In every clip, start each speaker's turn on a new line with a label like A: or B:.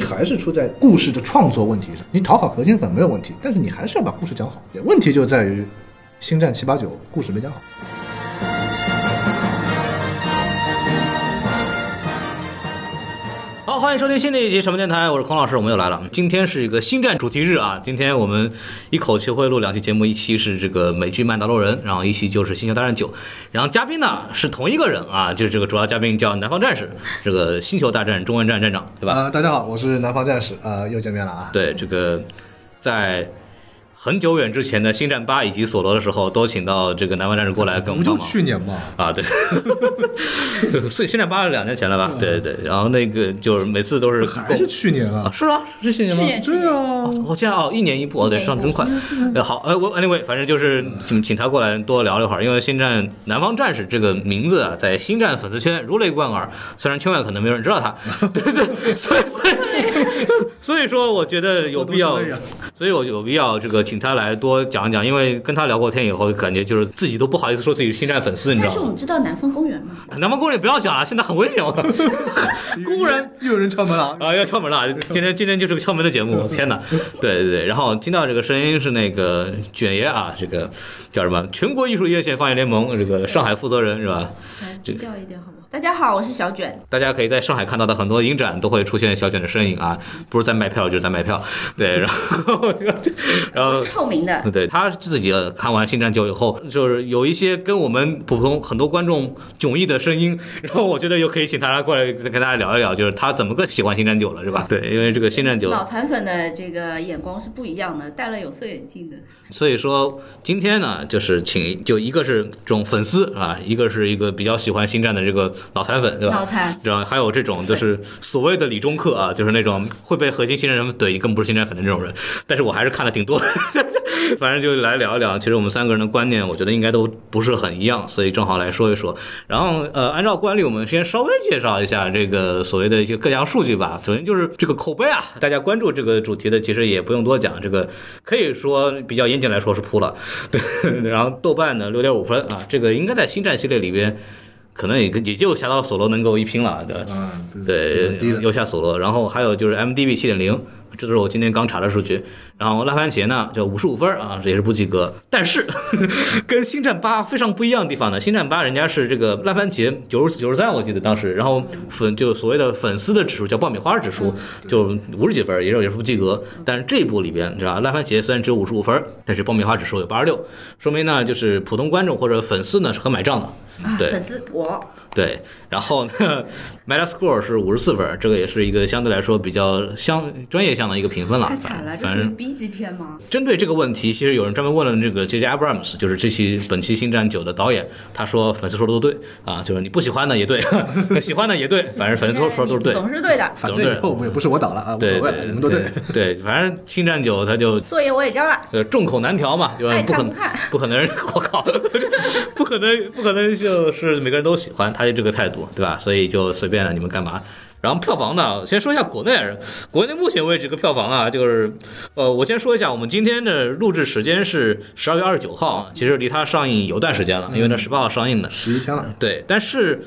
A: 还是出在故事的创作问题上。你讨好核心粉没有问题，但是你还是要把故事讲好。问题就在于《星战七八九》故事没讲好。
B: 好，欢迎收听新的一集什么电台，我是孔老师，我们又来了。今天是一个星战主题日啊，今天我们一口气会录两期节目，一期是这个美剧《曼达洛人》，然后一期就是《星球大战九》，然后嘉宾呢是同一个人啊，就是这个主要嘉宾叫南方战士，这个《星球大战》中文站站长，对吧？
A: 呃，大家好，我是南方战士，呃，又见面了啊。
B: 对，这个在很久远之前的《星战八》以及《索罗》的时候，都请到这个南方战士过来跟我
A: 不
B: 们
A: 就
B: 帮忙。
A: 去年嘛，
B: 啊，对， 所以《星战八》是两年前了吧？对对对，然后那个就是每次都是
A: 还是去年
B: 啊，
A: 啊？
B: 是啊，是去年吗？
C: 去年
A: 对啊，
B: 我现在哦，一年一部哦，对，
C: 一年一部
B: 上得真快。呃，好，呃，我 anyway，反正就是请请他过来多聊了一会儿，因为《星战南方战士》这个名字啊，在星战粉丝圈如雷贯耳，虽然圈外可能没有人知道他， 对对，所以所以 所以说，我觉得有必要
A: 这都是为了，
B: 所以我有必要这个请他来多讲一讲，因为跟他聊过天以后，感觉就是自己都不好意思说自己是星战粉丝，你知
C: 但是
B: 道
C: 我
B: 吗
C: 们？知道南方公园吗？
B: 南方工人不要讲了，现在很危险，我操，工人
A: 又有人敲门了啊。
B: 啊，要敲门了！今天今天就是个敲门的节目，天哪！对对对，然后听到这个声音是那个卷爷啊，这个叫什么？全国艺术院线放映联盟这个上海负责人是吧？
C: 来低调一点好不好？大家好，我是小卷。
B: 大家可以在上海看到的很多影展都会出现小卷的身影啊，不是在卖票就是在卖票。对，然后 然后
C: 是透明的，
B: 对，他自己呃看完《星战九》以后，就是有一些跟我们普通很多观众迥异的声音，然后我觉得又可以请他过来跟大家聊一聊，就是他怎么个喜欢《星战九》了，是吧？对，因为这个《星战九》
C: 脑残粉的这个眼光是不一样的，戴了有色眼镜的。
B: 所以说今天呢，就是请就一个是这种粉丝啊，一个是一个比较喜欢星战的这个脑残粉，对吧？
C: 脑残。
B: 然后还有这种就是所谓的理中客啊，就是那种会被核心星战人怼，更不是星战粉的这种人。但是我还是看的挺多的，反正就来聊一聊。其实我们三个人的观念，我觉得应该都不是很一样，所以正好来说一说。然后呃，按照惯例，我们先稍微介绍一下这个所谓的一些各项数据吧。首先就是这个口碑啊，大家关注这个主题的，其实也不用多讲，这个可以说比较严谨来说是扑了。 对，然后豆瓣呢六点五分啊，这个应该在星战系列里边。可能也跟也就侠盗索罗能够一拼了，啊对吧？
A: 嗯，比
B: 对
A: 较低，的
B: 右下索罗，然后还有就是 MDB 七点零，这都是我今天刚查的数据。然后拉番茄呢，就五十五分啊，这也是不及格。但是 跟星战八非常不一样的地方呢，星战八人家是这个拉番茄九十九十三，我记得当时，然后粉就所谓的粉丝的指数叫爆米花指数，
A: 嗯
B: 就五十几分，也是也是不及格。但是这一部里边，你知道吧，拉番茄虽然只有五十五分，但是爆米花指数有八十六，说明呢就是普通观众或者粉丝呢是很买账的。
C: 啊，
B: 对
C: 粉丝我
B: 对，然后呢，Metascore 是五十四分，这个也是一个相对来说比较相专业项的一个评分了。
C: 太惨了，这
B: 反
C: 属于
B: 正
C: B 级片吗？
B: 针对这个问题，其实有人专门问了这个 J.J. Abrams，就是这期本期《星战九》的导演，他说粉丝说的都对啊，就是你不喜欢的 也对，喜欢的也对，反正粉丝说的都是对。
C: 总是对的。
A: 反对以后我们也不是我倒了啊，无所
B: 对
A: 谓
B: 对
A: 了，你们都
B: 对
A: 对。
B: 对，反正《星战九》他就
C: 作业我也交 了，
B: 呃，众口难调嘛，就是
C: 爱
B: 不可
C: 看
B: 能
C: 不看，
B: 不可能，我靠，不可能，不可能就是每个人都喜欢，他就这个态度，对吧？所以就随便了，你们干嘛？然后票房呢，先说一下国内，国内目前为止这个票房啊，就是，呃，我先说一下，我们今天的录制时间是十二月二十九号啊，其实离它上映有段时间了，因为它十八号上映的，
A: 十一天了，
B: 对，但是。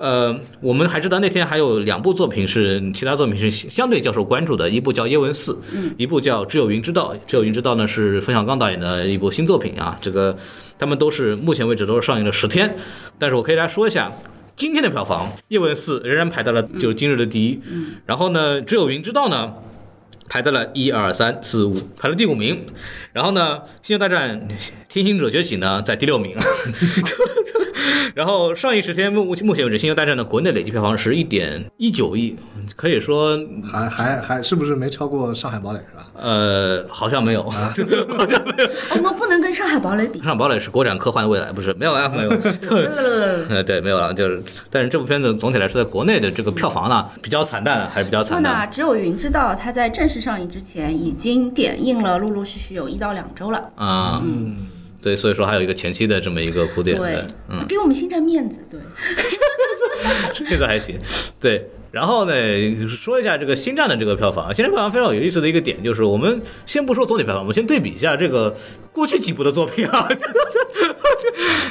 B: 呃，我们还知道那天还有两部作品是其他作品是相对较受关注的，一部叫《叶问四》，一部叫《只有云知道》。《只有云知道》呢是冯小刚导演的一部新作品啊，这个他们都是目前为止都是上映了十天，但是我可以来说一下。今天的票房，《叶问四》仍然排到了就是今日的第一，然后呢，《只有云知道》呢排在了一二三四五，排了第五名。然后呢，《星球大战：天行者崛起》呢在第六名。然后上映十天，目目前为止，《星球大战》的国内累计票房是一点一九亿，可以说
A: 还还还是不是没超过上海堡垒是吧？
B: 呃好像没有，好像没有。
C: 我们不能跟上海堡垒比。
B: 上堡垒是国产科幻的未来，不是没有啊，没有。呃，对，没有了，就是，但是这部片子总体来说，在国内的这个票房呢，比较惨淡，啊还是比较
C: 说
B: 惨淡。
C: 呢，只有云知道，它在正式上映之前已经点映了，陆陆续续有一到两周了。
B: 啊，嗯，对，所以说还有一个前期的这嗯么一个铺垫，
C: 对，给我们星战面子。对，
B: 这个还行，对。然后呢，说一下这个《星战》的这个票房，《星战》票房非常有意思的一个点就是，我们先不说总体票房，我们先对比一下这个过去几部的作品啊，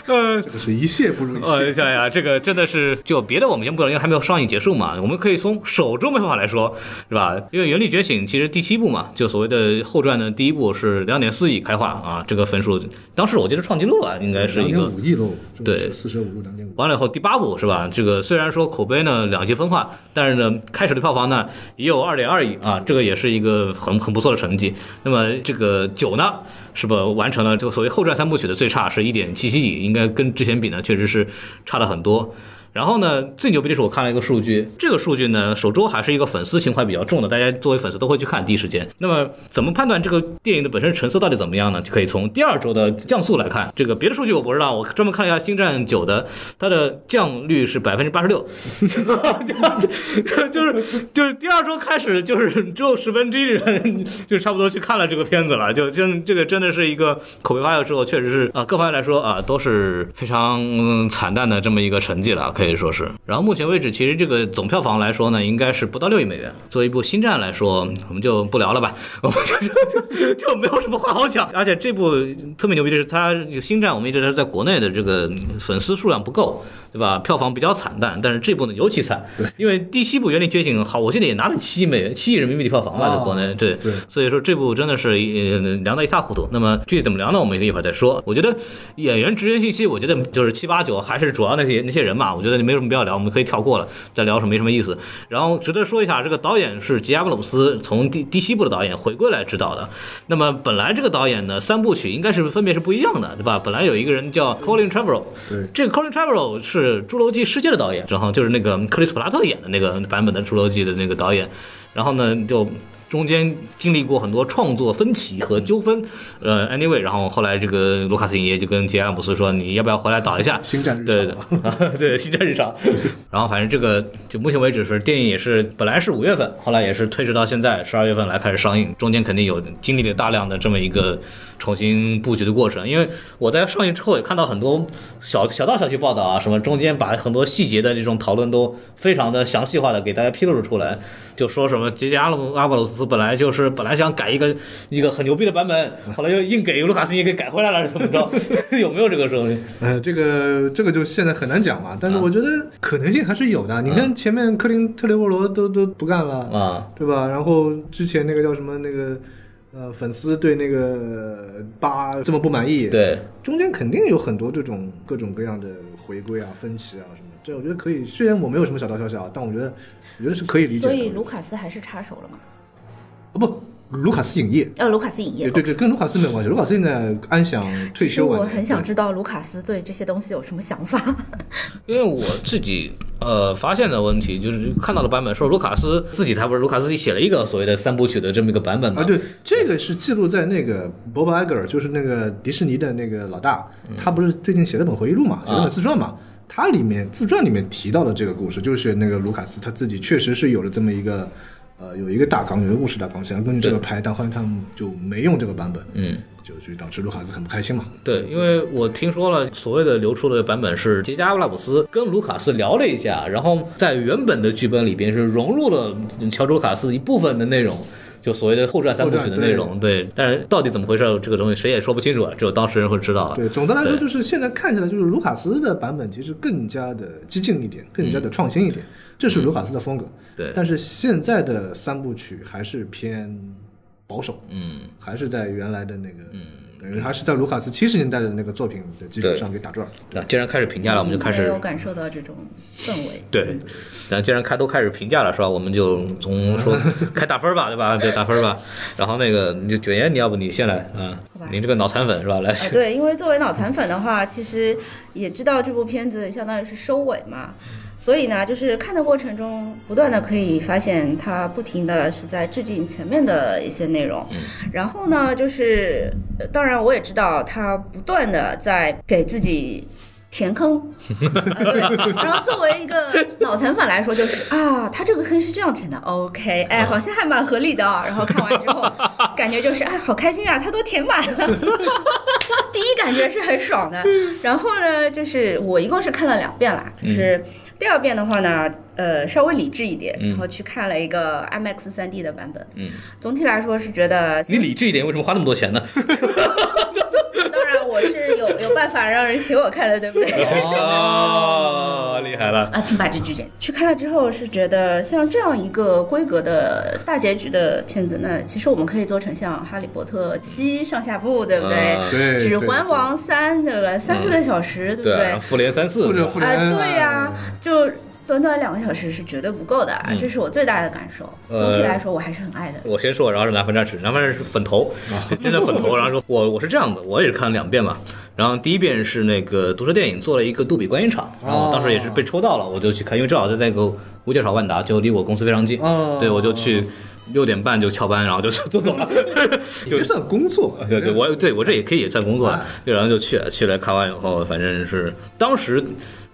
A: 这个是一泻不如一
B: 呃，
A: 泻。
B: 想呀，这个真的是就别的我们先不聊，因为还没有上映结束嘛。我们可以从首周没办法来说，是吧？因为《原力觉醒》其实第七部嘛，就所谓的后传的第一部是两点四亿开画啊，这个分数当时我记得创纪录啊，应该是
A: 两
B: 一
A: 点
B: 个
A: 五亿喽，
B: 对
A: 四舍五入两点五。
B: 完了以后，第八部是吧？这个虽然说口碑呢两极分化，但是呢，开始的票房呢也有二点二亿啊，这个也是一个很很不错的成绩。那么这个九呢，是吧？完成了这个所谓后传三部曲的最差是一点七七亿，应该跟之前比呢，确实是差了很多。然后呢，最牛逼的是我看了一个数据，这个数据呢，首周还是一个粉丝情怀比较重的，大家作为粉丝都会去看第一时间。那么怎么判断这个电影的本身成色到底怎么样呢？就可以从第二周的降速来看。这个别的数据我不知道，我专门看了一下《星战九》的，它的降率是百分之八十六， 就是就是第二周开始，就是只有十分之一的人就差不多去看了这个片子了，就真这个真的是一个口碑发酵之后，确实是啊、各方面来说啊、都是非常、嗯惨淡的这么一个成绩了，可以说是。然后目前为止，其实这个总票房来说呢，应该是不到六亿美元。作为一部星战来说，我们就不聊了吧， 我们就就就没有什么话好讲。而且这部特别牛逼的是，它星战我们一直在在国内的这个粉丝数量不够，对吧？票房比较惨淡，但是这部呢尤其惨，对，因为第七部《原力觉醒》好，我记得也拿了七亿美元、七亿人民币的票房吧，在国内，对，
A: 对
B: 所以说这部真的是呃凉的一塌糊涂。那么具体怎么凉呢？我们一会儿再说。我觉得演员职业信息，我觉得就是七八九还是主要那些那些人嘛，我觉得没什么必要聊，我们可以跳过了，再聊是没什么意思。然后值得说一下，这个导演是吉亚布鲁斯，从第第七部的导演回归来指导的。那么本来这个导演呢，三部曲应该是分别是不一样的，对吧？本来有一个人叫 Colin Trevorrow，
A: 对
B: 这个 Colin Trevorrow 是《侏罗纪世界》的导演，然后就是那个克里斯普拉特演的那个版本的《侏罗纪》的那个导演，然后呢就。中间经历过很多创作分歧和纠纷，呃，anyway，然后后来这个卢卡斯影业就跟杰拉姆斯说，你要不要回来导一下？
A: 星战日常
B: 对对啊， 对，新战日常。 然后反正这个就目前为止是电影也是本来是五月份，后来也是推迟到现在十二月份来开始上映，中间肯定有经历了大量的这么一个重新布局的过程。因为我在上映之后也看到很多小小道消息报道啊，什么中间把很多细节的这种讨论都非常的详细化的给大家披露了出来，就说什么杰杰阿鲁阿布鲁斯本来就是本来想改一个一个很牛逼的版本，后来又硬给卢卡斯也给改回来了，是怎么着？ 有没有这个声音？
A: 呃，这个这个就现在很难讲嘛，但
B: 啊
A: 是我觉得可能性还是有的。你看前面克林特雷沃罗都都不干了
B: 啊，
A: 对吧？然后之前那个叫什么那个呃粉丝对那个八这么不满意，，
B: 对。
A: 中间肯定有很多这种各种各样的回归啊、分歧啊什么的。这我觉得可以，虽然我没有什么小道消息啊，但我觉得我觉得是可以理解
C: 所
A: 的。
C: 以卢卡斯还是插手了嘛？
A: 哦不，卢卡斯影业。
C: 呃，卢卡斯影业
A: 也。对对，跟卢卡斯没有关系。卢卡斯现在安享退
C: 其实
A: 休晚
C: 我
A: 年。
C: 很想知道卢卡斯对这些东西有什么想法。
B: 因为我自己呃发现的问题就是看到的版本说卢卡斯自己他不是卢卡斯自己写了一个所谓的三部曲的这么一个版本嘛？
A: 啊，对，这个是记录在那个 Bob Iger，就是那个迪士尼的那个老大，
B: 嗯
A: 他不是最近写了本回忆录
B: 啊
A: 嘛，写了本自传嘛。他里面自传里面提到的这个故事，就是那个卢卡斯他自己确实是有了这么一个，呃，有一个大纲，有一个故事大纲，想根据这个拍，但后来他们就没用这个版本，
B: 嗯，
A: 就就导致卢卡斯很不开心嘛。
B: 对，因为我听说了所谓的流出的版本是杰加布拉姆斯跟卢卡斯聊了一下，然后在原本的剧本里边是融入了嗯乔治卢卡斯一部分的内容。就所谓的后传三部曲的内容，对但是到底怎么回事，这个东西谁也说不清楚，只有当事人会知道了。
A: 对，总的来说
B: 啊对
A: 就是现在看下来，就是卢卡斯的版本其实更加的激进一点，更加的创新一点，这是卢卡斯的风格。
B: 嗯对
A: 但是现在的三部曲还是偏保守，
B: 嗯，
A: 还是在原来的那个，等于还是在卢卡斯七十年代的那个作品的基础上给打转。
B: 那既然开始评价了，我们就 开
C: 没
B: 始
C: 有感受到这种氛围。
B: 对，然后既然开都开始评价了，是吧？我们就从说开打分儿吧，对吧？对，打分儿吧。然后那个，你就卷烟，你要不你先来啊
C: 好吧？
B: 您这个脑残粉是吧？来，
C: 哎，对，因为作为脑残粉的话，其实也知道这部片子相当于是收尾嘛，所以呢，就是看的过程中，不断的可以发现它不停的是在致敬前面的一些内容，
B: 嗯
C: 然后呢，就是呃当然我也知道它不断的在给自己。填坑、啊对。然后作为一个脑残粉来说，就是啊，他这个坑是这样填的，OK，哎，好像还蛮合理的哦。然后看完之后，感觉就是哎，好开心啊，他都填满了。 第一感觉是很爽的。然后呢，就是我一共是看了两遍啦，就是第二遍的话呢，呃，稍微理智一点，然后去看了一个 IMAX 3D 的版本。
B: 嗯，
C: 总体来说是觉得，
B: 你理智一点，为什么花那么多钱呢？
C: 当然我是有有
D: 办法让人请我看的，对不对？
B: 哦，厉害了，
D: 啊，请把这剧剪。去看了之后是觉得，像这样一个规格的大结局的片子，那其实我们可以做成像《哈利波特》七上下部，对不对？
B: 嗯
A: 对，
D: 指
A: 对
D: 环王三》对吧？三四个小时，对不对？
B: 啊，复联三
A: 对
B: 次
A: 或者复联
D: 啊，
A: 啊，
D: 对呀、就短短两个小时是绝对不够的，啊，这是我最大的感受。
B: 呃
D: 总体来说，我还是很爱的。
B: 我先说，然后是拿分战士，拿分战士粉头，真的粉头。然后说我我是这样的，我也是看了两遍嘛。然后第一遍是那个毒舌电影做了一个杜比观影场，然后我当时也是被抽到了，我就去看，因为正好在那个五角场万达，就离我公司非常近，
A: 哦
B: 对我就去六点半就翘班，然后就就走了。
A: 你这算工作，
B: 对对，我对我这也可以也算工作
A: 啊，
B: 对，然后就去了，去了看完以后，反正是当时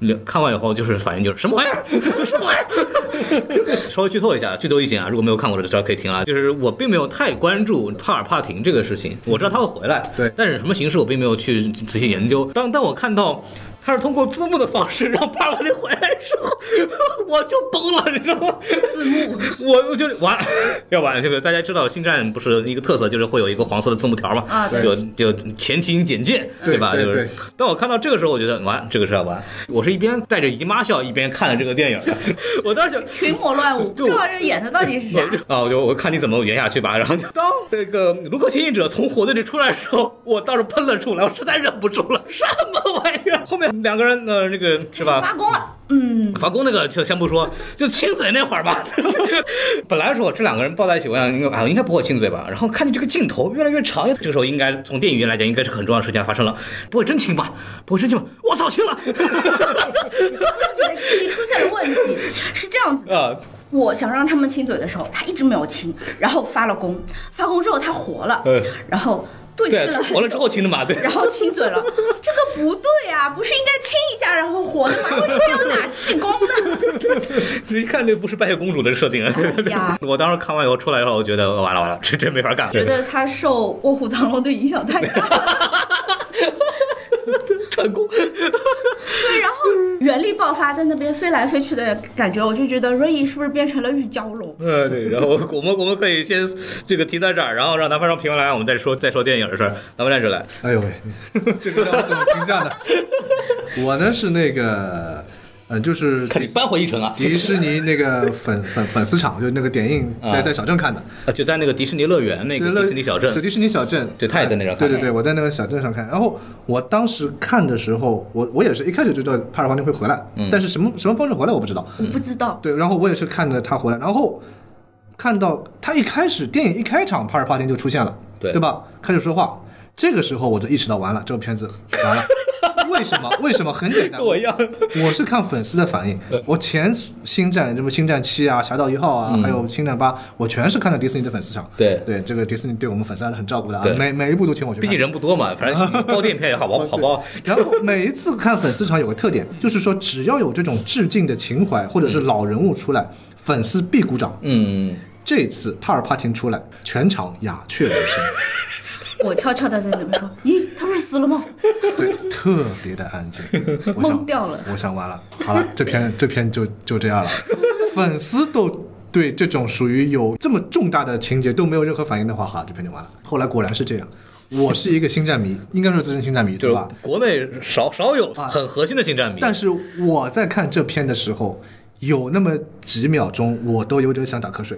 B: 了看完以后就是反应就是什么玩意儿，什么玩意儿， 稍微剧透一下，剧透一点啊，如果没有看过的这可以停啊。就是我并没有太关注帕尔帕廷这个事情，我知道他会回来，
A: 对
B: 但是什么形式我并没有去仔细研究。当当我看到。他是通过字幕的方式让帕尔帕廷回来的时候， 我就崩了，你知道吗？
D: 字幕，
B: 我我就完，要完这个大家知道，星战不是一个特色，就是会有一个黄色的字幕条嘛，
D: 啊对
B: 有有前情简介，
A: 对
B: 吧？
A: 对
B: 就是
A: 对，
B: 当我看到这个时候，我觉得完，这个是要完。我是一边带着姨妈笑，一边看了这个电影 的，我当时就。
D: 群魔乱舞，不知道这演的到底是啥。
B: 啊，我就我看你怎么圆下去吧。然后就当那个卢克天翼者从火堆里出来的时候，我倒是喷了出来，我实在忍不住了，什么玩意儿？后面两个人呃，那个是吧？
D: 发功了，嗯，
B: 法工那个就先不说，就亲嘴那会儿吧。 本来说这两个人抱在一起，我想应该啊应该不会亲嘴吧。然后看见这个镜头越来越长，这个时候应该从电影院来讲，应该是很重要的事情发生了。不会真亲吧？不会真亲吧？我操，亲了！
D: 我觉得基于出现了问题，是这样子的。
B: 啊，
D: 我想让他们亲嘴的时候，他一直没有亲，然后发了功，发功之后他活了
B: 嗯，
D: 然后对
B: 对
D: 视了，
B: 活了之后亲的嘛，对。
D: 然后亲嘴了，这个不对啊，不是应该亲一下然后活的吗？为什么要打气功 呢？
B: 一看这不是白雪公主的设定啊
D: 哎呀！
B: 我当时看完以后出来以后，我觉得完了完了，这真没法干。
D: 觉得他受卧虎藏龙的影响太大了。
B: 成功，
D: 对，然后原力爆发在那边飞来飞去的感觉，我就觉得瑞伊是不是变成了玉娇龙？
B: 呃，对，然后我们我们可以先这个提到这儿，然后让南方上评论来，我们再说再说电影的事儿。南方战士来，
A: 哎呦喂， 这个要怎么评 价呢？我呢是那个，呃，就是
B: 看你扳回一城啊！
A: 迪士尼那个粉粉粉丝场，就那个点映
B: 啊
A: 在在小镇看的，
B: 啊，就在那个迪士尼乐园那
A: 对
B: 个
A: 乐
B: 迪士尼小镇
A: 是，迪士尼小镇，
B: 对他也在那上看
A: 对对对，我在那个小镇上看。然后我当时看的时候，我我也是一开始就知道帕尔华尼会回来，
B: 嗯
A: 但是什么什么方式回来我不知道。
D: 我不知道，
A: 对，然后我也是看着他回来，然后看到他一开始电影一开场，帕尔帕丁就出现了，
B: 对
A: 对吧？开始说话，这个时候我就意识到完了，这个片子完 了。为什么？为什么？很简单，
B: 跟我一 样。
A: 我是看粉丝的反应。
B: 呃
A: 我前星战什么星战七啊、侠盗一号啊，还有星战八，我全是看的迪士尼的粉丝场。
B: 嗯对
A: 对，这个迪士尼对我们粉丝还是很照顾的啊
B: 对，
A: 每每一部都请我去
B: 毕
A: 看
B: 竟。人不多嘛，反正包电影片也好包好包，
A: 然后每一次看粉丝场有个特点，就是说只要有这种致敬的情怀或者是老人物出来，粉丝必鼓掌。
B: 嗯，
A: 这次帕尔帕廷出来，全场鸦雀无声，
D: 我悄悄的在那边说，咦，他不是死了吗？
A: 对，特别的安 静。我想
D: 懵掉了
A: 我想完了，好 了，这篇这篇就就这样了。粉丝都对这种属于有这么重大的情节都没有任何反应的话，哈，这篇就完了。后来果然是这样。我是一个星战迷， 应该说资深星战迷，
B: 就
A: 对
B: 是
A: 吧？啊
B: 国内少少有很核心的星战迷，
A: 但是我在看这篇的时候，有那么几秒钟，我都有点想打瞌 睡。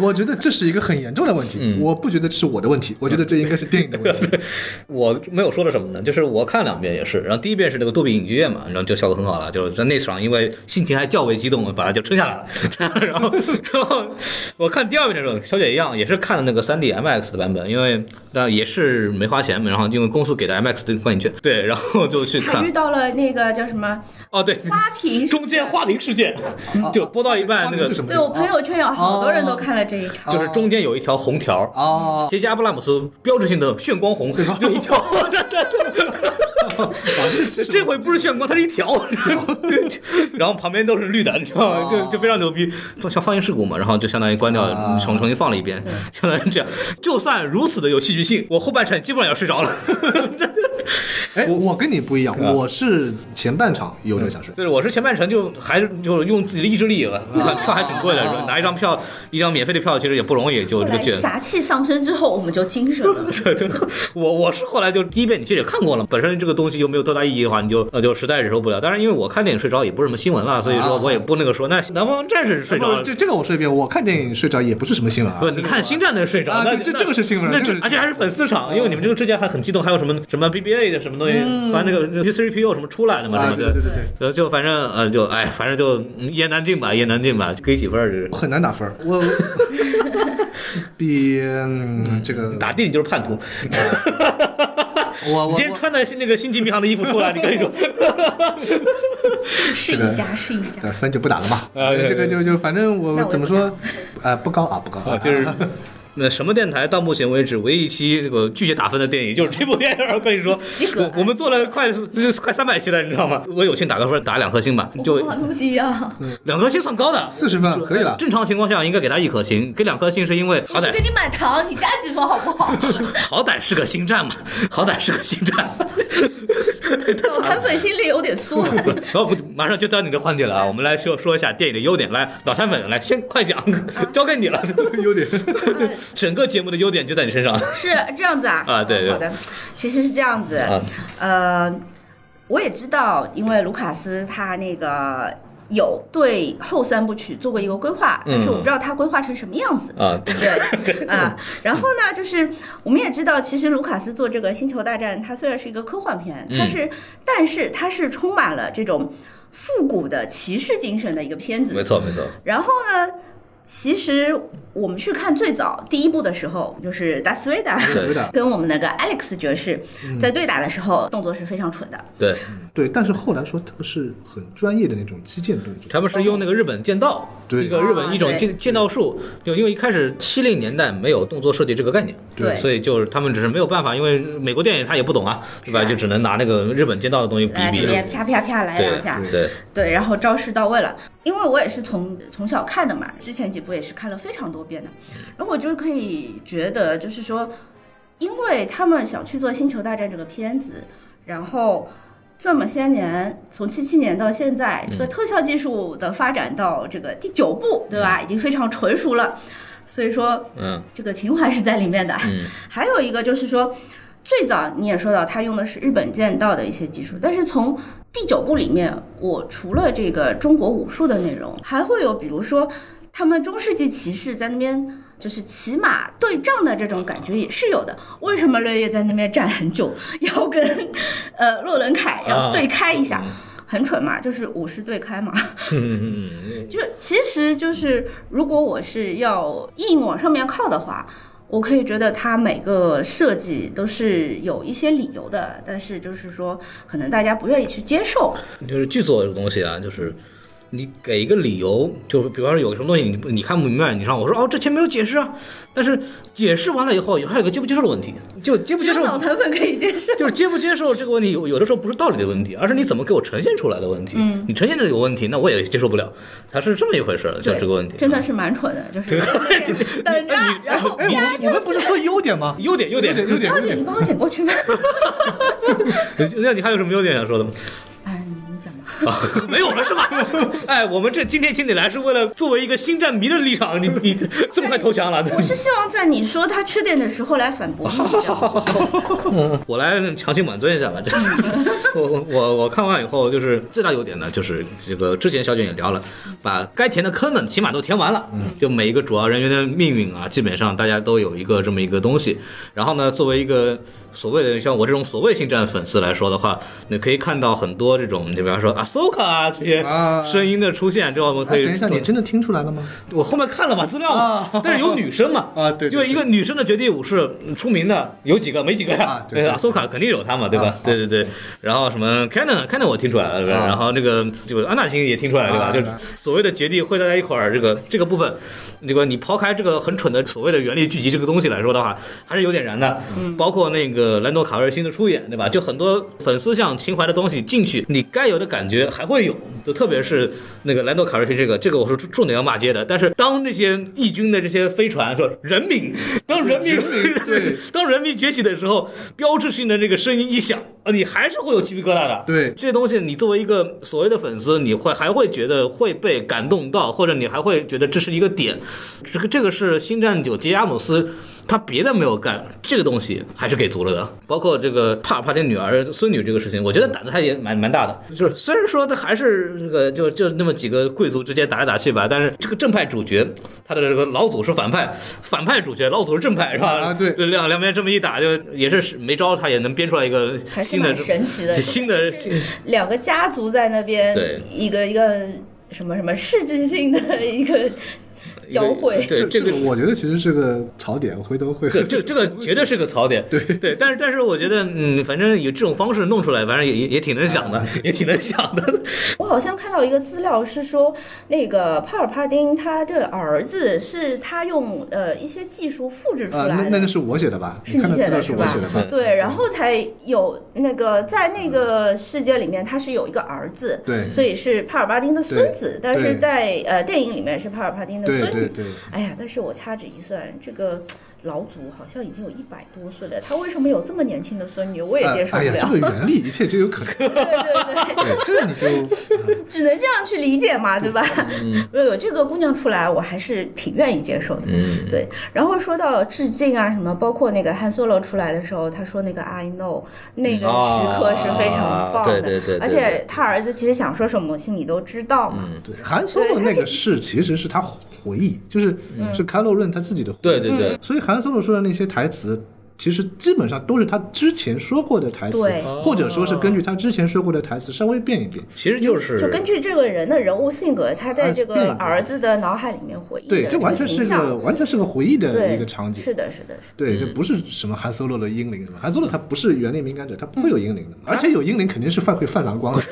A: 我觉得这是一个很严重的问题，我不觉得这是我的问题，我觉得这应该是电影的问题。
B: 我没有说的什么呢？就是我看两遍也是，然后第一遍是那个杜比影剧院嘛，然后就效果很好了，就是在那场因为心情还较为激动，把它就撑下来了。然后，然后我看第二遍的时候，小姐一样也是看了那个 3D MX 的版本，因为那也是没花钱嘛，然后因为公司给的 MX 的观影券，对，然后就去
D: 还遇
B: 看。
D: 到了那个叫什么
B: 哦，对，
D: 花瓶，
B: 中间花铃事件，就播到一半那
A: 花
B: 个
A: 瓶是什，么
D: 对我朋友圈有好多人
B: 哦
D: 都看了这一场。
B: 就是中间有一条红条。
A: 哦，
B: 杰西·阿布拉姆斯标志性的炫光红，就一条，
A: 这
B: 这回不是炫光，它是一条， 哦然后旁边都是绿的，你知道吗？就就非常牛逼，像放映事故嘛，然后就相当于关掉，嗯
A: 啊
B: 重重新放了一遍，相当于这样。就算如此的有戏剧性，我后半程基本上要睡着了。
A: 哎，我跟你不一样，我是前半场有这个想睡，
B: 就是我是前半程就还是就用自己的意志力，票票还挺贵的，拿一张票一张免费的票其实也不容易，就
E: 后
B: 哦这个
E: 来
B: 券。
E: 侠气上升之后，我们就精神了。
B: 对 对，我我是后来就第一遍你其实也看过了，本身这个东西就没有多大意义的话，你就呃就实在忍受不了。当然，因为我看电影睡着也不是什么新闻啦，所以说我也不那个说。那南方战士睡着
A: 不
B: 了，
A: 这这个我说一遍，我看电影睡着也不是什么新闻啊
B: 不，。你看星战那个睡着
A: 啊，
B: 那
A: 对这
B: 那
A: 这个是新闻
B: 那
A: 这个
B: 这
A: 是
B: 而且还是粉丝场，因为你们这个之前还很激动，还有什么什么 BBA 的什么东西，还有那个 U 3 P U 什么出来的嘛，什
A: 嗯啊，
B: 么
A: 对
B: 的
A: 对。对对。
B: 呃，就反正呃，就哎，反正就嗯一言难尽吧，一言难尽吧，给几分儿就是
A: 我很难打分儿，我 比、嗯、这个
B: 打的你就是叛徒。
A: 我
B: 你
A: 哦我
B: 今天
A: 我
B: 穿的是那个星际迷航的衣服出来，你可 以说
E: 是一家，是一家。
A: 对分就不打了吧，
B: 啊对
A: 这个就就反正
E: 那
A: 我
E: 我也
A: 怎么
E: 不打
A: 说，呃，不高啊，不高
B: 啊，就是。那什么电台到目前为止唯一一期这个拒绝打分的电影就是这部电影，我跟你说
E: 及，格
A: 啊
B: 我我们做了快快三百期了，你知道吗？我有幸打个分，打两颗星吧，就
E: 哇，那么低啊！
B: 两颗星算高的，
A: 四十分可以
D: 啊
A: 了。
B: 正常情况下应该给他一颗星，给两颗星是因 为
E: 我
B: 好
E: 去
B: 歹
E: 给你买糖，你加几分好不 好？
B: 好歹是个星战嘛， 好歹是个星战。
E: 脑残粉心里有点酸。
B: 然后不，马上就到你的环节了啊！我们来说说一下电影的优点。来，脑残粉，来先快讲，
D: 啊
B: 交给你了。优点，整个节目的优点就在你身上。
D: 是这样子啊？
B: 啊对对
D: 好的，其实是这样子，
B: 啊
D: 呃，我也知道，因为卢卡斯他那个。有对后三部曲做过一个规划，但是我不知道他规划成什么样子，
B: 啊
D: 对不对？啊，然后呢，就是我们也知道，其实卢卡斯做这个《星球大战》，它虽然是一个科幻片，
B: 嗯
D: 它是，但是它是充满了这种复古的骑士精神的一个片子，
B: 没错，没错。
D: 然后呢，其实我们去看最早第一部的时候，就是达斯维达
B: 对嗯
A: 对的，
D: 跟我们那个 Alex 爵士在对打的时候，动作是非常蠢的。
B: 对，
A: 对，但是后来说他们是很专业的那种击剑动作，
B: 他们是用那个日本剑道，
A: 对
B: 一个日本
D: 啊
B: 一种
D: 对
B: 剑剑道术，就因为一开始七零年代没有动作设计这个概念，
D: 对
B: 所以就是他们只是没有办法，因为美国电影他也不懂啊，对吧？就只能拿那个日本剑道的东西比
D: 来
B: 一
D: 这
B: 比。
D: 边啪啪啪来
B: 对
D: 两下，
B: 对，
D: 对，然后招式到位了。因为我也是从从小看的嘛，之前几部也是看了非常多遍的，然后我就可以觉得，就是说，因为他们想去做《星球大战》这个片子，然后这么些年，从七七年到现在，这个特效技术的发展到这个第九部，对吧，已经非常纯熟了，所以说
B: 嗯
D: 这个情怀是在里面的。
B: 嗯
D: 还有一个就是说，最早你也说到他用的是日本剑道的一些技术，但是从第九部里面，我除了这个中国武术的内容，还会有比如说他们中世纪骑士在那边。就是骑马对仗的这种感觉也是有的。为什么六月在那边站很久，要跟呃洛伦凯要对开一下？很蠢嘛，就是武士对开嘛。
B: 嗯嗯
D: 就其实就是，如果我是要硬往上面靠的话，我可以觉得它每个设计都是有一些理由的，但是就是说，可能大家不愿意去接受。
B: 嗯，就是剧作这个东西啊，就是。你给一个理由，就是比方说有什么东西你不你看不明白，你让我说哦，之前没有解释啊，但是解释完了以后，还有个接不接受的问题，就接不
E: 只
B: 接
E: 有
B: 受
E: 脑残粉可以接受。
B: 就是接不接受这个问题，有有的时候不是道理的问题，而是你怎么给我呈现出来的问题。嗯，你呈现的有问题，那我也接受不了，它是这么一回事儿，就
D: 对，
B: 这个问题。啊
D: 真的是蛮蠢的， 就是在那边等着，然后
A: 哎，我我们不是说优点吗？
B: 优点，优点，
A: 优点，优
D: 高姐，
A: 点
D: 你。帮我捡过去 吗？
B: 那你还有什么优点想说的吗？
D: 哎，你讲吧。
B: 啊， 没有了是吧？哎，我们这今天请你来是为了作为一个星战迷的立场，你你这么快投降了？
D: 我是希望在你说他缺点的时候来反驳你，这样
B: 我来强行满尊一下吧。这我我我我看完以后，就是最大优点呢，就是这个之前小卷也聊了，把该填的坑呢，起码都填完了。就每一个主要人员的命运啊，基本上大家都有一个这么一个东西。然后呢，作为一个所谓的像我这种所谓星战粉丝来说的话，你可以看到很多这种，就比方说啊，Soka 啊这些
A: 啊
B: 声音的出现，之后我们可
A: 哎，
B: 以
A: 等一下，你真的听出来了吗？
B: 我后面看了嘛资料嘛
A: 啊，
B: 但是有女生嘛
A: 啊对对
B: 因为一个女生的绝地武士嗯出名的有几个？没几个呀
A: 啊，对
B: 对
A: 对
B: 吧？苏卡肯定有她嘛，对吧
A: 啊？
B: 对对对，然后什么 Canon，Canon 我听出来了，对吧？
A: 啊
B: 然后那个就安娜星也听出来了，对吧？
A: 啊
B: 就
A: 啊
B: 是所谓的绝地会大家一会儿这个这个部分，这个你抛开这个很蠢的所谓的原力聚集这个东西来说的话，还是有点燃的。包括那个兰多卡瑞辛的出演，对吧？就很多粉丝向情怀的东西进去，你该有的感觉还会有，就特别是那个兰多卡瑞奇这个，这个我是重点要骂街的。但是当那些义军的这些飞船说人民，当人民
A: 对
B: 当人民崛起的时候，标志性的那个声音一响，啊，你还是会有鸡皮疙瘩的。
A: 对
B: 这些东西，你作为一个所谓的粉丝，你会还会觉得会被感动到，或者你还会觉得这是一个点。这个这个是《星战九》杰阿姆斯。他别的没有干，这个东西还是给足了的。包括这个帕尔帕丁女儿、孙女这个事情，我觉得胆子还也蛮蛮大的。就是虽然说他还是这个就就那么几个贵族之间打来打去吧，但是这个正派主角，他的这个老祖是反派，反派主角老祖是正派，是吧？
A: 啊对
B: 两两边这么一打，就也是没招，他也能编出来一个
D: 还是
B: 新的
D: 蛮神奇的。
B: 新的新
D: 两个家族在那边，
B: 对
D: 一个一个什么什么世纪性的一个交汇，
B: 对 这个
A: 我觉得其实是个槽点，我回头会
B: 对，这这个绝对是个槽点。对对，但是但是我觉得，嗯，反正有这种方式弄出来，反正也也也挺能想的，也挺能想的。
D: 我好像看到一个资料是说，那个帕尔帕丁他的儿子是他用呃一些技术复制出
A: 啊，那
D: 来
A: 那
D: 的。
A: 个是我写的吧？
D: 是
A: 你看
D: 你
A: 的
D: 写
A: 资料
D: 的
A: 是
D: 是
A: 我
D: 吧
A: 写的吧？嗯
D: 对，然后才有那个在那个世界里面，他是有一个儿子，
A: 对
D: 所以是帕尔帕丁的孙子，但
A: 对
D: 是在呃电影里面是帕尔帕丁的
A: 对
D: 孙
A: 对
D: 女。
A: 对，
D: 哎呀，但是我掐指一算，这个老祖好像已经有一百多岁了，他为什么有这么年轻的孙女？我也
A: 呃
D: 接受不
A: 哎呀，
D: 了。
A: 这个原理一切就有可能，
D: 对对对，
A: 对，这个你就
D: 只能这样去理解
B: 嗯
D: 嘛，对吧？如果 有这个姑娘出来，我还是挺愿意接受的。
B: 嗯，
D: 对，然后说到致敬啊什么，包括那个汉 Solo 出来的时候，他说那个 I know 那个时刻是非常棒的，
B: 嗯啊对对对对
D: 而且他儿子其实想说什么，我心里都知道嘛。
B: 嗯
A: 对，韩 Solo 那个是其实是他回忆，就是
D: 嗯
A: 是开洛润他自己的回忆。
B: 对对对，
A: 所以韩 Solo 说的那些台词。其实基本上都是他之前说过的台词
D: 对，
B: 哦
A: 或者说是根据他之前说过的台词稍微变一变。
B: 其实就是哎
D: 就根据这个人的人物性格，他在这
A: 啊变化
D: 个儿子的脑海里面回忆
A: 对，
D: 的
A: 这
D: 这
A: 完
D: 个
A: 全
D: 形
A: 是个
D: 象，
A: 完全是个回忆的
D: 对
A: 一个场景。
D: 是的，是的，是的。
A: 对，这不是什么韩 Solo 的英灵什么，韩 Solo 他不是原力敏感者，他不会有英灵的，而且有英灵肯定是犯会犯蓝光的，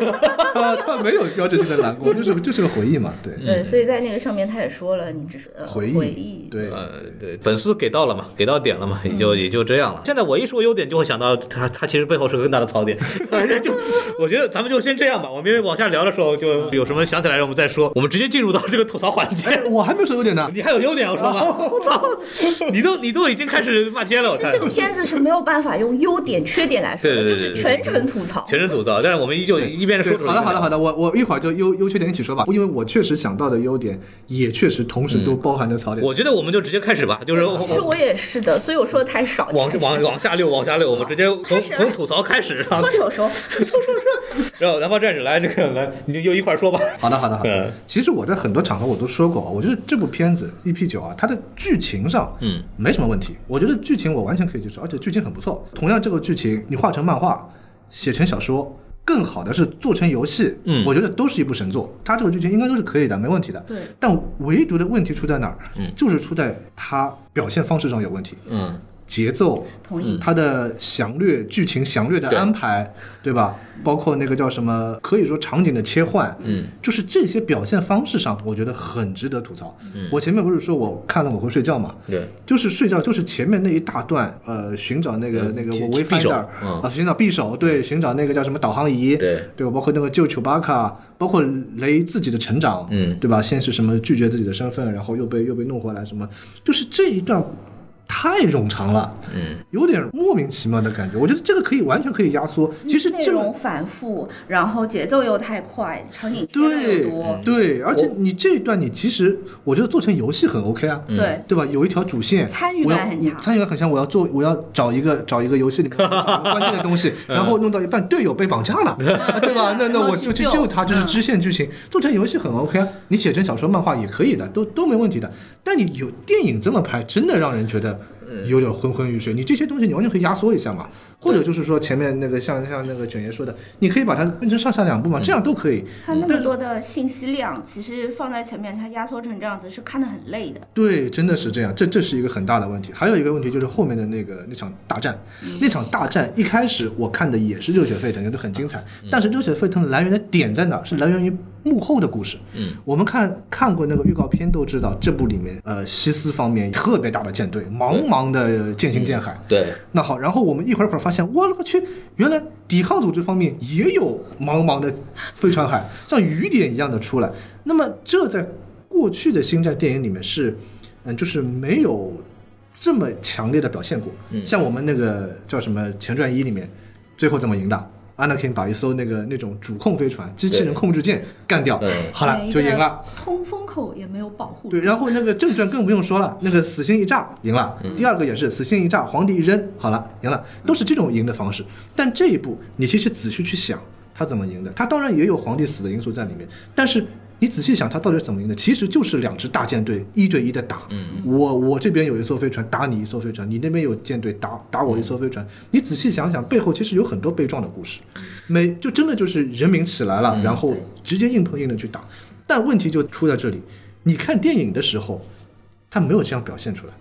A: 他嗯 他没有标志性的蓝光，就是就是个回忆嘛，
B: 嗯
A: 对，
D: 对，所以在那个上面他也说了，你只是呃
A: 回
D: 嗯回
A: 忆，对，
B: 呃，对，粉丝给到了嘛，给到点了嘛，也就
D: 嗯
B: 也就这样了。现在我一说优点，就会想到他，他其实背后是个更大的槽点。 就我觉得咱们就先这样吧，我们往下聊的时候，就有什么想起来我们再说。我们直接进入到这个吐槽环
A: 哎
B: 节。，
A: 我还没有说优点呢，
B: 你还有优点要说吗？我操，你都你都已经开始骂街了，我
D: 其
B: 看
D: 实这个片哦子是没有办法用优点、缺点来说的，
B: 对对
D: 就
B: 对
D: 是
B: 对
D: 全程吐槽。
B: 全是吐槽，但是我们依旧
A: 对
B: 一边说
A: 对，
B: 出
A: 好的，好的，好
B: 的，
A: 的，我我一会儿就优优缺点一起说吧，因为我确实想到的优点也确实同时都包含着槽点。
B: 我觉得我们就直接开始吧，就是
D: 其实我也是的，所以我说的太少。
B: 往
D: 真的是
B: 往往下溜，往下溜，我们直接从
D: 开始啊
B: 从吐槽开始，然后
D: 搓 手手，
B: 然后南方战士来这个来，你就又一块儿说吧。
A: 好的，好的，好的
B: 嗯。
A: 其实我在很多场合我都说过啊，我觉得这部片子《E.P. 九》啊，它的剧情上，
B: 嗯，
A: 没什么问题。我觉得剧情我完全可以接受，而且剧情很不错。同样，这个剧情你画成漫画，写成小说，更好的是做成游戏，
B: 嗯
A: 我觉得都是一部神作。它这个剧情应该都是可以的，没问题的。
D: 对。
A: 但唯独的问题出在哪儿？嗯，就是出在它表现方式上有问题。
B: 嗯，
A: 节奏，嗯
D: 同意
A: 它的详略、剧情详略的
B: 对
A: 安排，对吧？包括那个叫什么，可以说场景的切换，嗯，就是这些表现方式上，我觉得很值得吐槽。我前面不是说我看了我会睡觉嘛，
B: 对，
A: 就是睡觉，就是前面那一大段，呃，寻找那个、那个
B: 匕
A: 我 w i
B: 匕
A: f
B: 首嗯
A: 啊，寻找匕首，对，寻找那个叫什么导航仪，
B: 对，
A: 对吧？包括那个救丘巴卡，包括雷自己的成长，
B: 嗯
A: 对吧？先是什么拒绝自己的身份，然后又被又被弄回来，什么，就是这一段太冗长了，嗯，有点莫名其妙的感觉。我觉得这个可以完全可以压缩，其实
D: 内
A: 这个。
D: 容反复，然后节奏又太快，场景切的
A: 对嗯
D: 又多，嗯
A: 对，而且你这一段你其实我觉得做成游戏很 OK 啊，
D: 对
A: 对吧？有一条主线，
D: 参与感
A: 我要
D: 很强
A: 参与感很强。我要做，我要找一个找一个游戏里面关键的东西，然后弄到一半，队友被绑架
D: 嗯
A: 了，对吧？那那
F: 然后
A: 我
F: 去
A: 就去
F: 救
A: 救他，这是
F: 嗯
A: 支线剧情。做成游戏很 OK 啊，你写成小说、漫画也可以的，都都没问题的。但你有电影这么拍，真的让人觉得有点昏昏欲睡。你这些东西你完全可以压缩一下嘛，或者就是说前面那个像像那个卷爷说的，你可以把它分成上下两部嘛，这样都可以。
D: 它那么多的信息量，其实放在前面，它压缩成这样子是看得很累的。
A: 对，真的是这样，这这是一个很大的问题。还有一个问题就是后面的那个那场大战，那场大战一开始我看的也是热血沸腾，觉得很精彩。但是热血沸腾的来源的点在哪儿？是来源于幕后的故事。嗯，我们看看过那个预告片都知道，这部里面呃西斯方面特别大的舰队，茫茫忙的渐行渐海。
B: 对，
A: 那好，然后我们一会儿一会儿发现，我勒个去，原来抵抗组织方面也有茫茫的飞船海，像雨点一样的出来。那么这在过去的星战电影里面是，嗯，就是没有这么强烈的表现过。
B: 嗯
A: 像我们那个叫什么前传一里面，最后怎么赢的？Anakin 把一艘啊那个那种主控飞船、机器人
B: 对
A: 控制舰干掉
B: 对，
A: 好了就赢了。，
D: 通风口也没有保护。
A: 对，然后那个正传更不用说了，那个死心一炸赢了，第二个也是死心一炸，皇帝一扔好了赢了，都是这种赢的方式。但这一步你其实仔细去想，他怎么赢的？他当然也有皇帝死的因素在里面，但是你仔细想他到底是怎么赢的，其实就是两支大舰队一对一的打。我我这边有一艘飞船打你一艘飞船，你那边有舰队打打我一艘飞船。你仔细想想，背后其实有很多悲壮的故事，每就真的就是人民起来了，然后直接硬碰硬的去打。但问题就出在这里，你看电影的时候，他没有这样表现出来。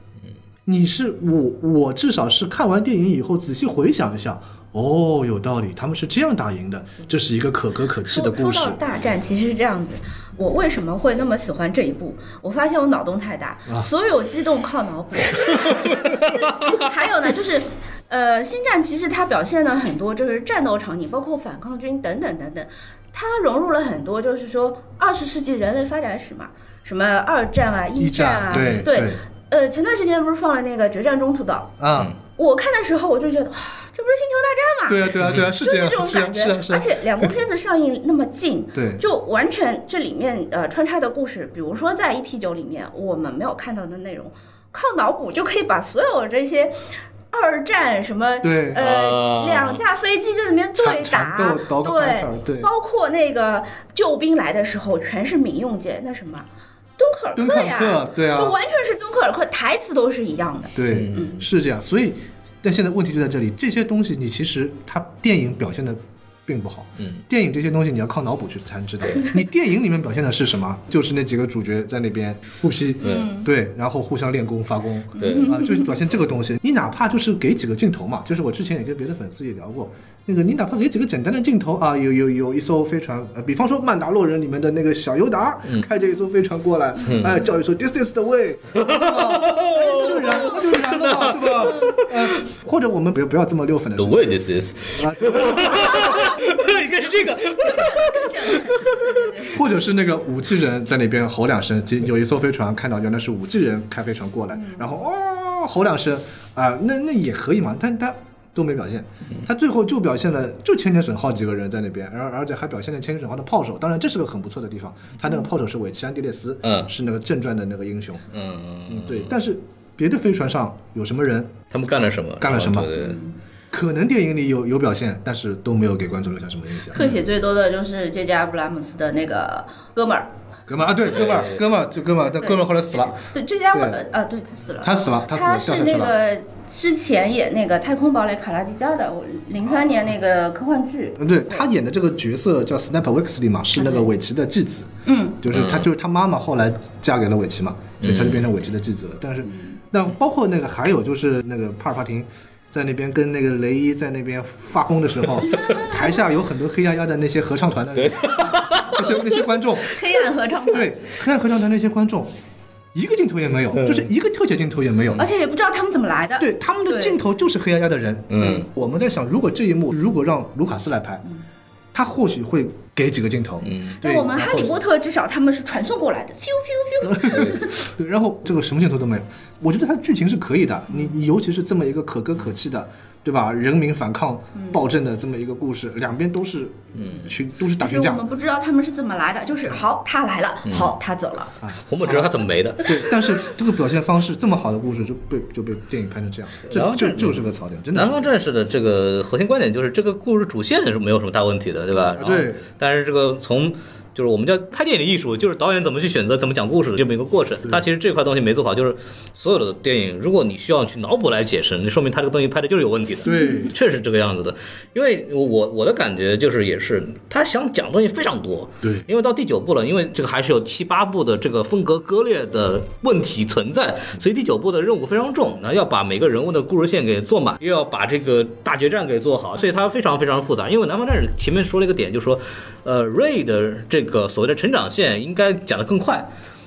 A: 你是我，我至少是看完电影以后仔细回想一下，哦，有道理，他们是这样打赢的，这是一个可歌可泣
C: 说
A: 的故事
C: 说到。大战，其实是这样子。我为什么会那么喜欢这一部？我发现我脑洞太大，
A: 啊
C: 所有激动靠脑 补。就还有呢，就是。呃，星战其实它表现了很多，就是战斗场景，包括反抗军等等等等，它融入了很多，就是说二十世纪人类发展史嘛，什么二战啊、
A: 一
C: 战
A: 战
C: 啊，
A: 对对
C: 呃，前段时间不是放了那个《决战中途岛》，
A: 啊，
C: 我看的时候我就觉得，哇，这不是星球大战吗？
A: 对啊，对啊，对啊，是
C: 就是
A: 这样
C: 这，种
A: 是
C: 感
A: 啊，
C: 觉，
A: 是啊，是啊，
C: 而。且两部片子上映那么近
A: 对
C: 就完全这里面呃穿插的故事，比如说在 EP 九里面我们没有看到的内容，靠脑补就可以把所有这些二战什么
A: 对
B: 啊
C: 呃两架飞机在那边对
A: 缠
C: 打
A: 缠斗，刀口反手对
C: 包括那个救兵来的时候全是民用舰，那什么敦刻尔
A: 敦
C: 克
A: 刻尔
C: 呀，
A: 克对啊
C: 就完全是敦刻尔克，台词都是一样的。
A: 对，
B: 嗯
A: 是这样。所以，但现在问题就在这里，这些东西你其实它电影表现的并不好。
B: 嗯，
A: 电影这些东西你要靠脑补去才能知道。 你电影里面表现的是什么？就是那几个主角在那边互批，
B: 嗯
A: 对，然后互相练功发功，
B: 对
A: 啊、就是表现这个东西。你哪怕就是给几个镜头嘛，就是我之前也跟别的粉丝也聊过，那个你哪怕给几个简单的镜头啊，有有有一艘飞船，呃，比方说《曼达洛人》里面的那个小尤达、开着一艘飞船过来，哎，叫一声 “This is the way”，哎，那就燃，那就燃了嘛，是吧？呃，或者我们不要不要这么溜粉的
B: The
A: 事情。
B: way this is，应该是这个，
A: 或者是那个武器人在那边吼两声，即有一艘飞船看到原来是武器人开飞船过来，然后哦吼两声啊、那那也可以嘛，但他都没表现，他最后就表现了就千年沈浩几个人在那边，而而且还表现了千年沈浩的炮手，当然这是个很不错的地方，他那个炮手是韦奇安迪列斯，
B: 嗯
A: 是那个正传的那个英雄，
B: 嗯，
A: 对，但是别的飞船上有什么人，
B: 他们干了什么？
A: 干了什么
B: 对对对
A: 可能电影里有有表现，但是都没有给观众留下什么印象。
D: 特写最多的就是杰杰阿布拉姆斯的那个哥们儿，
A: 哥们儿啊，对，哥们儿，哥们儿，就哥们儿，但哥们儿后来死了，
D: 对，这家伙
A: 对
D: 呃，对他死了，
A: 他死了，他死了，掉
D: 是
A: 下去
D: 那
A: 了。
D: 个之前演那个《太空堡垒卡拉迪加》的，我零三年那个科幻剧，
A: 嗯，对他演的这个角色叫 Snap Wexley 嘛，是那个韦奇的继子，
D: 嗯，
A: 就是他，就是他妈妈后来嫁给了韦奇嘛，所以他就变成韦奇的继子了。但是，那包括那个还有就是那个帕尔帕廷。在那边跟那个雷伊在那边发功的时候，台下有很多黑压压的那些合唱团的人， 那些那些观众，
D: 黑暗合唱团，
A: 对，黑暗合唱团那些观众，一个镜头也没有，就是一个特写镜头也没有
D: 而。且也不知道他们怎么来的，
A: 对，他们的
D: 对
A: 镜头就是黑压压的人。
B: 嗯，
A: 我们在想，如果这一幕如果让卢卡斯来拍，他或许会给几个镜头。
B: 嗯，
A: 对，
D: 嗯我们《
A: 然
D: 哈
A: 后
D: 利波特》至少他们是传送过来的，fiu fiu fiu，
A: 对，然后这个什么镜头都没有。我觉得它剧情是可以的，你你尤其是这么一个可歌可泣的，对吧？人民反抗
D: 嗯
A: 暴政的这么一个故事，两边都是
B: 嗯
A: 群都是 打群
D: 就是
A: 架嗯
D: 我。们不知道他们是怎么来的，就是好他来了，好他走了，
A: 啊
B: 我们知道他怎么没的。
A: 对，但是这个表现方式这么好的故事就被就被电影拍成这样，
B: 然
A: 这
B: 后
A: 这
B: 这
A: 就是个槽点，真的
B: 南
A: 是。
B: 方战士的这个核心观点就是，这个故事主线是没有什么大问题的，对吧？然后
A: 啊对。
B: 但是这个从就是我们叫拍电影艺术，就是导演怎么去选择、怎么讲故事的这么一个过程。他其实这块东西没做好，就是所有的电影，如果你需要去脑补来解释，那说明他这个东西拍的就是有问题的。
A: 对
B: 确实这个样子的。因为我我我的感觉就是，也是他想讲的东西非常多。
A: 对
B: 因为到第九部了，因为这个还是有七八部的这个风格割裂的问题存在，所以第九部的任务非常重，那要把每个人物的故事线给做满，又要把这个大决战给做好，所以它非常非常复杂。因为南方战士前面说了一个点，就是说，呃，瑞的这个所谓的成长线应该讲得更快。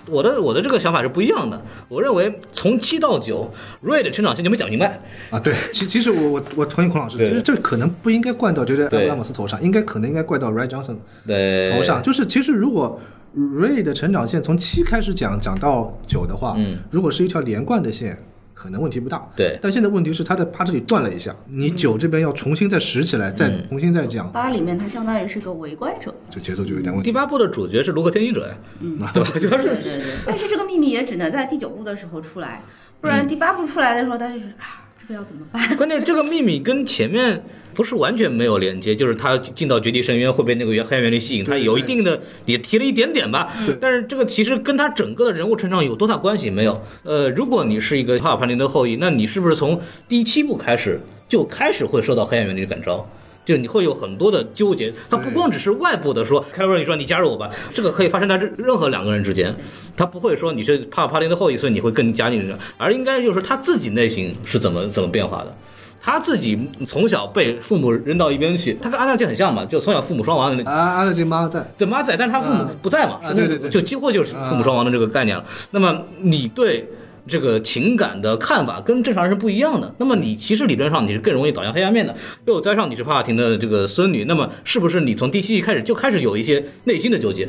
B: 我的我的这个想法是不一样的。我认为从七到九，瑞的成长线就没讲明白。
A: 啊，对，其其实我我我同意孔老师，
B: 对
A: 其实这可能不应该怪到杰杰
B: 对
A: 阿布拉姆斯头上，应该可能应该怪到 Ray Johnson
B: 对，
A: 头上。就是其实如果 Ray 的成长线从七开始讲讲到九的话，
B: 嗯，
A: 如果是一条连贯的线，可能问题不大。
B: 对嗯
A: 但现在问题是他的他这里断了一下，你九这边要重新再拾起来，再重新再讲，
D: 八里面他相当于是个围观者，
A: 就节奏就有点问
B: 第
A: 题。嗯
B: 八部的主角是卢克天行者呀， 对吧？就是
D: 对对对。但是这个秘密也只能在第九部的时候出来，不
A: 嗯
D: 然第八部出来的时候，他就是啊，这个要怎么办？
B: 关键这个秘密跟前面不是完全没有连接，就是他进到绝地深渊会被那个原黑暗原力吸引，他有一定的也提了一点点吧，但是这个其实跟他整个的人物成长有多大关系没有？呃，如果你是一个帕尔潘林的后裔，那你是不是从第七部开始就开始会受到黑暗原力的感召？就你会有很多的纠结，它不光只是外部的说，凯文，你说你加入我吧，这个可以发生在任任何两个人之间，他不会说你是帕尔帕林的后裔，所以你会更加进去，而应该就是他自己内心是怎么怎么变化的。他自己从小被父母扔到一边去，他跟阿纳基很像嘛，就从小父母双亡的那
A: 啊，阿德金妈在。
B: 对妈在，但是他父母不在嘛，
A: 啊
B: 是
A: 对
B: 那
A: 对对
B: 就几乎就是父母双亡的这个概念了。那么你对这个情感的看法跟正常人是不一样的。那么你其实理论上你是更容易倒向黑暗面的，又加上你是帕帕廷的这个孙女，那么是不是你从第七季开始就开始有一些内心的纠结？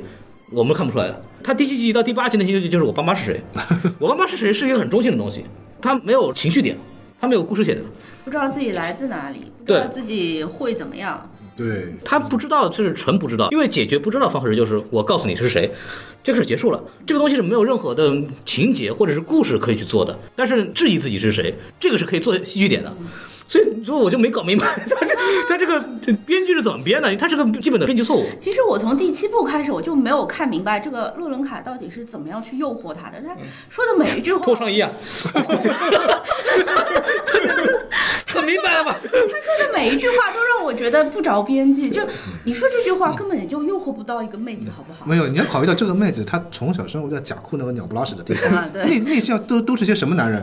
B: 我们看不出来的。他第七季到第八季内心纠结就是我爸妈是谁， 我爸妈是谁是一个很中性的东西，他没有情绪点，他没有故事写的。
D: 不知道自己来自哪里，不知道
B: 对
D: 自己会怎么样。
A: 对，
B: 他不知道，就是纯不知道，因为解决不知道方式就是我告诉你是谁，这个事儿结束了，这个东西是没有任何的情节或者是故事可以去做的。但是质疑自己是谁，这个是可以做戏剧点的。所以你说我就没搞明白， 他这他这个这编剧是怎么编的？他这个基本的编剧错误。
D: 其实我从第七部开始，我就没有看明白这个洛伦卡到底是怎么样去诱惑他的。他说的每一句话，
B: 脱上衣啊， 很明白了吧？
D: 他的每一句话都让我觉得不着边际。就你说这句话，根本也就诱惑不到一个妹子，好不好？
B: 嗯
A: 没有，你要考虑到这个妹子，她从小生活在甲库那个鸟不拉屎的地
D: 啊
A: 方，
D: 对
A: 内内心都都是些什么 男人？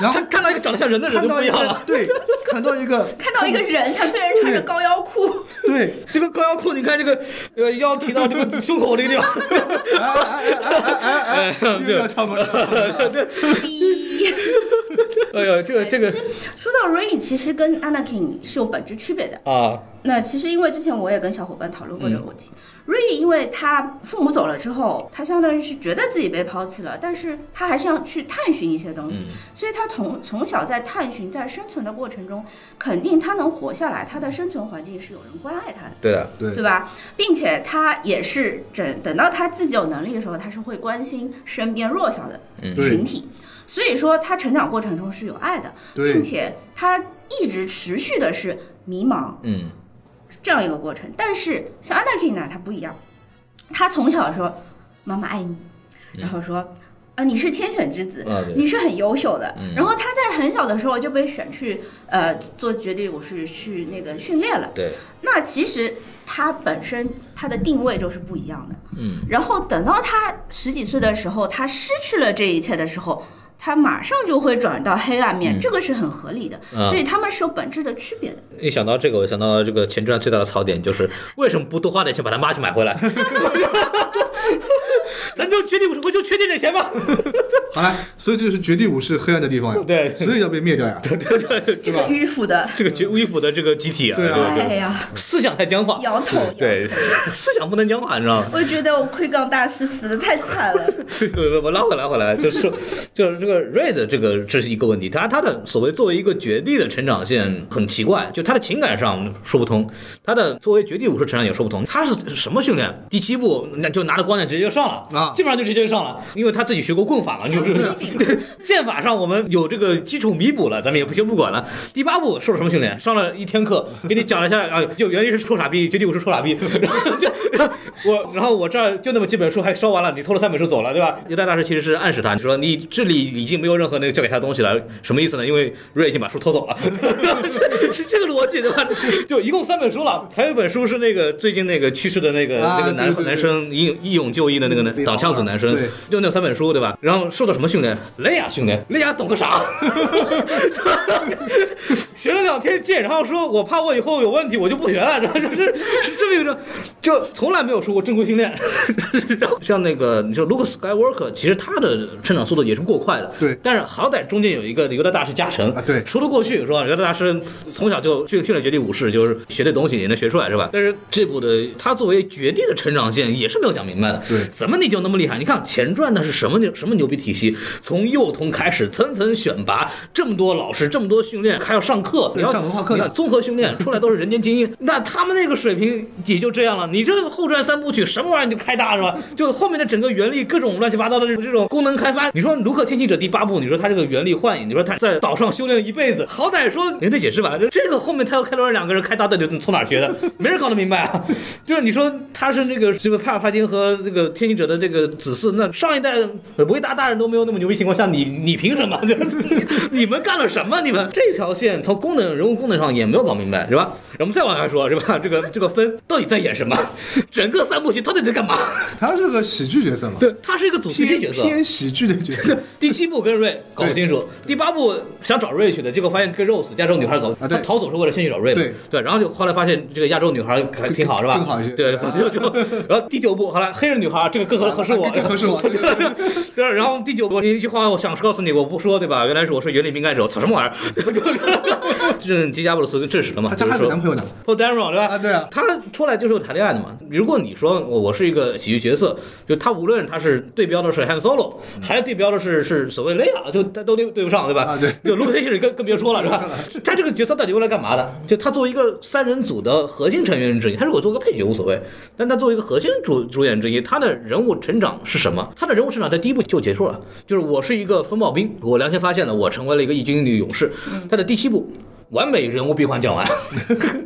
A: 然后
B: 他看到一个长得像人的人
A: 看
B: 就
A: 到
B: 不一
A: 一
B: 样
A: 个
B: 了。
A: 对，看到一 个
D: 看到一个人，他虽然穿着高腰裤，
A: 对，
B: 这个高腰裤，你看这个呃腰提到这个胸口这个地方，
A: 哎哎哎哎哎 哎，又要敲门了。
D: 逼。
B: 哎呦，这个这个
D: 说到 Ray，其实跟 Anakin 是有本质区别的。
B: 啊，
D: 那其实因为之前我也跟小伙伴讨论过这个问题、瑞 r a y 因为他父母走了之后，他相当于是觉得自己被抛弃了，但是他还是要去探寻一些东西，所以他从从小在探寻、在生存的过程中，肯定他能活下来，他的生存环境是有人关爱他的。
B: 对啊的，
A: 对
D: 对吧？并且他也是等等到他自己有能力的时候，他是会关心身边弱小的
A: 对
D: 群体，所以说他成长过程中是有爱的，
A: 对
D: 并且他一直持续的是迷茫，
B: 嗯。
D: 这样一个过程。但是像 Anakin 呢，他不一样，他从小说妈妈爱你，然后说。啊，你是天选之子，
B: 嗯啊对
D: 你是很优秀的。
B: 嗯
D: 然后他在很小的时候就被选去，呃，做绝地武士去那个训练了。
B: 对，
D: 那其实他本身他的定位就是不一样的。
B: 嗯，
D: 然后等到他十几岁的时候，他失去了这一切的时候，他马上就会转到黑暗面，这个是很合理的。
B: 嗯啊
D: 所以他们是有本质的区别的。
B: 一想到这个，我想到了这个前传最大的槽点就是为什么不多花点钱把他妈去买回来？ 咱就绝地武士会就缺这点钱吧。
A: 好了，所以这就是绝地武士黑暗的地方呀。
B: 对
A: 所以要被灭掉呀。
D: 这个迂腐的，
B: 这个绝衣服的这个集体啊，
A: 对啊
B: 这
D: 哎
B: 个
D: 呀，
B: 思想太僵化，
D: 摇头。摇头，
B: 对， 思想不能僵化，你知道吗？
D: 我觉得我亏杠大师死的太惨了。
B: 不不，拉回来回来，就是就是这个 Red 这个这是一个问题，他他的所谓作为一个绝地的成长线很奇怪，就他的情感上说不通，他的作为绝地武士成长也说不通，他是什么训练？第七步那就拿着光剑直接就上了
A: 啊
B: 基本上就直接就上了，因为他自己学过棍 法嘛，就是对剑法上我们有这个基础弥补了，咱们也不先不管了。第八步受了什么训练？上了一天课，给你讲了一下啊，就原来是臭傻逼，绝地武士臭傻逼，然后就然后我然后我这儿就那么几本书还烧完了，你偷了三本书走了，对吧？犹大大师其实是暗示他，你说你这里已经没有任何那个教给他的东西了，什么意思呢？因为瑞已经把书 偷走了，是是这个逻辑对吧？就一共三本书了，还有一本书是那个最近那个去世的那个、
A: 啊
B: 那个男
A: 对对对
B: 男生义义勇就义的那个男
A: 嗯
B: 挡枪子男生
A: 对，
B: 就那三本书对吧？然后受到什么训练？雷亚训练，雷亚懂个啥？ 学了两天剑，然后说我怕我以后有问题，我就不学了，然 后就是是这么一种，就从来没有受过正规训练。 然后像那个你说 Luke Skywalker，其实他的成长速度也是过快的，
A: 对
B: 但是好歹中间有一个犹大大师加成
A: 啊对
B: 说得过去是吧？犹大大师从小就训训练绝地武士，就是学这东西也能学出来是吧？但是这部的他作为绝地的成长线也是没有讲明白的，
A: 对
B: 怎么你就那么厉害？你看前传那是什么牛什么牛逼体系？从幼童开始层层选拔，这么多老师，这么多训练，还要上课，
A: 对
B: 你要
A: 上文化课
B: 你
A: 的
B: 看综合训练 出来都是人间精英，那他们那个水平也就这样了。你这后传三部曲什么玩意儿你就开大是吧？就后面的整个原力各种乱七八糟的这种这种功能开发，你说《卢克天行者》第八部，你说他这个原力幻影，你说他在岛上修炼了一辈子，好歹说人得解释吧，这这个后面他要开罗人两个人开大队，就从哪儿学的？没人搞得明白啊！ 就是你说他是那个这个帕尔帕金和这个天行者的这个子嗣，那上一代维达大人都没有那么牛逼情况下，你你凭什么？ 你们干了什么？你们这条线从功能人物功能上也没有搞明白，是吧？我们再往下说，是吧？这个这个分到底在演什么？整个三部曲到底在干嘛？
A: 他是个喜剧角色嘛，
B: 对，他是一个主题性
A: 偏
B: 角色。
A: 偏喜剧的角色
B: 第七部跟瑞搞不清楚，第八部想找瑞去的，结果发现跟 Rose 加州女孩搞，
A: 啊
B: 他
A: 对
B: 逃走是为了先去找瑞嘛
A: 对，
B: 对，然后就后来发现这个亚洲女孩还挺好是吧？
A: 更好一些
B: 对，
A: 啊
B: 就就然后第九部后来黑人女孩这个更合合适 我，
A: 更合适我对对
B: 对，然后第九部一句话我想告诉你我不说对吧？原来是我是原理敏感者，我操什么玩意儿？就是吉加布鲁斯跟证实了嘛，
A: 他
B: 就
A: 他还
B: 是
A: 有
B: 说
A: 男朋友呢
B: Paul Dameron 对吧？
A: 啊，对啊，
B: 他出来就是谈恋爱的嘛。如果你说我我是一个喜剧角色，就他无论他是对标的是 Han Solo，还是对标的是是所谓雷亚，就他都对对不上，对吧？
A: 嗯啊对
B: 就卢克天行者更更别说了，是吧？他这个角色到底用来干嘛的？就他作为一个三人组的核心成员之一，他如果做个配角无所谓，但他作为一个核心主主演之一，他的人物成长是什么？他的人物成长在第一部就结束了，就是我是一个风暴兵，我良心发现了，我成为了一个义军的勇士。
A: 嗯
B: 他的第七部。完美人物闭环讲完，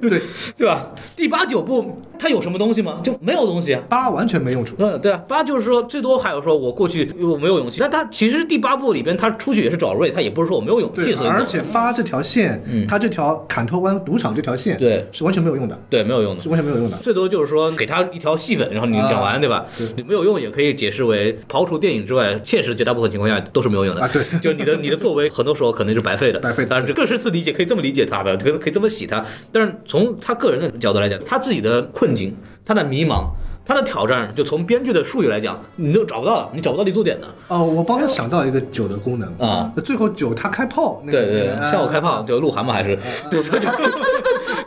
A: 对，
B: 对吧？第八九部它有什么东西吗？就没有东西啊。
A: 八完全没用处，
B: 嗯，对啊，八就是说最多还有说我过去我没有勇气，但他其实第八部里边他出去也是找瑞，他也不是说我没有勇气，
A: 对，
B: 所以
A: 而且八这条线，他这条坎托湾赌场这条线，
B: 嗯对嗯
A: 是完全没有用的，
B: 对没有用的
A: 是。完全没有用的。
B: 最多就是说给他一条戏份，然后你讲完，对吧？你没有用也可以解释为，刨除电影之外，现实绝大部分情况下都是没有用的。
A: 啊对
B: 就你的你的作为，很多时候可能是白费的。
A: 白费的
B: 当然，这各是次理解可以这么理解他的，可以可以这么洗他。但是从他个人的角度来讲，他自己的困境，他的迷茫。他的挑战，就从编剧的术语来讲，你都找不到了，你找不到立足点的
A: 哦，我帮他想到一个酒的功能
B: 啊。
A: 最后酒他开炮，那
B: 对
A: 个
B: 对，
A: 呃
B: 对，像我开炮就鹿晗嘛，还是对，所以就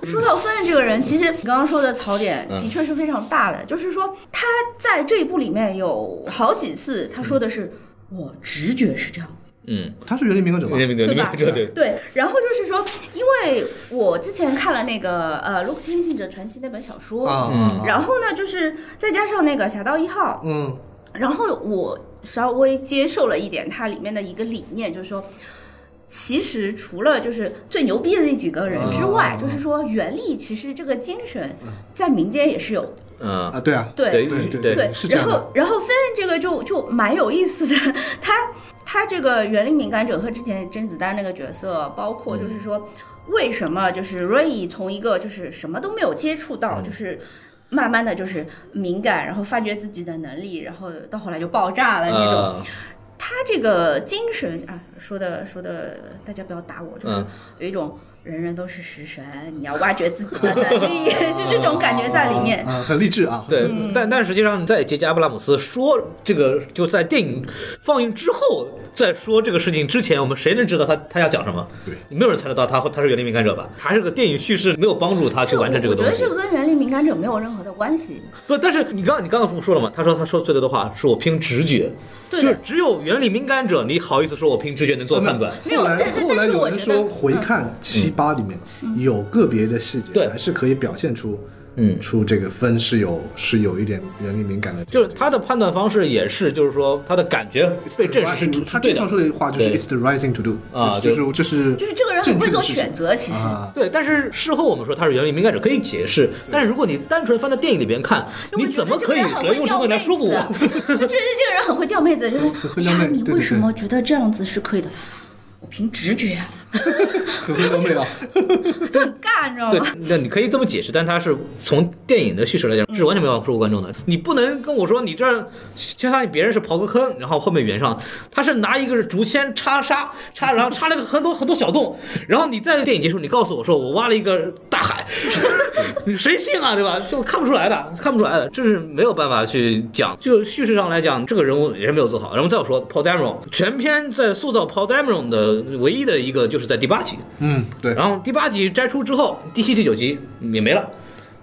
D: 说到芬恩这个人，其实你刚刚说的槽点
B: 嗯
D: 的确是非常大的，就是说他在这一部里面有好几次他说的是“我直觉是这样”，
B: 嗯，
A: 他是园林民歌者嘛，
B: 对对
D: 对
B: 对
D: 吧？
B: 对，
D: 然后就是说，因为我之前看了那个呃《洛克天行者传奇》那本小说，
A: 啊，啊
B: 嗯
A: 啊
D: 然后呢，就是再加上那个《侠盗一号》，
A: 嗯，
D: 然后我稍微接受了一点它里面的一个理念，就是说，其实除了就是最牛逼的那几个人之外，
A: 啊
D: 就是说原力其实这个精神在民间也是有的。
B: 嗯
A: 啊，对啊，
D: 对
A: 对对
B: 对
A: 是这
D: 然
A: 样的
D: 后然后芬恩这个就就蛮有意思的，他他这个原力敏感者和之前甄子丹那个角色，包括
A: 嗯
D: 就是说，为什么就是瑞 y 从一个就是什么都没有接触到，
A: 嗯
D: 就是。慢慢的就是敏感，然后发掘自己的能力，然后到后来就爆炸了那
A: 嗯
D: 种。
B: 呃
D: 他这个精神啊，说的说的，大家不要打我，就是
B: 嗯
D: 有一种人人都是食神，你要挖掘自己的能力， 就这种感觉在里面。
A: 啊，很励志啊，
B: 对，
D: 嗯
B: 但但实际上，在杰杰阿布拉姆斯说这个，就在电影放映之后，在说这个事情之前，我们谁能知道他他要讲什么？
A: 对，
B: 没有人猜得到他他是原力敏感者吧？还是个电影叙事没有帮助他去完成这个
D: 哎我
B: 东
D: 觉得
B: 西
D: 这？个跟原力敏感者没有任何的关系。
B: 不，但是你刚你刚刚不说了吗？他说他说最多的话是我凭直觉，
D: 对
B: 就
D: 的
B: 是只有原力敏感者，你好意思说我凭直觉能做判断？
D: 没有
A: 后来
D: 但是
A: 后来
D: 但是
A: 有
D: 我
A: 人
D: 觉得嗯
A: 说回看七八里面有个别的细
B: 对
A: 节，还是可以表现出
B: 嗯
A: 出这个分是有是有一点人力敏感的，
B: 就是他的判断方式也是，就是说他的感觉被证实是是
A: 他
B: 对
A: 经
B: 的
A: 常。说的话就是
B: 对
A: “It's the rising to do”，
B: 啊
A: 就是就是就是
D: 就是这个人很会做选择，其实、
A: 啊，
B: 对，但是事后我们说他是原力敏感者可以解释，但是如果你单纯放在电影里边看，
D: 就
B: 你
D: 我觉
B: 怎
D: 得
B: 么
D: 这
B: 可以
D: 个人很
B: 来
D: 会
B: 用这
D: 撩
B: 个来
D: 妹
B: 说服
D: 子
B: 我？
D: 就觉得这个 人很会钓妹子，就是哎
A: 会撩
D: 呀
A: 妹
D: 你
A: 对
D: 为
A: 对
D: 什
A: 对
D: 么觉得这样子是可以的？我凭直觉啊。
A: 很会撩妹啊，
D: 很尬，你知道
B: 对
D: 吗？，
B: 那你可以这么解释，但它是从电影的叙事来讲是完全没有说服观众的。你不能跟我说你这儿就像别人是刨个坑，然后后面圆上，他是拿一个竹签插沙插，然后插了个很多很多小洞，然后你在电影结束，你告诉我说我挖了一个大海， 你谁信啊？对吧？就看不出来的，看不出来的，这是没有办法去讲。就叙事上来讲，这个人物也是没有做好。然后再有说 Paul Dameron，全篇在塑造 Paul Dameron 的唯一的一个就是在第八集，
A: 嗯，对。
B: 然后第八集摘出之后，第七、第九集也没了。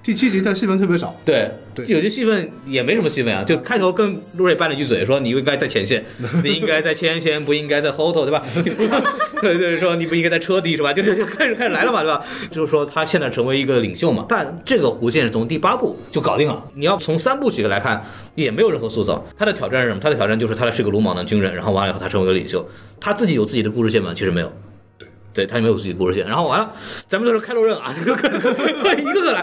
A: 第七集它戏份特别少，
B: 对，
A: 对
B: 第九集戏份也没什么戏份啊，就开头跟陆瑞拌了一句嘴，说你应该在前线，你应该在前线，不应该在后头，对吧？ 对对，说你不应该在车底，是吧？就是就开始开始来了嘛，对吧？就是说他现在成为一个领袖嘛，但这个弧线从第八部就搞定了。你要从三部曲来看，也没有任何塑造。他的挑战是什么？他的挑战就是他是个鲁莽的军人，然后完了以后他成为一个领袖，他自己有自己的故事线吗？其实没有。对他也没有自己的故事线。然后完了，咱们都是开罗润啊， 这个一个个来。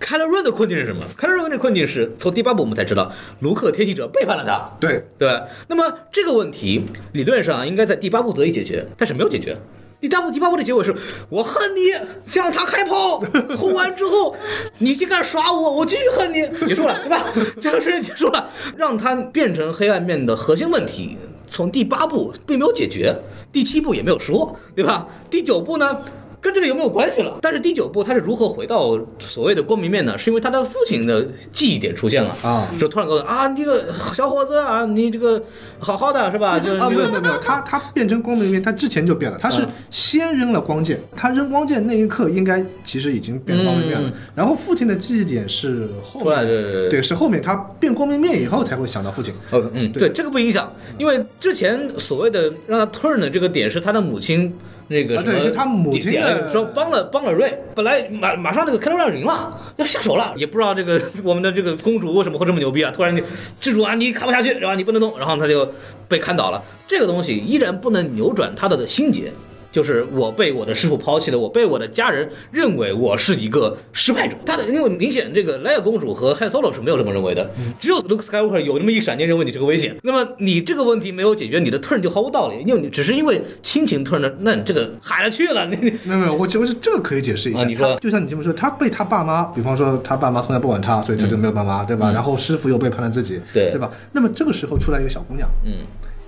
B: 开罗润的困境是什么？开罗润的困境是从第八部我们才知道，卢克天行者背叛了他。
A: 对，
B: 对吧，那么这个问题理论上应该在第八部得以解决，但是没有解决。第八部第八部的结尾是，我恨你，向他开炮，轰完之后，你竟敢耍我，我继续恨你，结束了，对吧？这个事情结束了，让它变成黑暗面的核心问题，从第八部并没有解决，第七部也没有说，对吧？第九部呢？跟这个有没有关系了？但是第九部它是如何回到所谓的光明面呢？是因为他的父亲的记忆点出现了
A: 啊
B: 就突然告诉我啊，你这个小伙子啊，你这个好好的是吧？就是
A: 啊，
B: 这
A: 没有没
B: 个
A: 有没有，他他变成光明面，他之前就变了，他是
B: 嗯
A: 先扔了光剑，他扔光剑那一刻应该其实已经变光明面了
B: 嗯，
A: 然后父亲的记忆点是后
B: 出来
A: 面，
B: 对对对
A: 对，是后面他变光明面以后才会想到父亲，
B: OK，嗯，
A: 对
B: 对，这个不影响，因为之前所谓的让他 turn 的这个点是他的母亲那个
A: 啊
B: 什么
A: 对
B: 点，
A: 是他母亲的
B: 点说帮了帮了瑞，本来马马上那个开罗让赢了，要下手了，也不知道这个我们的这个公主为什么会这么牛逼啊，突然就制住啊，你看不下去，然后你不能动，然后他就被看倒了，这个东西依然不能扭转他的心结。就是我被我的师傅抛弃了，我被我的家人认为我是一个失败者。他的因为明显这个莱娅公主和汉 Solo 是没有这么认为的，只有 Luke Skywalker 有那么一闪念认为你是个危险。那么你这个问题没有解决，你的 turn 就毫无道理，因为你只是因为亲情 turn 的，那你这个海了去了，你你
A: 没有没有，我觉得这个可以解释一下。
B: 啊你说
A: 他就像你这么说，他被他爸妈，比方说他爸妈从来不管他，所以他就没有爸妈，对吧？然后师傅又背叛了自己，
B: 嗯对
A: 对吧？那么这个时候出来一个小姑娘，
B: 嗯，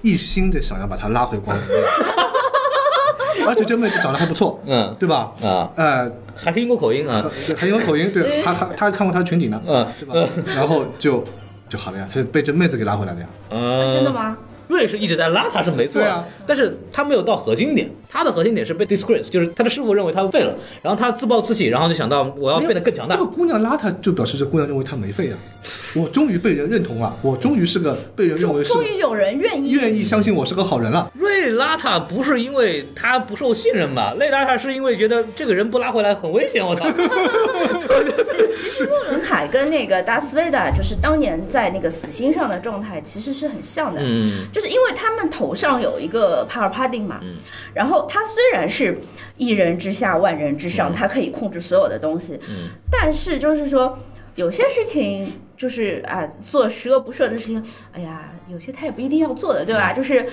A: 一心的想要把他拉回光明 面，而且这妹子长得还不错，
B: 嗯
A: 对吧？
B: 啊，
A: 呃，
B: 还是英国口 音啊，
A: 很有口音，对，他他他看过他全景呢，
C: 啊
B: 嗯
A: 对吧？然后就就好了呀，他就被这妹子给拉回来了呀。
B: 嗯，
D: 真的？吗？
B: 瑞是一直在拉他是没错，
A: 对啊
B: 但是他没有到核心点，他的核心点是被 disgrace，就是他的师傅认为他废了，然后他自暴自弃，然后就想到我哦要变得更强大
A: 这。个姑娘拉他，就表示这姑娘认为他没废啊。我终于被人认同了，我终于是个被人认为
D: 终
A: 是
D: 终于有人愿意
A: 愿意相信我是个好人了。
B: 瑞拉他不是因为他不受信任吧？瑞拉他是因为觉得这个人不拉回来很危险，我操！
D: 做人
C: 伦凯跟那个达斯维达，就是当年在那个死星上的状态，其实是很像的。
B: 嗯，
C: 就是因为他们头上有一个帕尔帕丁嘛，然后他虽然是一人之下万人之上，他可以控制所有的东西，但是就是说有些事情就是啊做十恶不赦的事情，哎呀，有些他也不一定要做的，对吧？就是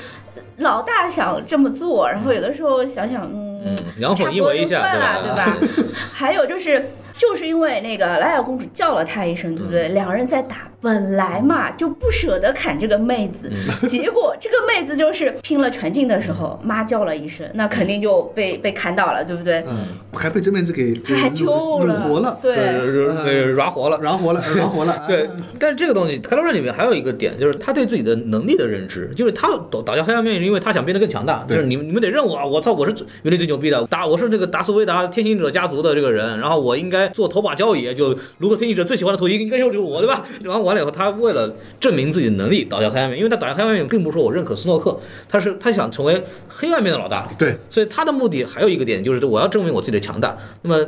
C: 老大想这么做，然后有的时候想想，嗯
B: 嗯，两
C: 差
B: 混
C: 不
B: 一
C: 多
B: 为
C: 就
B: 一下，
C: 算了，
B: 对
C: 吧？ 还有就是，就是因为那个莱雅公主叫了他一声，对不
B: 嗯
C: 对？两人在打，本来嘛就不舍得砍这个妹子，
B: 嗯
C: 结果这个妹子就是拼了全劲的时候，妈叫了一声，那肯定就
B: 嗯
C: 被被砍倒了，对不对？
A: 嗯，还被这妹子给给
C: 他还救
A: 掳掳活了，
C: 对，嗯
B: 那个软呃活了。
A: 然后活了， 然后活 了。
B: 对
A: 啊，
B: 但是这个东西，《开罗人》里面还有一个点，就是他对自己的能力的认知，就是他倒倒向黑暗面，是因为他想变得更强大。就
A: 对
B: 是你们你们得认我啊！我操，我是最原力最牛逼的，达我是那个达斯维达天行者家族的这个人，然后我应该做头把交椅，就如果天行者最喜欢的头应该就是我，对吧？ 然后完了以后，他为了证明自己的能力，倒向黑暗面，因为他倒向黑暗面，并不是说我认可斯诺克，他是他想成为黑暗面的老大，
A: 哎对，
B: 所以他的目的还有一个点，就是我要证明我自己的强大。那么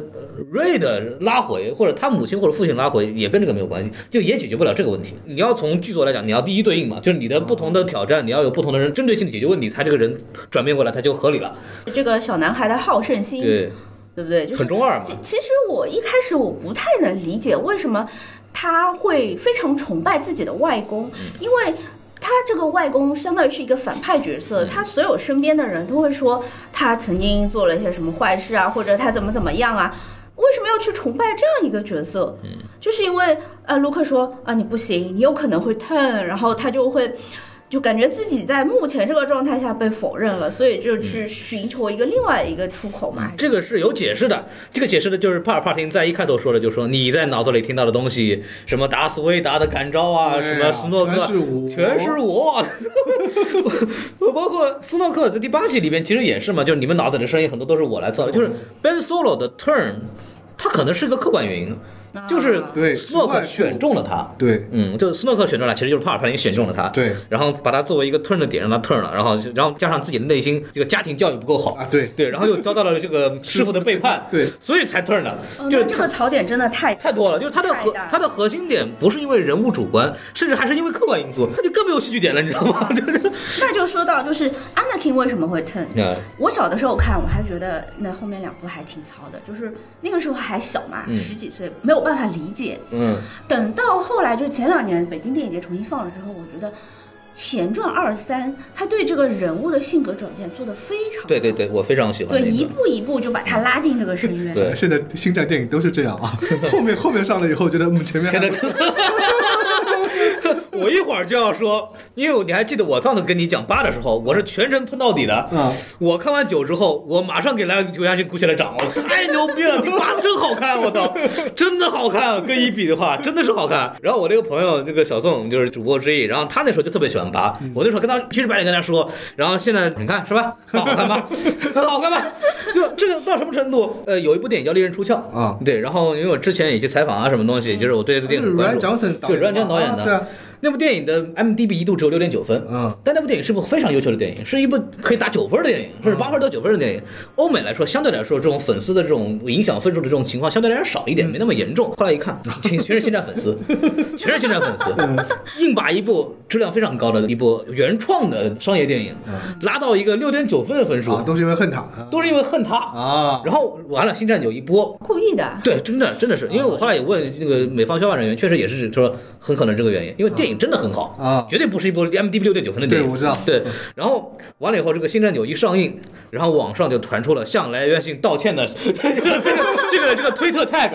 B: 瑞的拉回，或者他母亲或者父亲拉回，也跟这个没有关系，就也解决不了这个问题。你要从剧作来讲，你要第一对应嘛，就是你的不同的挑战，你要有不同的人针对性的解决问题，他这个人转变过来，他就合理了。
C: 这个小男孩的好胜
D: 嗯
C: 心，
B: 对，
C: 对不对？就是
B: 很中二嘛
C: 其。其实我一开始我不太
B: 嗯
C: 能理解为什么他会非常崇拜自己的外公，因为。
D: 他这个外公相当于是一个反派角
B: 嗯
D: 色，他所有身边的人都会说他曾经做了一些什么坏事啊，或者他怎么怎么样啊。为什么要去崇拜这样一个角色？嗯，就是因为呃，卢克说啊，你不行，你有可能会疼，然后他就会就感觉自己在目前这个状态下被否认了，所以就
B: 嗯
D: 去寻求一个另外一个出口嘛。
B: 这个是有解释的，这个解释的就是帕尔帕廷在一开头说的，就是说你在脑子里听到的东西，什么达斯维达的感召啊，
A: 哎
B: 什
A: 呀
B: 么斯诺克，
A: 全是我
B: 全是我， 包括斯诺克在第八集里边其实也是嘛，就是你们脑子里的声音很多都是我来做的，就是 Ben Solo 的 turn，它可能是个客观原因，就是
D: 啊
A: 对
B: 斯诺克选中了他。
A: 对
B: 嗯，就斯诺克选中了，其实就是帕尔帕廷选中了他，
A: 对，
B: 然后把他作为一个 turn 的点让他 turn 了，然后就然后加上自己的内心这个家庭教育不够好
A: 啊，对
B: 对，然后又遭到了这个师傅的背叛，
A: 对
B: 所以才 turn 的，
D: 哦
B: 就
D: 那
B: 是
D: 这个槽点真的太
B: 太多了，就是它的
D: 太
B: 核
D: 大了
B: 它的核心点不是因为人物主观，甚至还是因为客观因素，它就更没有戏剧点了，你知道 吗？就是，
D: 那就说到就是 Anakin 为什么会 turn？
B: 嗯
D: 我小的时候看，我还觉得那后面两部还挺糙的，就是那个时候还小嘛，
B: 嗯
D: 十几岁没有办法理解。
B: 嗯，
D: 等到后来，就前两年北京电影节重新放了之后，我觉得前传二三，他对这个人物的性格转变做得非常好
B: 对对对，我非常喜欢
D: 对，
B: 那
D: 一
B: 个，
D: 步一步就把他拉进这个深渊。
B: 对
A: 现在星战电影都是这样 啊，后面后面上了以后，觉得嗯前面还
B: 现在
A: 不。
B: 我一会儿就要说，因为你还记得我上次跟你讲八的时候，我是全程喷到底
D: 嗯
B: 的。
A: 啊，
B: 我看完九之后，我马上给来刘亚军鼓起了掌， 我太牛逼了，第八真好看，我操，真的好看，啊跟一比的话，真的是好看。然后我那个朋友那个小宋就是主播之一，然后他那时候就特别喜欢八，
A: 嗯
B: 我那时候跟他其实白脸跟他说，然后现在你看是 吧，八好看吧，很好看吧，就这个到什么程度？呃，有一部电影叫《利刃出鞘》
A: 啊，
B: 对，然后因为我之前也去采访啊什么东西，就是我对这
A: 啊就
B: 个 电
A: 是
B: 影关
A: Ryan
B: 注。
A: Johnson 导
B: 对
A: 演的
B: Ryan Johnson 导演
A: 啊
B: 的
A: 对啊，
B: 那部电影的 m d b 一度只有六点九分，
A: 嗯，
B: 但那部电影是部非常优秀的电影，是一部可以打九分的电影，甚至八分到九分的电影。欧美来说，相对来说，这种粉丝的这种影响分数的这种情况相对来说少一
A: 嗯
B: 点，没那么严重。后来 一看，全全是星战粉丝，全是星战粉
A: 嗯
B: 丝，硬把一部质量非常高的一部原创的商业电影拉到一个六点九分的分数
A: 嗯啊，，都是因为恨他啊
B: 都是因为恨他。
A: 啊，
B: 然后完了，星战有一波
D: 故意的。
B: 对，真的真的是，因为
A: 哦
B: 我后来也问那个美方消化人员，确实也是说很可能是这个原因，因为电影真的很好
A: 哦啊
B: 绝对不是一部 M D B 六点九分的电影。
A: 对我知道
B: 对，然后完了以后，这个《星战九》一上映，然后网上就传出了向来源性道歉的 这个这个这个这个推特 tag。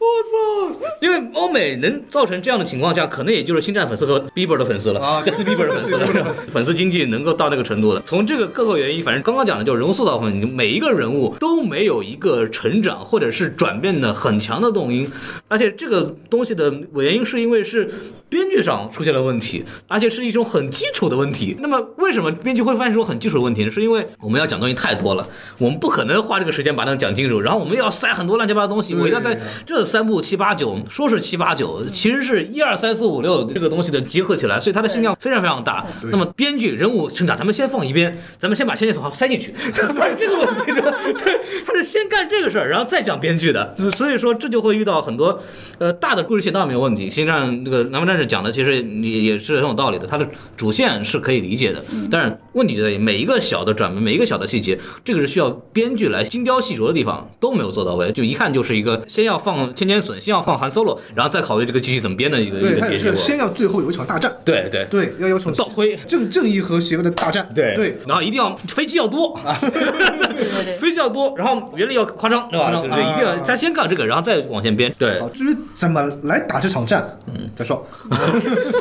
B: 我操！ 因为欧美能造成这样的情况下，可能也就是星战粉丝和 Bieber 的粉丝了，
A: 啊
B: Justin Bieber 的粉丝了，是吧粉丝经济能够到那个程度的。从这个各个原因，反正刚刚讲的就是人物塑造方面，每一个人物都没有一个成长或者是转变的很强的动因，而且这个东西的原因是因为是编剧上出现了问题，而且是一种很基础的问题。那么为什么编剧会犯这种很基础的问题呢？是因为我们要讲东西太多了，我们不可能花这个时间把它讲清楚，然后我们要塞很多乱七八糟的东西，我一定要在
A: 对
B: 这三部七八九，说是七八九，其实是一二三四五六这个东西的结合起来，所以它的信量非常非常大。
A: 对
B: 那么编剧人物成长，咱们先放一边，咱们先把千千索好塞 进去，它是这个问题的，对，他是先干这个事儿，然后再讲编剧的，所以说这就会遇到很多呃大的故事线当然没有问题，星战这个南方战士讲的其实也也是很有道理的，它的主线是可以理解的，但是问题在于每一个小的转变，每一个小的细节，这个是需要编剧来精雕细琢的地方都没有做到位，就一看就是一个先要放千千隼，先要放韩 Solo，然后再考虑这个剧情怎么编的一个一
A: 对，
B: 个
A: 他
B: 结
A: 也
B: 结
A: 是
B: 果，
A: 先要最后有一场大战，
B: 对对
A: 对，要有一场
B: 倒推。
A: 正正义和邪恶的大战，对，啊
B: 然后一定要飞机要多， 飞机要多，然后原力要夸张，对吧？
A: 夸张
B: 对对，一定要
A: 啊
B: 他先干这个，然后再往前编。对
A: 好，，至于怎么来打这场战，嗯，再说，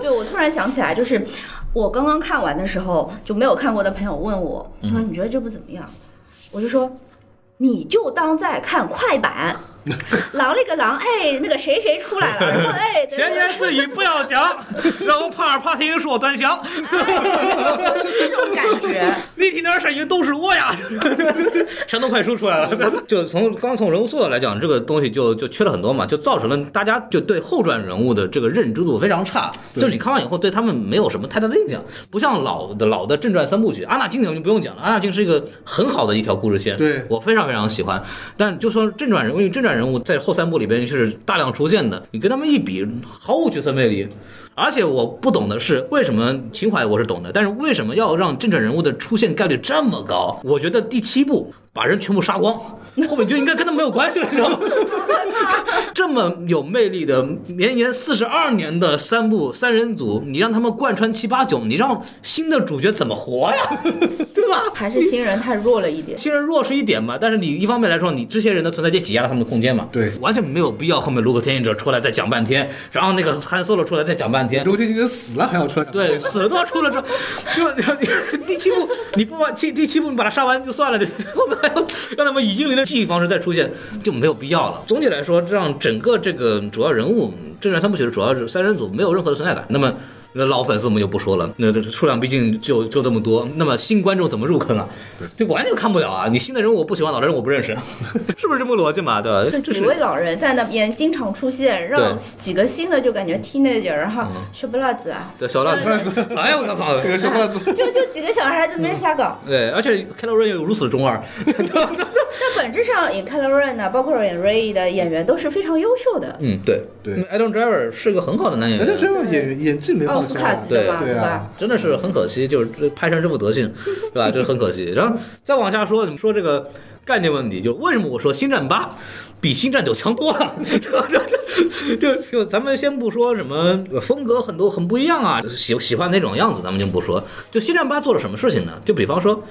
D: 对，我突然想起来，就是我刚刚看完的时候，就没有看过的朋友问我，他
B: 嗯
D: 说你觉得这部怎么样？我就说。你就当在看快板，狼了个狼，哎，那个谁谁出来了，然后哎，对
B: 闲言碎语不要 讲，让帕尔帕廷说端详，
D: 对是这种感觉。
B: 立体点沈云都是我呀！ 山东快书出来 了，就从刚从人物塑造来讲，这个东西就就缺了很多嘛，就造成了大家就对后传人物的这个认知度非常差。就是你看完以后，对他们没有什么太大的印象，不像老的老的正传三部曲，阿纳金我们就不用讲了，阿纳金是一个很好的一条故事线，
A: 对
B: 我非常非常喜欢。但就说正传人物，因为正传人物在后三部里边是大量出现的，你跟他们一比，毫无角色魅力。而且我不懂的是，为什么情怀我是懂的，但是为什么要让正传人物的出现概率这么高？我觉得第七部把人全部杀光，后面就应该跟他没有关系了，你知道吗？ 这么有魅力的绵延四十二年的三部三人组，你让他们贯穿七八九，你让新的主角怎么活呀？对吧？
C: 还是新人太弱了一点。
B: 新人弱势一点嘛，但是你一方面来说，你这些人的存在也挤压了他们的空间嘛，
A: 对
B: 完全没有必要后面卢克天行者出来再讲半天，然后那个汉 solo 出来再讲半天，
A: 如果这些人死了还要出来，
B: 对，死了都要出了之后，对吧？你第七部你不把第第七部你把他杀完就算了，后面还要让他们以英灵的记忆方式再出现，就没有必要了。总体来说，让整个这个主要人物正传三部曲的主要三人组没有任何的存在感。那么。那老粉丝我们就不说了，那这数量毕竟就就这么多，那么新观众怎么入坑啊？这完全看不了啊！你新的人物我不喜欢，老的人我不认识， 是不是这么个逻辑嘛？对吧？这
C: 几
B: 是
C: 位老人在那边经常出现，让几个新的就感觉 teenager，然后
B: 嗯
C: 小不拉子啊，
B: 对小浪子， 哎呀我操！
A: 这个小伙子，
C: 就就几个小孩在
B: 嗯
C: 那边瞎搞。
B: 对，而且开罗瑞又如此中二，
C: 但本质上，演 c a l o r e n 啊，包括演 Ray 的演员都是非常优秀的，
B: 嗯，对
A: 对
B: ，Adam Driver 是个很好的男演
A: 人家
B: 员，
A: 这样演演技没
C: 奥
A: 放
C: 斯
A: 下
C: 卡
A: 来，
C: 级的嘛，
A: 对啊
C: 吧？
B: 真的是很可惜，就是这拍成这副德 行，对吧？这很可惜。然后再往下说，你们说这个概念问题，就为什么我说《星战八》比《星战九》强多了？ 就就咱们先不说什么风格很多很不一样啊，喜喜欢哪种样子咱们就不说。就《星战八》做了什么事情呢？就比方说，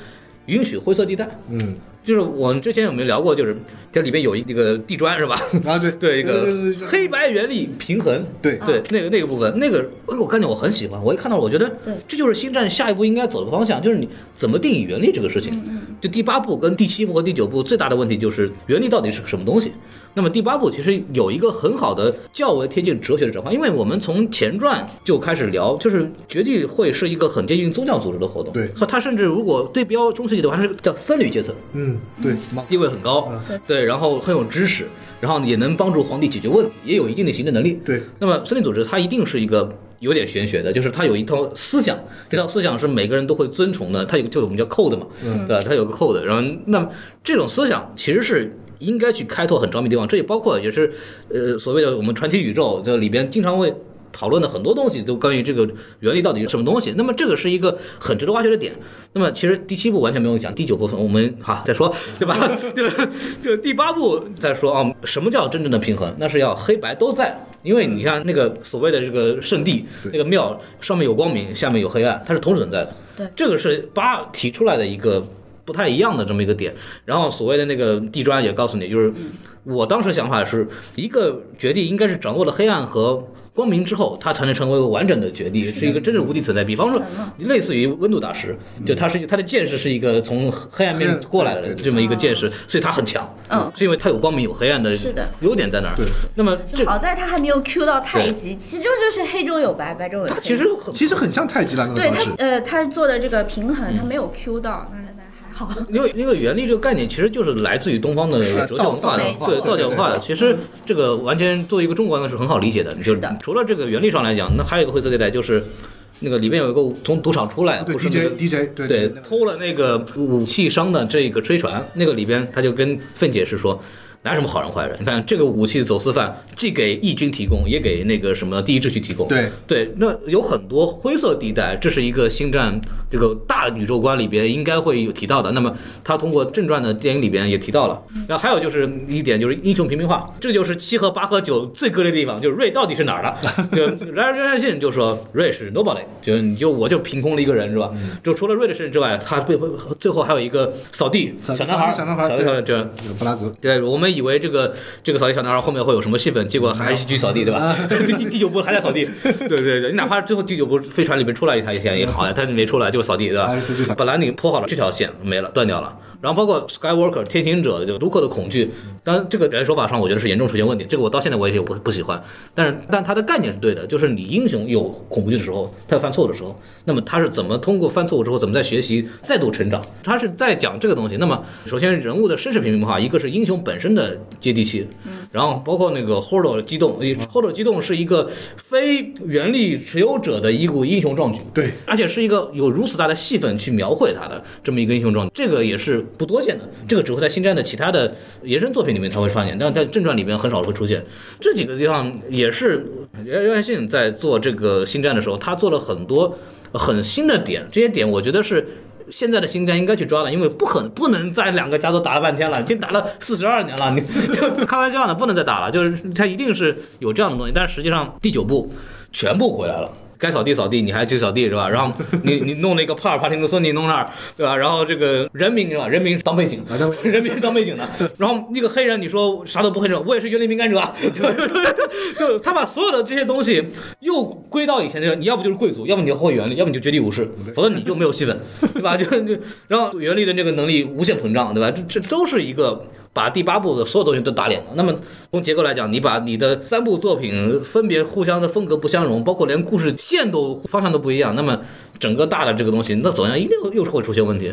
B: 允许灰色地带。
A: 嗯，
B: 就是我们之前有没有聊过，就是它里面有一那个地砖是吧？
A: 啊对
B: 对一个
A: 对对对
B: 黑白原力平衡，
A: 对
B: 对那个那个部分，那个哎我看见我很喜欢，我一看到我觉得
C: 对
B: 这就是星战下一步应该走的方向，就是你怎么定义原力这个事情。就第八部跟第七部和第九部最大的问题就是原力到底是个什么东西。那么第八部其实有一个很好的较为贴近哲学的转换，因为我们从前传就开始聊，就是绝地会是一个很接近宗教组织的活动，
A: 对
B: 它它甚至如果对标中世纪的话，它是叫僧侣阶层，
A: 嗯，对，妈
B: 地位很高，对，然后很有知识，然后也能帮助皇帝解决问题，也有一定的行政能力。
A: 对，
B: 那么森林组织它一定是一个有点玄学的，就是它有一套思想，这套思想是每个人都会遵从的，它有个就我们叫 code 嘛，对吧？它有个 code，然后那么这种思想其实是。应该去开拓很着迷的地方，这也包括也是，呃，所谓的我们传奇宇宙，这里边经常会讨论的很多东西都关于这个原理到底是什么东西。那么这个是一个很值得挖掘的点。那么其实第七部完全没有讲，第九部分我们哈、再说， 对吧？对吧，就第八部再说啊，什么叫真正的平衡？那是要黑白都在。因为你看那个所谓的这个圣地，那个庙上面有光明，下面有黑暗，它是同时存在的。
C: 对
B: 这个是八提出来的一个不太一样的这么一个点。然后所谓的那个地砖也告诉你，就是我当时想法是一个绝地应该是掌握了黑暗和光明之后，它才能成为一个完整的绝地，是一个真正无敌存在。比方说，
C: 嗯
B: 类似于温度大师，就他是他的见识是一个从黑暗面过来
A: 对
B: 的
A: 对对
B: 这么一个见识，所以他很强。
C: 嗯
B: 是因为他有光明有黑暗的
C: 是的
B: 优点在那儿。
A: 对，啊
B: 那么这
C: 好在他还没有 Q 到太极，其实就是黑中有白，白中有黑。
B: 它其实很
A: 其实很像太极的那种
C: 对
A: 方
C: 他
A: 式，
C: 呃，他做的这个平衡，他没有 Q 到，那那还好。
B: 因为因为原力这个概念其实就是来自于东方的
A: 是
B: 哲学文化的
A: 道，道
B: 对
A: 对
B: 道教文化的。
A: 对对
B: 其实这个完全作为一个中国人是很好理解的。就是
C: 的
B: 除了这个原力上来讲，那还有一个灰色地带就是。那个里面有一个从赌场出来，
A: 对
B: 不是那个
A: DJ DJ 对
B: 对
A: 对对
B: 偷了那个武器商的这个吹船，那个里边他就跟凤姐是说，哪有什么好人坏人？你看这个武器走私犯既给义军提供，也给那个什么第一秩序提供，
A: 对
B: 对，那有很多灰色地带，这是一个星战这个大宇宙观里边应该会有提到的。那么他通过正传的电影里边也提到了。然后还有就是一点就是英雄平民化，这就是七和八和九最割裂的地方，就是瑞到底是哪儿了？就然而任汉信就说瑞是 nobody，就你就我就凭空了一个人是吧？就除了瑞的事情之外，他最后最后还有一个扫地小男孩儿，
A: 小男孩儿
B: 小男孩儿这。
A: 有布拉泽，
B: 对我们以为这个这个扫地小男孩后面会有什么戏份，结果还是去扫 地，对吧？
A: 啊
B: 第第第九部还在 扫地，对对对，你哪怕最后第九部飞船里面出来一台一线也好呀，但是没出来就是扫地，对吧
A: 还是去扫？地
B: 本来你铺好了这条线没了，断掉了。然后包括 Skywalker 天行者就卢克的恐惧，当然这个人手法上我觉得是严重出现问题，这个我到现在我也不不喜欢。但是但他的概念是对的，就是你英雄有恐惧的时候，他有犯错误的时候，那么他是怎么通过犯错误之后，怎么在学习再度成长？他是在讲这个东西。那么首先人物的身世平民化，一个是英雄本身的接地气，然后包括那个 Holo 激动，Holo 激动是一个非原力持有者的一股英雄壮举，
A: 对，
B: 而且是一个有如此大的戏份去描绘他的这么一个英雄状态，这个也是不多见的。这个只会在星战的其他的延伸作品里面才会发现，但在正传里面很少会出现。这几个地方也是袁袁信在做这个星战的时候，他做了很多很新的点，这些点我觉得是。现在的新疆应该去抓了，因为不可不能再两个家族打了半天了，已经打了四十二年了，你就 开玩笑呢，不能再打了，就是他一定是有这样的东西，但是实际上第九部全部回来了。该扫地扫地，你还去扫地是吧？然后你你弄了一个帕尔帕廷的孙你弄那儿，对吧？然后这个人民是吧？人民是当背景，
A: 啊当背
B: 人民是当背景的。然后那个黑人，你说啥都不黑人，我也是园林敏感者 啊，就 就他把所有的这些东西又归到以前那个，你要不就是贵族，要么你就会原力，要么你就绝地武士，否则你就没有戏份，对吧？ 就是就然后原力的这个能力无限膨胀，对吧？这这都是一个。把第八部的所有东西都打脸了。那么从结构来讲，你把你的三部作品分别互相的风格不相容，包括连故事线都方向都不一样，那么整个大的这个东西，那走向一定又是会出现问题。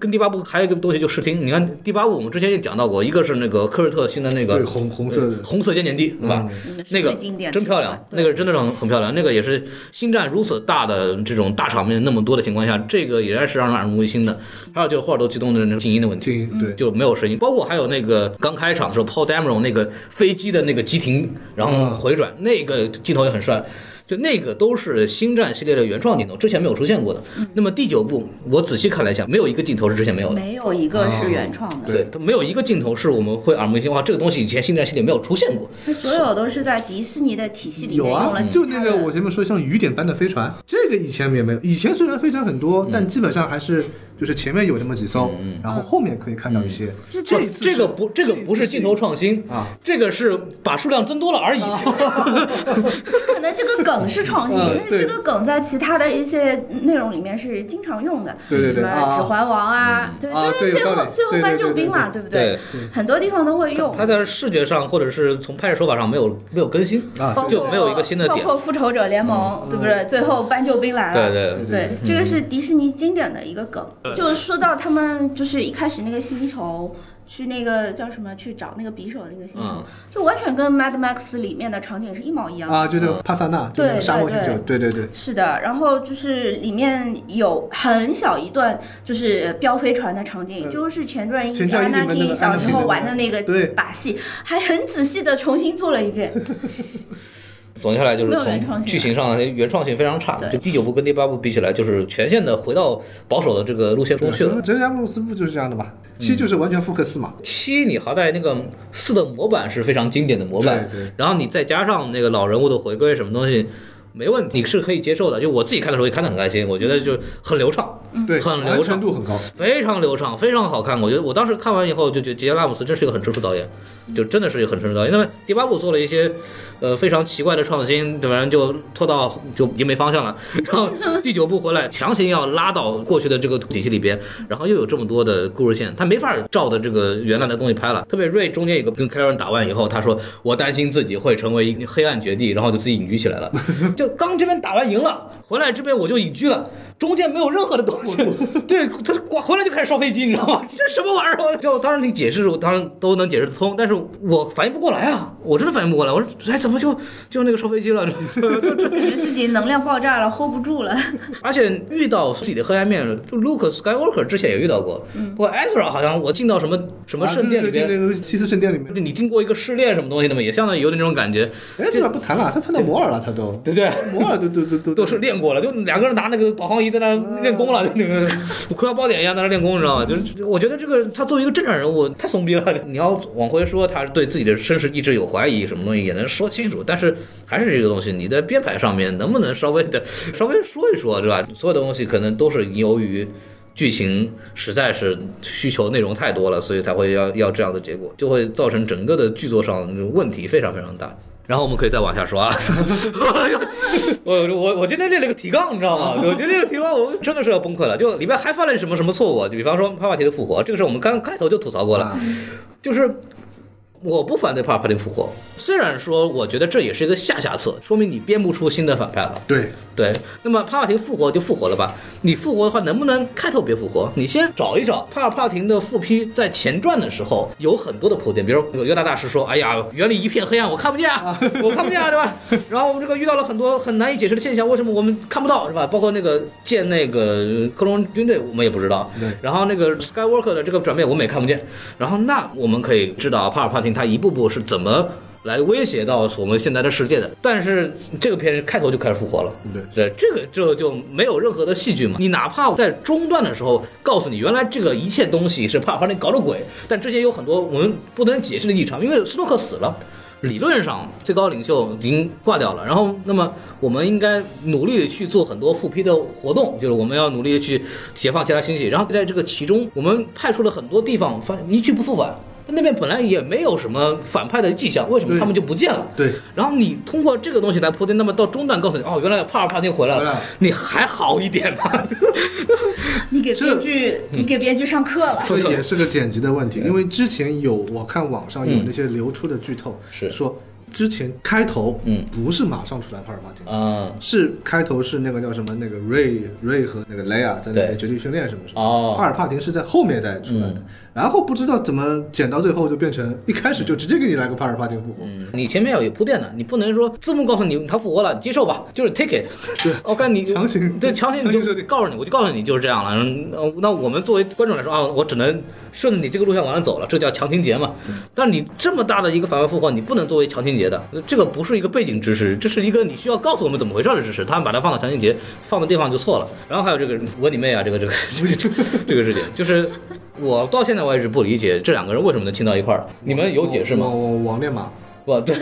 B: 跟第八部还有一个东西就视听，你看第八部我们之前也讲到过，一个是那个科瑞特新的那个
A: 对红红色的
B: 红色尖年地，对吧？那个
D: 嗯最经典的
B: 真漂
D: 一
B: 亮
D: 款，
B: 那个真的是很很漂亮。那个也是星战如此大的这种大场面那么多的情况下，这个仍然是让人耳目一新的。还有就是霍尔多机动的那个静音的问题，
A: 精英
C: 嗯
A: 对，
B: 就没有声音，包括还有那个刚开场的时候，Paul Dameron 那个飞机的那个急停，然后回转，那个镜头也很帅。就那个都是星战系列的原创镜头，之前没有出现过的。那么第九部，我仔细看了一下，没有一个镜头是之前没有的。
D: 嗯没有一个是原创
A: 哦
D: 的，
B: 对，它没有一个镜头是我们会耳目一新。哇，这个东西以前星战系列没有出现过。
D: 它所有都是在迪士尼的
B: 嗯
D: 体系里面
A: 有
D: 用
A: 啊
D: 了，其
A: 就
D: 他
A: 那
D: 的
A: 个我前面说像雨点般的飞船，这个以前也没有。以前虽然飞船很
B: 嗯
A: 多，但基本上还是就是前面有那么几艘，然后后面可以看到一些。
B: 嗯
A: 这一次
B: 哦这个不，这个不是镜头创新
A: 啊，
B: 这个是把数量增多了而已。
D: 可能这个梗是创 新，
A: 嗯
D: 但是这
A: 对
D: 个梗在其他的一些内容里面是经常用的，
A: 对对对
D: 什么
A: 啊
D: 指环王啊，对，
A: 啊
D: 就是
A: 对
D: 最
A: 有道
D: 后
A: 理
D: 最后
A: 对对
D: 搬
A: 对
D: 救
A: 对
D: 兵嘛，
A: 对
D: 对不对？很多地方都会用，
B: 它在视觉上或者是从拍摄手法上没有没有更新
A: 啊
D: 包
B: 就
D: 括
B: 没有一个新的
D: 包
B: 点。
D: 括复仇者联盟，对不对？最后搬救兵来了，
B: 对对
A: 嗯对嗯
D: 对，这个是迪士尼经典的一个梗。就说到他们就是一开始那个星球。去那个叫什么？去找那个匕首的那个星球，
B: 嗯
D: 就完全跟《Mad Max》里面的场景是一毛一样的。
A: 啊，就那个帕萨纳，就那个沙漠星球，对对对，
D: 是的，然后就是里面有很小一段就是飙飞船的场景，就是前传一
A: 前传一里面那个
D: 小时候
A: Anakin
D: 玩的那个
A: 对
D: 把戏，还很仔细的重新做了一遍。
B: 总结下来就是
D: 没有原创
B: 从
D: 性
B: 剧情上原创性非常差，
D: 对
B: 就第九部跟第八部比起来，就是全线的回到保守的这个路线中去了。
A: 哲加布鲁斯不就是这样的嘛？
B: 嗯
A: 七就是完全复刻四嘛，
B: 七，你好歹那个四的模板是非常经典的模板，
A: 对对
B: 然后你再加上那个老人物的回归，什么东西没问题，你是可以接受的。就我自己看的时候也看得很开心，我觉得就很流畅，
A: 对，
B: 嗯很
A: 完
B: 流
A: 成
B: 畅。
A: 度很高。
B: 非常流畅，非常好看。我觉得我当时看完以后就觉得杰拉拉姆斯真是一个很成熟导演，就真的是一个很成熟导演。那么第八部做了一些呃非常奇怪的创新，对吧？就拖到就已经没方向了。然后第九部回来强行要拉到过去的这个体系里边，然后又有这么多的故事线，他没法照着这个原来的东西拍了。特别瑞中间有个跟凯尔文打完以后，他说我担心自己会成为一个黑暗绝地，然后就自己隐居起来了。就刚这边打完赢了，回来这边我就隐居了，中间没有任何的东西。对他挂回来就开始烧飞机，你知道吗？这什么玩意儿？啊就当然你解释，我当然都能解释得通，但是我反应不过来啊，我真的反应不过来。我说哎，怎么就就那个烧飞机了？
D: 感觉自己能量爆炸了，hold 不住了。
B: 而且遇到自己的黑暗面，Luke Skywalker 之前也遇到过，不过 Ezra 好像我进到什么什么圣
A: 啊
B: 殿里边。
A: 那个七四圣殿里面
B: 就，是你经过一个试炼什么东西的嘛，也相当于有点那种感觉，
A: 哎，这边不谈了，他碰到摩尔了，他都
B: 对不对？
A: 摩尔都都都都
B: 都是练过了，就两个人拿那个导航仪在那练功了，那个葵花宝典一样在那练功，你知道吗？就是我觉得这个他作为一个正常人物太怂逼了。你要往回说，他对自己的身世一直有怀疑，什么东西也能说清楚，但是还是这个东西，你在编排上面能不能稍微的稍微说一说，对吧？所有的东西可能都是由于。剧情实在是需求内容太多了，所以才会要要这样的结果，就会造成整个的剧作上问题非常非常大。然后我们可以再往下说 啊， 我我我今天列了个提纲，你知道吗？我觉得这个提纲我真的是要崩溃了，就里面还犯了什么什么错误啊？就比方说帕帕提的复活，这个事儿我们刚开头就吐槽过了，就是我不反对帕尔帕丁复活，虽然说我觉得这也是一个下下策，说明你编不出新的反派了。
A: 对，
B: 对，那么帕帕廷复活就复活了吧？你复活的话，能不能开头别复活？你先找一找帕尔帕廷的复批，在前传的时候有很多的铺垫，比如那个约大大师说：“哎呀，原里一片黑暗，我看不见啊， 我看不见啊，对吧？”然后我们这个遇到了很多很难以解释的现象，为什么我们看不到，是吧？包括那个建那个克隆军队，我们也不知道。
A: 对
B: 然后那个 Skywalker 的这个转变，我们也看不见。然后那我们可以知道帕尔帕廷他一步步是怎么。来威胁到我们现在的世界的。但是这个片开头就开始复活了，
A: 对
B: 对，这个这就没有任何的戏剧嘛。你哪怕在中段的时候告诉你，原来这个一切东西是帕尔帕林搞的鬼，但之前有很多我们不能解释的异常，因为斯诺克死了。理论上，最高领袖已经挂掉了。然后，那么我们应该努力地去做很多复批的活动，就是我们要努力地去解放其他星系。然后在这个其中，我们派出了很多地方，发一去不复返。那边本来也没有什么反派的迹象，为什么
A: 对
B: 他们就不见了？
A: 对
B: 然后你通过这个东西来铺垫，那么到中段告诉你，哦，原来帕尔帕丁回来
A: 回来
B: 了
A: 了，
B: 你还好一点吧？
D: 你给
A: 这
D: 编剧，
B: 嗯
D: 你给编剧上 课了。
A: 这也是个剪辑的问题，因为之前有我看网上有那些流出的剧透，
B: 嗯是
A: 说之前开头
B: 嗯
A: 不是马上出来帕尔帕廷。
B: 嗯，
A: 是开头是那个叫什么那个瑞瑞和那个雷亚在那
B: 对
A: 个绝地训练什么什么，
B: 哦嗯
A: 帕尔帕廷是在后面再出来的，然后不知道怎么剪到最后就变成一开始就直接给你来个帕尔帕廷复活，
B: 嗯你前面要有铺垫的，你不能说字幕告诉你他复活了，你接受吧，就是 take it。
A: 对
B: 我看你
A: 强行
B: 对强行你就
A: 强行设定
B: 告诉你，我就告诉你就是这样了。嗯呃那我们作为观众来说啊，我只能顺着你这个路线往上走了，这叫强情节嘛。
A: 嗯
B: 但你这么大的一个反派复活，你不能作为强情节的，这个不是一个背景知识，这是一个你需要告诉我们怎么回事的知识。他们把它放到强情节放的地方就错了。然后还有这个我你妹啊，这个这个这个这个这个事情，就是我到现在为止不理解这两个人为什么能亲到一块儿，你们有解释吗？
A: 王王王练马，
B: 不，对，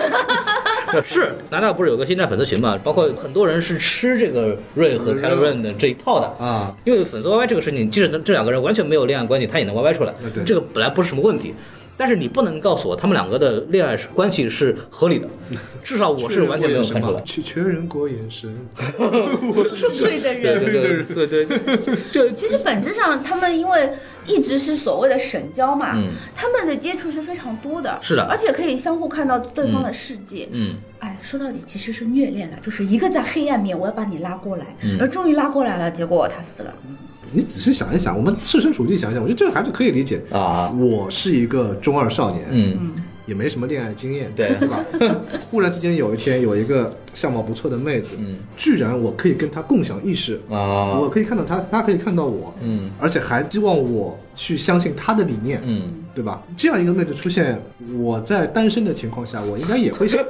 B: 是南大不是有个星战粉丝群嘛？包括很多人是吃这个瑞和凯 a 瑞的这一套的
A: 啊。
B: 因为粉丝 YY 这个事情，即使这两个人完全没有恋爱关系，他也能 YY 出来
A: 呃，对
B: 这个本来不是什么问题。但是你不能告诉我他们两个的恋爱关系是 合理的，至少我是完全没有看出来。
A: 去确认过眼神，
D: 对的
B: 对
D: 人，
B: 对对对 对，这
D: 其实本质上他们因为一直是所谓的神交嘛，
B: 嗯
D: 他们的接触是非常多的，
B: 是的
D: 而且可以相互看到对方的世界。
B: 嗯
D: 哎，说到底其实是虐恋了，就是一个在黑暗面，我要把你拉过来，
B: 嗯
D: 而终于拉过来了，结果他死了。
A: 你仔细想一想，我们设身处地想一想，我觉得这个还是可以理解。
B: 啊
A: 我是一个中二少年，
B: 嗯
A: 也没什么恋爱经验，
B: 对
A: 对吧？ 忽然之间有一天有一个相貌不错的妹子，
B: 嗯
A: 居然我可以跟她共享意识，
B: 啊
A: 我可以看到她，她可以看到我，
B: 嗯
A: 而且还希望我去相信她的理念，
B: 嗯，
A: 对吧？这样一个妹子出现，我在单身的情况下，我应该也会 喜欢，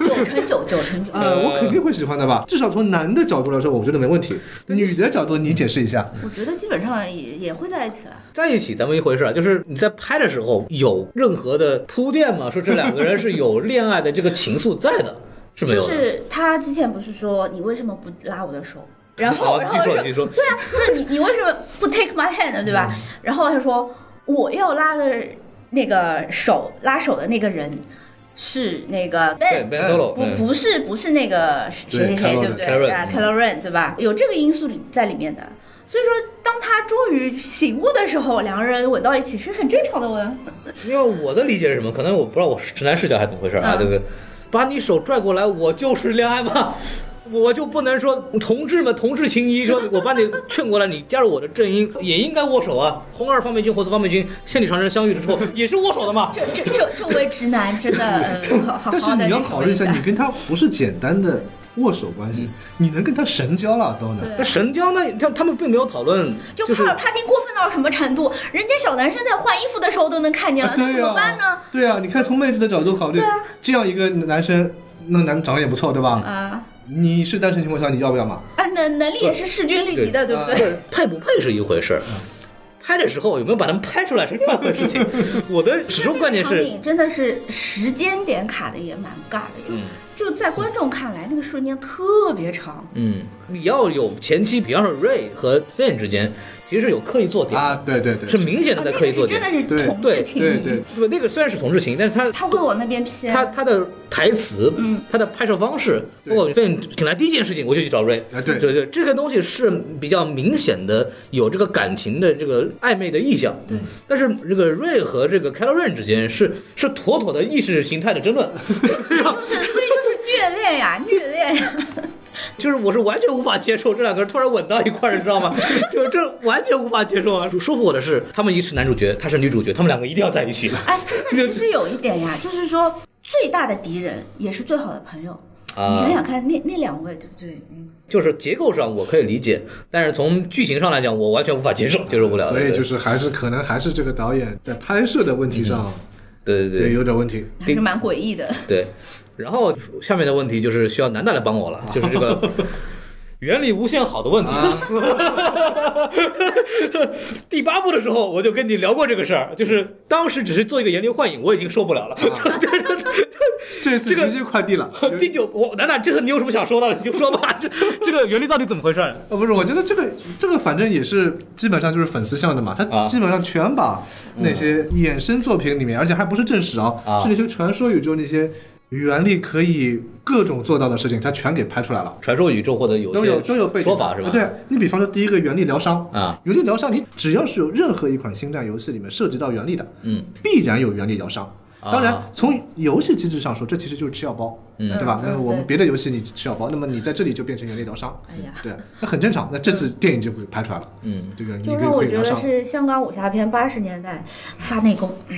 D: 九乘九，九乘
B: 嗯
D: 九。
A: 呃，我肯定会喜欢的吧？至少从男的角度来说，我觉得没问题。
B: 嗯
A: 女的角度你解释一下，
D: 我觉得基本上也也会在一起了。
B: 在一起咱们一回事儿，就是你在拍的时候有任何的铺垫吗？说这两个人是有恋爱的这个情愫在的，是没有
D: 就
B: 的。
D: 是他之前不是说你为什么不拉我的手？然
B: 哦
D: 后，然
B: 记
D: 后
B: 错了
D: 就
B: 记错了
D: 对啊，不是你，你为什么不 take my hand，对吧？然后他说我要拉的那个手，拉手的那个人是那个 Ben，
B: Ben Solo，
D: 不
B: 嗯
D: 不是不是那个谁谁谁，
A: Kylo
D: 对不对
B: Ren，
D: 啊
B: Kylo Ren，嗯
D: c a l o r e n 对吧？有这个因素里在里面的。所以说，当他终于醒悟的时候，两个人吻到一起是很正常的吻。
B: 因为我的理解是什么？可能我不知道我是直男视角还是怎么回事啊？
D: 嗯
B: 这个，把你手拽过来，我就是恋爱吗？ 我就不能说同志们同志情谊， 说我把你劝过来，你加入我的阵营也应该握手啊。红二方面军、红四方面军千里长征相遇的时候也是握手的 嘛。
D: 这这这这位直男真的， 嗯，好好
A: 但哦是
D: 好的
A: 你要考虑一下，你跟她不是简单的握手关
B: 嗯
A: 系，你能跟她神交了都能。
B: 那神雕呢？他他们并没有讨论，
D: 就是帕尔帕丁过分到什么程度？人家小男生在换衣服的时候都能看见了，
A: 啊
D: 那
A: 对
D: 怎
A: 呀、
D: 么办呢？
A: 对呀、你看从妹子的角度考虑，这样一个男生，那男长得也不错，对吧？
D: 啊
A: 你是单身情况下，你要不要嘛？
D: 啊，能能力也是势均力敌的，对
A: 对
D: 不
B: 不
D: 对？
B: 是配不配是一回事儿，拍的时候有没有把他们拍出来是另外一回事 情。我的始终观点
D: 这个
B: 是
D: 场，景真的是时间点卡的也蛮尬的，
B: 嗯
D: 就、就在观众看来那个瞬间特别长。
B: 嗯，你要有前期，比方说 Ray 和 Finn 之间，其实是有刻意做点，
A: 啊，对对对，
B: 是明显
D: 啊
B: 的在
D: 那
B: 刻
D: 个
B: 意
D: 是
B: 做
D: 真
B: 点。
D: 的是
A: 对
D: 同
B: 对
D: 志情
A: 对
D: 谊，
A: 对，
B: 对吧？那个虽然是同志情，但是他
D: 他会往那边偏。
B: 他他的台词，
D: 啊嗯，
B: 他的拍摄方式，
A: 对
B: 包括 Finn 请来第一件事情，我就去找 Ray，
A: 啊对
B: 对对，这个东西是比较明显的有这个感情的这个暧昧的意向，对。但是这个 Ray 和这个 c a l o r e n 之间是是妥妥的意识形态的争论，
D: 就是所以就是虐恋呀，虐恋呀，
B: 就是我是完全无法接受这两个人突然吻到一块儿，你知道吗？就这完全无法接受啊！说服我的是，他们一是男主角，他是女主角，他们两个一定要在一起
D: 哎，那其实有一点呀，就是说最大的敌人也是最好的朋友。
B: 啊
D: 你想想看，那那两位对不对？嗯，
B: 就是结构上我可以理解，但是从剧情上来讲，我完全无法接受，接受不了。
A: 所以就是是还是可能还是这个导演在拍摄的问题上。
B: 对对
A: 对，
B: 对
A: 有点问题。
D: 还是蛮诡异的。
B: 对。然后下面的问题就是需要南大来帮我 了，啊就是这个原理无限好的问题。
A: 啊
B: 第八部的时候我就跟你聊过这个事儿，就是当时只是做一个研究幻影，我已经受不了了。
A: 这次
B: 这个啊
A: 直接快递了，有
B: 第九，我南大这个你有什么想说的， 你就说吧。这这个原理到底怎么回事？
A: 呃，不是，我觉得这个这个反正也是基本上就是粉丝向的嘛，
B: 啊
A: 他基本上全把那些衍生作品里面，而且还不是正史啊，
B: 啊
A: 是那些传说宇宙那些原力可以各种做到的事情，他全给拍出来了。
B: 传说宇宙或者有
A: 都
B: 些
A: 有都有背景
B: 说
A: 的
B: 法是吧？
A: 对你比方说第一个原力疗伤
B: 啊，
A: 原力疗伤，你只要是有任何一款星战游戏里面涉及到原力的，
B: 嗯，
A: 必然有原力疗伤。
B: 啊
A: 当然，从游戏机制上说，这其实就是吃药包，
B: 嗯
A: 对吧？
D: 嗯
A: 那
D: 嗯
A: 我们
D: 对
A: 别的游戏你吃药包，那么你在这里就变成原力疗伤，
D: 哎呀，
A: 对，那很正常。那这次电影就会拍出来了，
B: 嗯，
A: 这个你
C: 就
A: 可以
C: 让我
A: 会
C: 觉
A: 疗
C: 得
A: 伤。
C: 是香港武侠片八十年代发内功，嗯，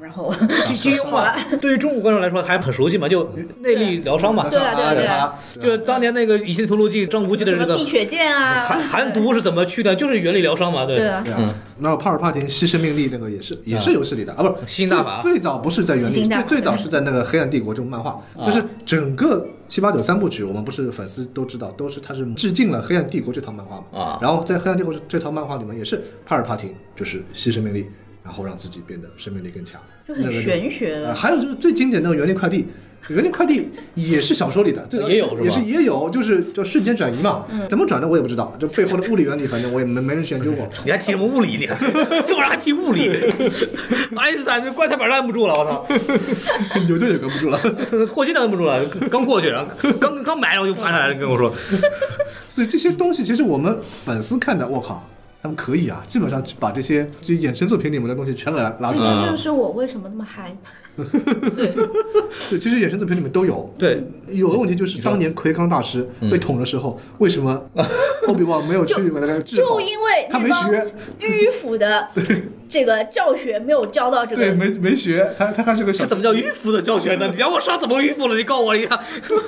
C: 然后就军用了。
B: 对于中国观众来说还很熟悉嘛，就内力疗伤嘛，
C: 对啊
A: 哎
C: 对啊对啊
B: 就是当年那个《倚天屠龙记》张无忌的
C: 什
B: 这
C: 么
B: 个
C: 碧血剑啊，
B: 寒寒毒是怎么去的，就是原理疗伤嘛，
C: 对
B: 对。
C: 啊，
A: 对
B: 嗯
A: 啊，那帕尔帕廷牺牲命令那个也是也是游戏里的啊，不是
B: 嗯吸星大法
A: 最最早不是在原
C: 吸
A: 力，
C: 星大
A: 最
C: 法
A: 最早是在那个黑暗帝国这部漫画，
B: 啊
A: 就是整个七八九三部曲，我们不是粉丝都知道，都是他是致敬了黑暗帝国这套漫画嘛。
B: 啊
A: 然后在黑暗帝国这套漫画里面也是帕尔帕廷就是牺牲命令，然后让自己变得生命力更强，
C: 就
A: 那个
C: 很玄学
A: 呃，
C: 了。
A: 还有就是最经典的原力快递，原力快递也是小说里的，对
B: 也有是吧
A: 也是也有，就是叫瞬间转移嘛，
C: 嗯
A: 怎么转的我也不知道，这背后的物理原理反正我也没没人去研究过。
B: 你还提什么物理？你还 这玩意儿还提物理？ 爱因斯坦这棺材板儿都按不住了，我操！
A: 牛顿也跟不住了，
B: 霍金都按不住了，刚过去，然后刚刚埋，然后就爬上来了，跟我说，
A: 所以这些东西其实我们粉丝看着，我靠，他们可以啊，基本上把这些就衍生作品里面的东西全给它拉出
C: 对，
A: 来。
B: 嗯
C: 这就是我为什么那么嗨。
A: 对，其实衍生作品里面都有。
B: 对，
A: 有个问题就是，当年奎康大师被捅的时候，为什 么欧比旺没有去把他治好？
D: 嗯就因为
A: 他
D: 那
A: 没
D: 帮
A: 学，
D: 迂腐 的这个教学没有教到这
A: 对，
D: 个，
A: 没没学，他他还是个小
B: 这怎么叫迂腐的教学呢？你让我杀怎么迂腐了？你告我一下。
D: 就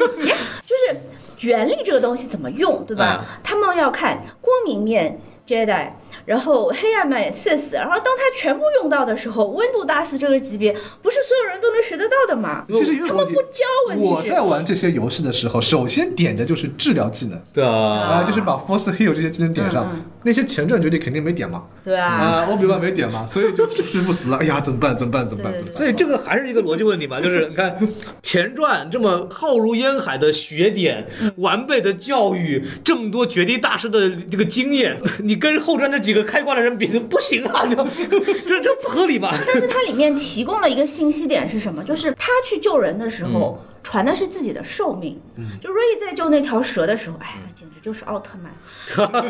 D: 是原力这个东西怎么用，对吧？
A: 啊
D: 他们要看光明面 Jedi，然后黑暗面 Sis，然后当它全部用到的时候，温度大师这个级别不是所有人都能学得到的嘛？
A: 其实有
D: 他
A: 个
D: 们
A: 问题
D: 不，教啊问
A: 我
D: 题是
A: 在。玩这些游戏的时候，首先点的就是治疗技能
B: 对啊，
A: 啊，就是把 Force Heal 这些技能点
D: 嗯
A: 上。那些前传绝对肯定没点嘛，
D: 对啊，
A: 啊，欧比万没点 嘛，所以就师傅死了，哎呀，怎么办？怎么办？怎么办？
D: 对
A: 怎
D: 对
A: 么办？
B: 所以这个还是一个逻辑问题嘛，就是你看前传这么浩如烟海的学点、完备的教育、这么多绝地大师的这个经验，你跟后传这几个开挂的人比，不行啊，就 这这不合理吧？
D: 但是它里面提供了一个信息点是什么？就是他去救人的时候。
A: 嗯
D: 传的是自己的寿命，就瑞在救那条蛇的时候，哎呀，
A: 嗯
D: 简直就是奥特曼。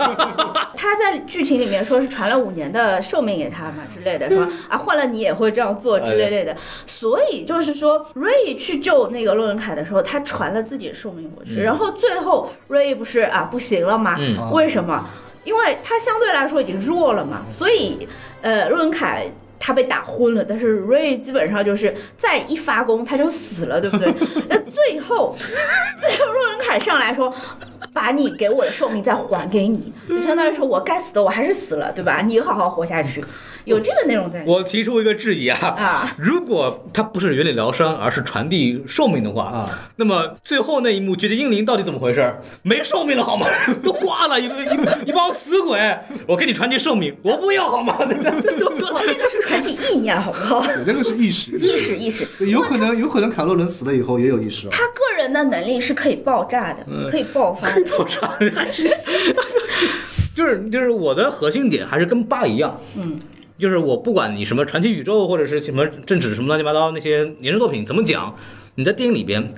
D: 他在剧情里面说是传了五年的寿命给他嘛之类的，说啊换了你也会这样做之类类的。所以就是说，瑞去救那个洛伦凯的时候，他传了自己的寿命过去，然后最后瑞不是啊不行了吗？
B: 嗯
D: 为什么？因为他相对来说已经弱了嘛，所以呃洛伦凯。他被打昏了，但是瑞基本上就是再一发功他就死了，对不对？那最后， 最后洛伦凯上来说，把你给我的寿命再还给你，就相当于说我该死的我还是死了，对吧？你好好活下去，有这个内容在里面
B: 我提出一个质疑啊。
D: 啊。
B: 如果它不是原理疗伤，而是传递寿命的话，
A: 啊
B: 那么最后那一幕绝地英灵到底怎么回事？没寿命了好吗？ 都挂了，一个一一帮死鬼！我给你传递寿命，我不要好吗？
D: 我那个是传递意念，好不好？
A: 对 那个是意识，
D: 意识，意识。
A: 对有可能，有可能卡洛伦死了以后也有意识啊。
D: 他个人的能力是可以爆炸的，嗯可以爆发的。
B: 我操，还是就是就是我的核心点还是跟爸一样，嗯。就是我不管你什么传奇宇宙或者是什么政治什么乱七八糟那些衍生作品怎么讲，你在电影里边，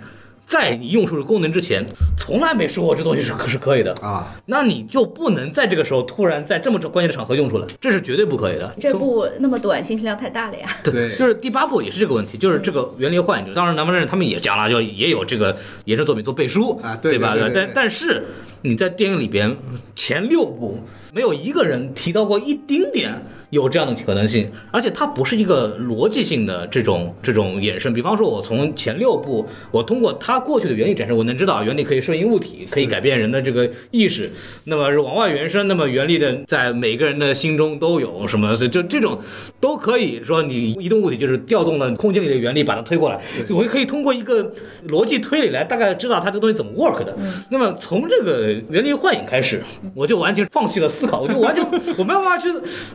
B: 在你用出这功能之前，从来没说过这东西是可是可以的
A: 啊。
B: 那你就不能在这个时候突然在这么关键的场合用出来，这是绝对不可以的。
D: 这部那么短，信息量太大了呀。
A: 对
B: 就是第八部也是这个问题，就是这个原力幻影。就是当然，南方人他们也讲了，就也有这个衍生作品做背书
A: 啊
B: 对
A: 对
B: 吧？
A: 对对对
B: 但
A: 对
B: 但是你在电影里边前六部没有一个人提到过一丁点有这样的可能性，而且它不是一个逻辑性的这种这种衍生。比方说，我从前六步，我通过它过去的原理展示，我能知道原理可以顺应物体，可以改变人的这个意识。 那么是往外延伸，那么原理的在每个人的心中都有什么？所以就这种都可以说，你移动物体就是调动了空间里的原理把它推过来。我可以通过一个逻辑推理来大概知道它这个东西怎么 work 的。那么从这个原理幻影开始，我就完全放弃了思考，我就完全我没有办法去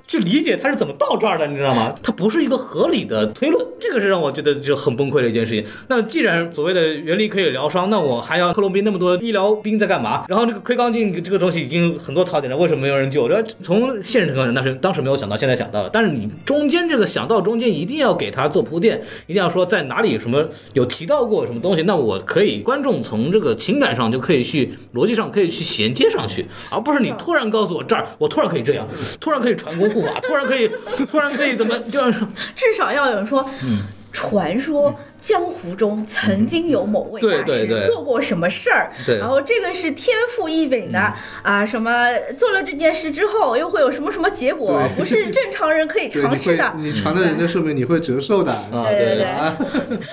B: 去理解它是怎么到这儿的，你知道吗？它不是一个合理的推论，这个是让我觉得就很崩溃的一件事情。那既然所谓的原理可以疗伤，那我还要克隆兵那么多医疗兵在干嘛？然后这个窥钢镜这个东西已经很多槽点了，为什么没有人救？这从现实情况，那是当时没有想到，现在想到了。但是你中间这个想到中间一定要给它做铺垫，一定要说在哪里什么有提到过什么东西，那我可以观众从这个情感上就可以去逻辑上可以去衔接上去，而不是你突然告诉我这儿，我突然可以这样，突然可以传功护法，突然可以突然可以怎么就是
D: 至少要有人说，
B: 嗯
D: 传说江湖中曾经有某位
B: 对
D: 大
B: 对对
D: 师做过什么事儿，
B: 对嗯
D: 然后这个是天赋异禀的啊，什么做了这件事之后又会有什么什么结果，
A: 对
D: 不是正常 人可以
A: 对，你
D: 尝试
A: 会
D: 的。嗯
A: 你传了人家寿命，你会折寿的。
B: 啊
D: 对对对
A: 啊，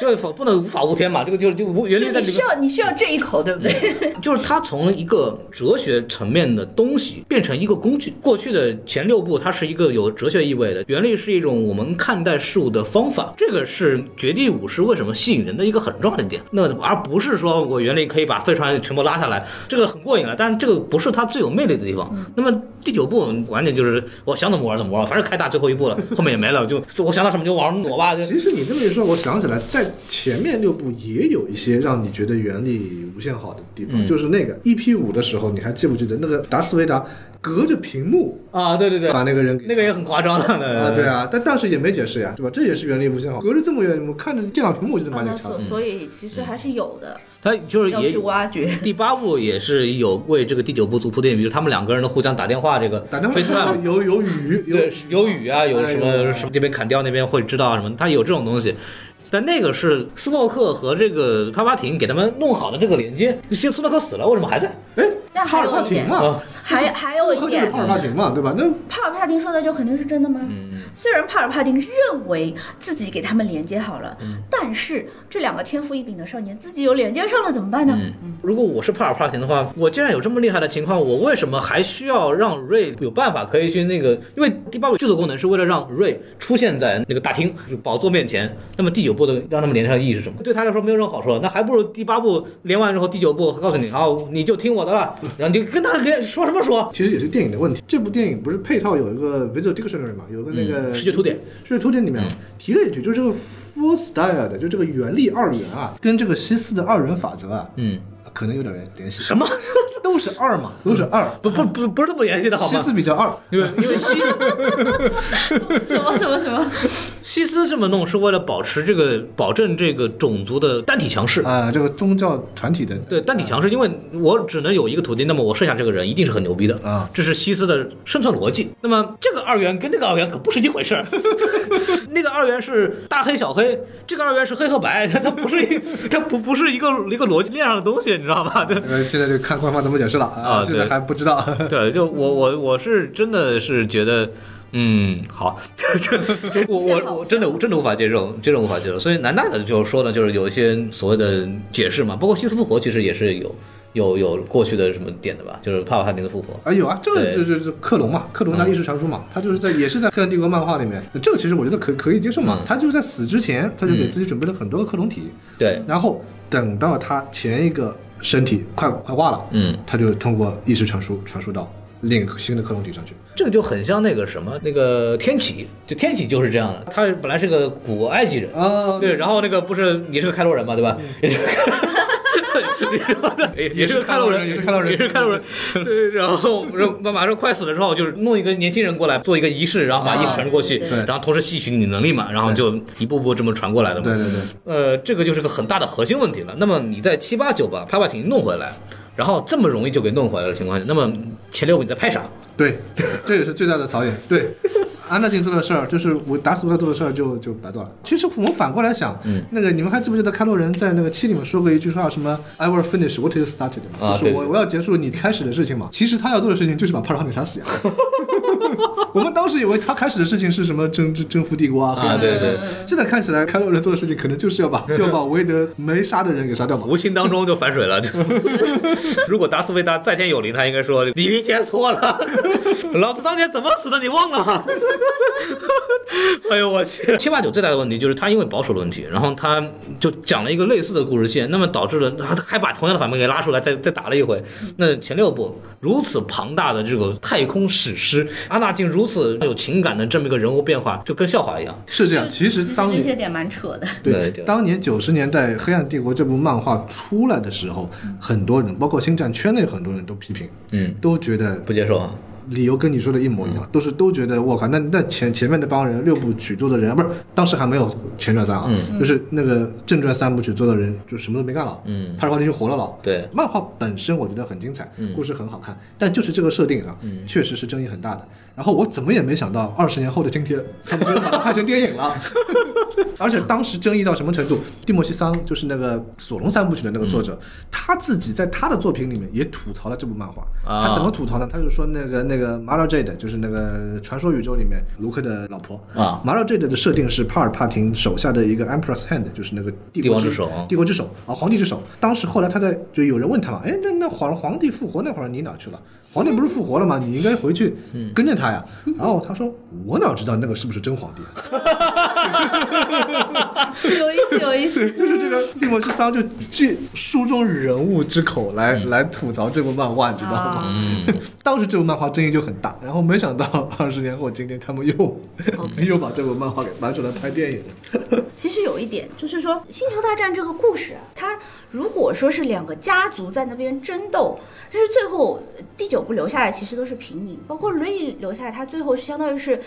B: 就是否不能无法无天嘛，这个就就无原
D: 就
B: 理在
D: 你
B: 里
D: 需
B: 面。嗯
D: 要你需要这一口，对不对？
B: 就是它从一个哲学层面的东西变成一个工具。过去的前六部，它是一个有哲学意味的，原理是一种我们看待事物的方法，这个是《绝地武士》为什么吸引人的一个很重要的点。那而不是说我原理可以把飞船全部拉下来，这个很过瘾了，但是这个不是它最有魅力的地方。那么第九部完全就是我想怎么玩怎么玩，反正开大最后一步了，后面也没了，就我想到什么就往上挪吧。就
A: 其实你这么一说，我想起来，在前面六部也有一些让你觉得原力无限好的地方，
B: 嗯
A: 就是那个 EP 五的时候，你还记不记得那个达斯维达隔着屏幕
B: 啊，对对对，
A: 把那个人给
B: 那个也很夸张的。
A: 啊，对啊，但当时也没解释呀，对吧？这也是原力无限好，隔着这么远，我看着电脑屏幕我就能把你
D: 那
A: 掐
D: 所
A: 死。
D: 所以其实还是有的，
B: 他就是
D: 要
B: 也
D: 去挖掘。
B: 第八部也是有为这个第九部做铺垫，比如他们两个人的互相打电话，这个
A: 打电话
B: FaceTime
A: 有有雨，有
B: 对有雨啊，有什
A: 哎呦
B: 么什么这边砍掉那边会知道啊什么，他有这种东西。但那个是斯诺克和这个帕帕廷给他们弄好的这个连接，斯斯诺克死了，为什么还在
A: 哎，
D: 那
A: 帕尔帕
D: 还有一
A: 廷
D: 点，
A: 嘛，
B: 啊？
D: 还还有一
A: 科学
D: 点
A: 的，帕尔帕廷嘛，对吧？那
D: 帕尔帕丁说的就肯定是真的吗？
B: 嗯，
D: 虽然帕尔帕丁认为自己给他们连接好了，
B: 嗯
D: 但是这两个天赋异禀的少年自己又连接上了，怎么办呢？
B: 如果我是帕尔帕廷的话，我既然有这么厉害的情况，我为什么还需要让瑞有办法可以去那个？因为第八部剧组功能是为了让瑞出现在那个大厅就宝座面前。那么第九部的让他们连上的意义是什么？对他来说没有任何好处了，那还不如第八部连完之后，第九部告诉你，好，你就听我的了，然后你就跟他连说什么说。
A: 其实也是电影的问题。这部电影不是配套有一个 visual dictionary 嘛，有一个那个
B: 嗯视觉图典，
A: 视觉图典里面提了一句，就是这个 four style 的，就这个原力二元啊，跟这个西斯的二元法则啊，
B: 嗯，
A: 可能有点联系。
B: 什么？
A: 都是二嘛，都是 二，
B: 不不不不是这么联系的好
A: 西
B: 吗
A: 斯？比较二。
B: 因为因为西
D: 嗯什么什么什么？
B: 西斯这么弄是为了保持这个保证这个种族的单体强势。
A: 啊、这个宗教团体 的
B: 对，但你强势，因为我只能有一个土地，那么我剩下这个人一定是很牛逼的
A: 啊
B: 这是西斯的生存逻辑。那么这个二元跟那个二元可不是一回事儿，那个二元是大黑小黑，这个二元是黑和白，它它不是一，它不不是一个一个逻辑链上的东西，你知道吧？对。
A: 呃，现在就看官方怎么解释了啊，
B: 啊
A: 现在
B: 对
A: 还不知道。
B: 对，就我我我是真的是觉得，嗯，好， 这这这我
D: 幸
B: 我
D: 好
B: 我真的真的无法接受，真的无法接受。所以南大的就说呢，就是有一些所谓的解释嘛，包括西斯复活其实也是有有有过去的什么点的吧，就是帕瓦哈林的复活。
A: 啊，有啊，这个
B: 对
A: 就是就是克隆嘛，克隆他
B: 嗯
A: 异世传说嘛，他就是在也是在《黑暗帝国》漫画里面，这个其实我觉得可可以接受嘛，
B: 嗯
A: 他就是在死之前，他就给
B: 嗯
A: 自己准备了很多个克隆体，
B: 对，
A: 然后等到他前一个身体快快挂了，
B: 嗯，
A: 他就通过意识传输传输到另一个新的克隆体上去。
B: 这个就很像那个什么那个天启，就天启就是这样的，他本来是个古埃及人，
A: 啊，
B: 对，然后那个不是也是个开罗人嘛，对吧？也是个也也是个开罗人，
A: 也是开罗人
B: 也是开罗人。对，然后然后马上快死了之后，就是弄一个年轻人过来做一个仪式，然后把
D: 啊
B: 仪式传过去
D: 对，
A: 对
B: 然后同时吸取你能力嘛，然后就一步步这么传过来的嘛。
A: 对对对，
B: 呃，这个就是个很大的核心问题了。那么你在七八九把帕帕廷弄回来，然后这么容易就给弄回来的情况下，那么前六部你在拍啥？
A: 对， 这也是最大的槽点。对，安娜进做的事儿，就是我打死不他做的事儿就就白做了。其实我们反过来想，
B: 嗯
A: 那个你们还记不记得开罗人在那个七里面说过一句话，什么 “I will finish what you started”，嘛、
B: 啊
A: 就是
B: 对
A: 我
B: 对
A: 我要结束你开始的事情嘛。其实他要做的事情就是把帕尔哈米杀死呀。 我们当时以为他开始的事情是什么征征征服帝国啊，
B: 啊，对对，
A: 现在看起来开罗人做的事情可能就是要把就要把韦德没杀的人给杀掉 嘛。
B: 无形当中就反水了。就 如果达斯维达在天有灵，他应该说你理解错了， 老子当年怎么死的你忘了 吗？哎呦我去！七八九最大的问题就是他因为保守论题，然后他就讲了一个类似的故事线，那么导致了他还把同样的反面给拉出来，再再打了一回。那前六部如此庞大的这个太空史诗，阿纳竟如此有情感的这么一个人物变化，就跟笑话一样。
A: 是这样，其实当
D: 这
A: 年
D: 些点蛮扯的。
B: 对
A: 对
B: 对，
A: 当年九十年代《黑暗帝国》这部漫画出来的时候，很多人，包括星战圈内很多人都批评，
B: 嗯，
A: 都觉得
B: 不接受啊。
A: 理由跟你说的一模一样，都是都觉得我靠，那那前前面那帮人六部曲做的人，不是当时还没有前传三啊，就是那个正传三部曲做的人，就什么都没干了，
B: 嗯
A: 拍着拍着就活了了。
B: 对嗯
A: 漫画本身我觉得很精彩，故事很好看，但就是这个设定啊，确实是争议很大的。然后我怎么也没想到，二十年后的今天，他们真的把它拍成电影 了。而且当时争议到什么程度？蒂莫西·桑就是那个《索隆三部曲》的那个作者，
B: 嗯
A: 他自己在他的作品里面也吐槽了这部漫画。
B: 啊
A: 他怎么吐槽呢？他就说那个那个 Mara Jade 就是那个传说宇宙里面卢克的老婆
B: 啊
A: Mara Jade 的设定是帕尔帕廷手下的一个 Empress Hand，就是那个帝国
B: 帝王之手
A: 帝国之手啊，皇帝之手。当时后来他在就有人问他嘛，哎，那那皇皇帝复活那会儿你哪去了？皇帝不是复活了吗？你应该回去跟着他呀。然后他说，我哪知道那个是不是真皇帝啊？
D: 有意思，有意思。
A: 对， 就是这个蒂莫西·桑就借书中人物之口来、来吐槽这部漫画，你知道吗？ 当时这部漫画争议就很大，然后没想到二十年后今天他们又、 又把这部漫画给搬出来拍电影了。
D: 其实有一点，就是说《星球大战》这个故事啊，它如果说是两个家族在那边争斗，但是最后呃第九部留下来其实都是平民，包括瑞伊留下来，他最后是相当于是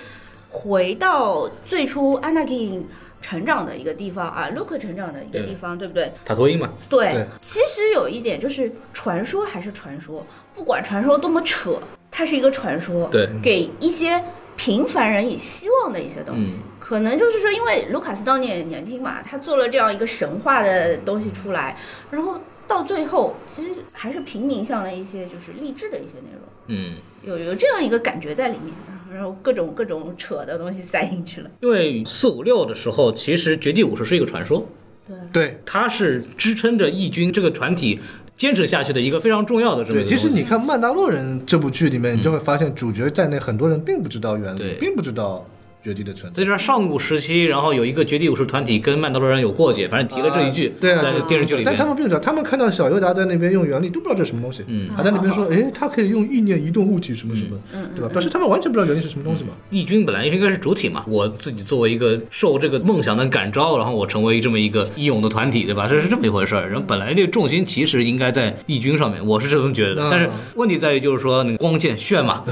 D: 回到最初安娜金成长的一个地方啊，卢克成长的一个地方，对不对？
B: 塔托因嘛，
D: 对，
A: 对
D: 其实有一点就是，传说还是传说，不管传说多么扯，它是一个传说，
B: 对
D: 给一些平凡人以希望的一些东西。可能就是说，因为卢卡斯当年也年轻嘛，他做了这样一个神话的东西出来，然后到最后其实还是平民向的一些就是励志的一些内容，
B: 嗯。
D: 有有这样一个感觉在里面，然后各种各种扯的东西塞进去了。
B: 因为四五六的时候，其实绝地武士是一个传说，
D: 对，
A: 对。
B: 它是支撑着义军这个团体坚持下去的一个非常重要的这么
A: 对，
B: 一个
A: 其实
B: 东西
A: 你看《曼达洛人》这部剧里面，你就会发现主角在内很多人并不知道原
B: 对
A: 理，并不知道绝地的存在
B: 在。这段上古时期，然后有一个绝地武士团体跟曼德洛人有过节，反正提了这一句，
A: 对啊，就
B: 在这
A: 是
B: 个电视剧里
A: 但他
B: 面。
A: 们并不知道，他们看到小尤达在那边用原力，都不知道这是什么东西。
B: 嗯
A: 还在那边说，哎，他可以用意念移动物体什么什么，对
B: 嗯
A: 吧？表示他们完全不知道原力是什么东西嘛。
B: 义军本来应该是主体嘛，我自己作为一个受这个梦想的感召，然后我成为这么一个义勇的团体，对吧？这是这么一回事儿。然后本来这个重心其实应该在义军上面，我是这么觉得的。
A: 嗯
B: 但是问题在于就是说，那个光剑炫嘛，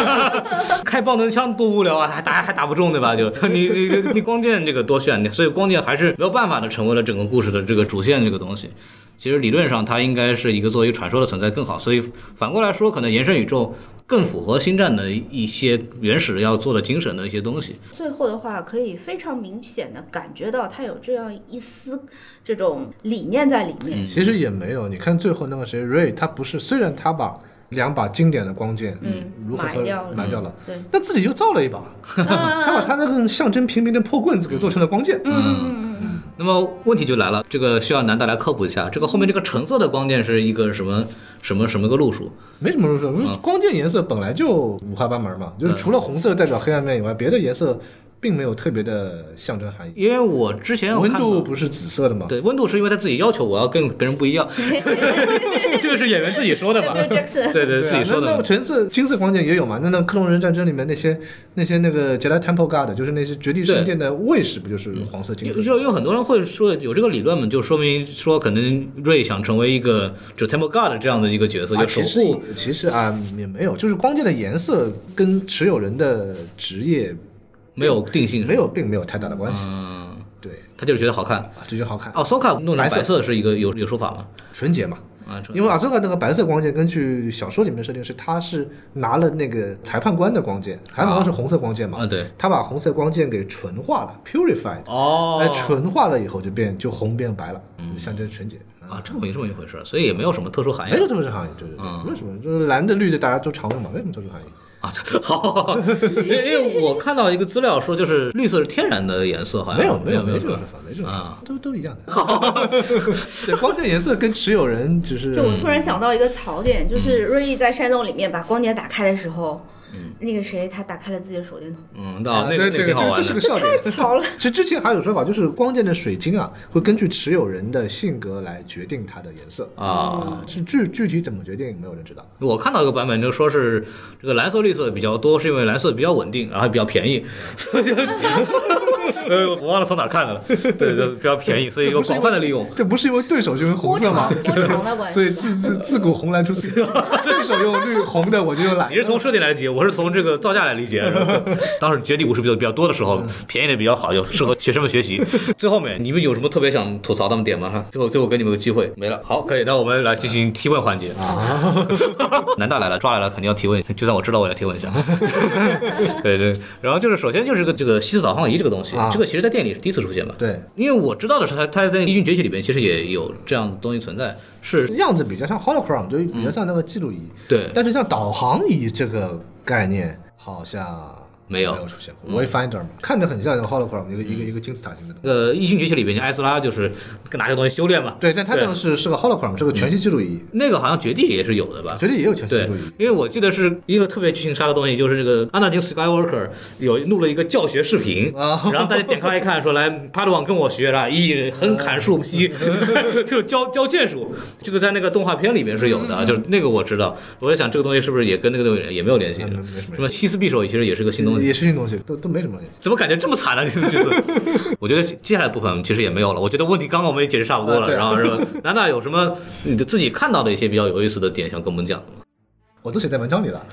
B: 开棒盾枪多无聊啊，还打还打不中对吧？就你你你你光剑这个多炫，所以光剑还是没有办法的成为了整个故事的这个主线这个东西。其实理论上它应该是一个作为传说的存在更好，所以反过来说，可能延伸宇宙更符合星战的一些原始要做的精神的一些东西。
D: 最后的话，可以非常明显的感觉到他有这样一丝这种理念在里面。
A: 其实也没有，你看最后那个谁 Ray，他不是虽然他把两把经典的光剑，
D: 嗯
A: 如何
D: 埋掉了
A: 埋掉了，
D: 对，
A: 但自己又造了一把，
B: 嗯
A: 他把他那个象征平民的破棍子给做成了光剑。
D: 嗯嗯嗯
B: 那么问题就来了，这个需要南大来科普一下，这个后面这个橙色的光剑是一个什么什么什么个路数？
A: 没什么说，不是
B: 嗯
A: 光剑颜色本来就五花八门嘛，就是除了红色代表黑暗面以外，别的颜色并没有特别的象征含义。
B: 因为我之前有
A: 温
B: 看过
A: 度不是紫色的吗？
B: 对，温度是因为他自己要求我要跟别人不一样，这个是演员自己说的嘛？
D: Samuel
B: 对
D: Jackson
B: 对，
A: 对
B: 自己
A: 啊，那
B: 说的
A: 那
B: 嘛。
A: 橙色、金色光剑也有嘛？那那克隆人战争里面那些那些那个杰莱 Temple Guard，就是那些绝地圣殿的卫士，不就是黄色、金
B: 有
A: 色？
B: 就有很多人会说有这个理论嘛，就说明说可能瑞想成为一个就 Temple God 这样的一个角色，
A: 啊，
B: 就守
A: 其实
B: 护
A: 也其实啊也没有，就是光剑的颜色跟持有人的职业
B: 没有定性，
A: 没有并没有太大的关系。
B: 嗯，
A: 对
B: 他就是觉得好看。
A: 啊，这就好看，
B: 哦，s o k a 弄成白
A: 白色
B: 色是一个有有说法吗？
A: 纯洁嘛。
B: 啊，这
A: 因为阿苏卡那个白色光剑，根据小说里面的设定是，他是拿了那个裁判官的光剑，裁判官是红色光剑嘛，
B: 啊对，
A: 他把红色光剑给纯化了，purified，
B: 哦嗯
A: 哎，纯化了以后就变就红变白了，象征纯洁
B: 啊，这么一这么一回事，所以也没有什么特殊含义
A: 没。有这么是行业，对对对，
B: 嗯
A: 没有什么，就是蓝的绿的大家都常用嘛，没什么特殊含义。
B: 啊， 好，因为因为我看到一个资料说，就是绿色是天然的颜色，好像
A: 没有没
B: 没
A: 有
B: 没
A: 没
B: 有
A: 这
B: 是
A: 种
B: 吧
A: 说法，没这种说法
B: 啊，
A: 都都一样的。 对，光键颜色跟持有人只是
C: 就我突然想到一个槽点，
B: 嗯
C: 就是瑞毅在山洞里面把光碟打开的时候，那个谁他打开了自己的手电 筒，
B: 嗯，那
A: 啊，
B: 那
A: 对
B: 个
A: 对，这
B: 那挺好
A: 这
B: 玩
A: 是个
B: 的。
A: 笑点。
C: 槽了。
A: 其实之前还有说法，就是光键的水晶啊，会根据持有人的性格来决定它的颜色
B: 啊。
A: 是具具体怎么决定，没有人知道。
B: 我看到一个版本就说是这个蓝色、绿色比较多，是因为蓝色比较稳定，然后比较便宜，所以就 呃，我忘了从哪儿看的了，对，就比较便宜，所以有广泛的利用。
A: 这不是因为对手就用红色 吗？
C: 波长波长的玩
A: 所以自自自古红蓝出 西，对手用绿红的，我就用蓝
B: 你。是从设定来理解，我是从这个造价来理解。 然后当时绝地武士比较比较多的时
A: 嗯
B: 候，便宜的比较好，有适合学生们学习。最后面你们有什么特别想吐槽他们点吗？哈，最后最后给你们个机会，没了。好，可以，那我们来进行提问环节啊。 南大来了，抓来了，肯定要提问。就算我知道，我也要提问一下。 对对，然后就是首先就是个这个西子导航仪这个东西
A: 啊，
B: 这个其实在店里是第一次出现的。
A: 对，
B: 因为我知道的是，它它在《英雄崛起》里面其实也有这样的东西存在，是
A: 样子比较像 hologram，就比较像那个记录仪。
B: 对
A: 但是像导航仪这个概念好像
B: 没有
A: 没有出现
B: 嗯
A: 过。Wayfinder 嘛，看着很像一个 hologram，一个一个一个金字塔形的东西。
B: 呃，《异形崛起》里面艾斯拉就是拿这个东西修炼嘛。
A: 对，但它那个是是个 hologram，是个全息记录仪，
B: 那个好像绝地也是有的吧？
A: 绝对也有全息记
B: 嗯对
A: 录仪，。
B: 因为我记得是一个特别剧情杀的东西，就是这个安纳金 Skywalker 有录了一个教学视频，
A: 啊
B: 然后大家点开来看，说来 Padawan 跟我学啦，啊一横砍竖劈， 就教教剑术。这个在那个动画片里面是有
A: 嗯
B: 的，就是那个我知道。我在想这个东西是不是也跟那个东西也没有联系？
A: 嗯没没什么
B: 什么西斯匕首其实也是个新东西，
A: 也是新东西，都都没什么联系。
B: 怎么感觉这么惨呢、这个 这次，我觉得接下来部分其实也没有了。我觉得问题刚刚我们也解释差不多
A: 啊
B: 了。
A: 对
B: 然后是吧？南大有什么你自己看到的一些比较有意思的点想跟我们讲的吗？
A: 我都写在文章里了。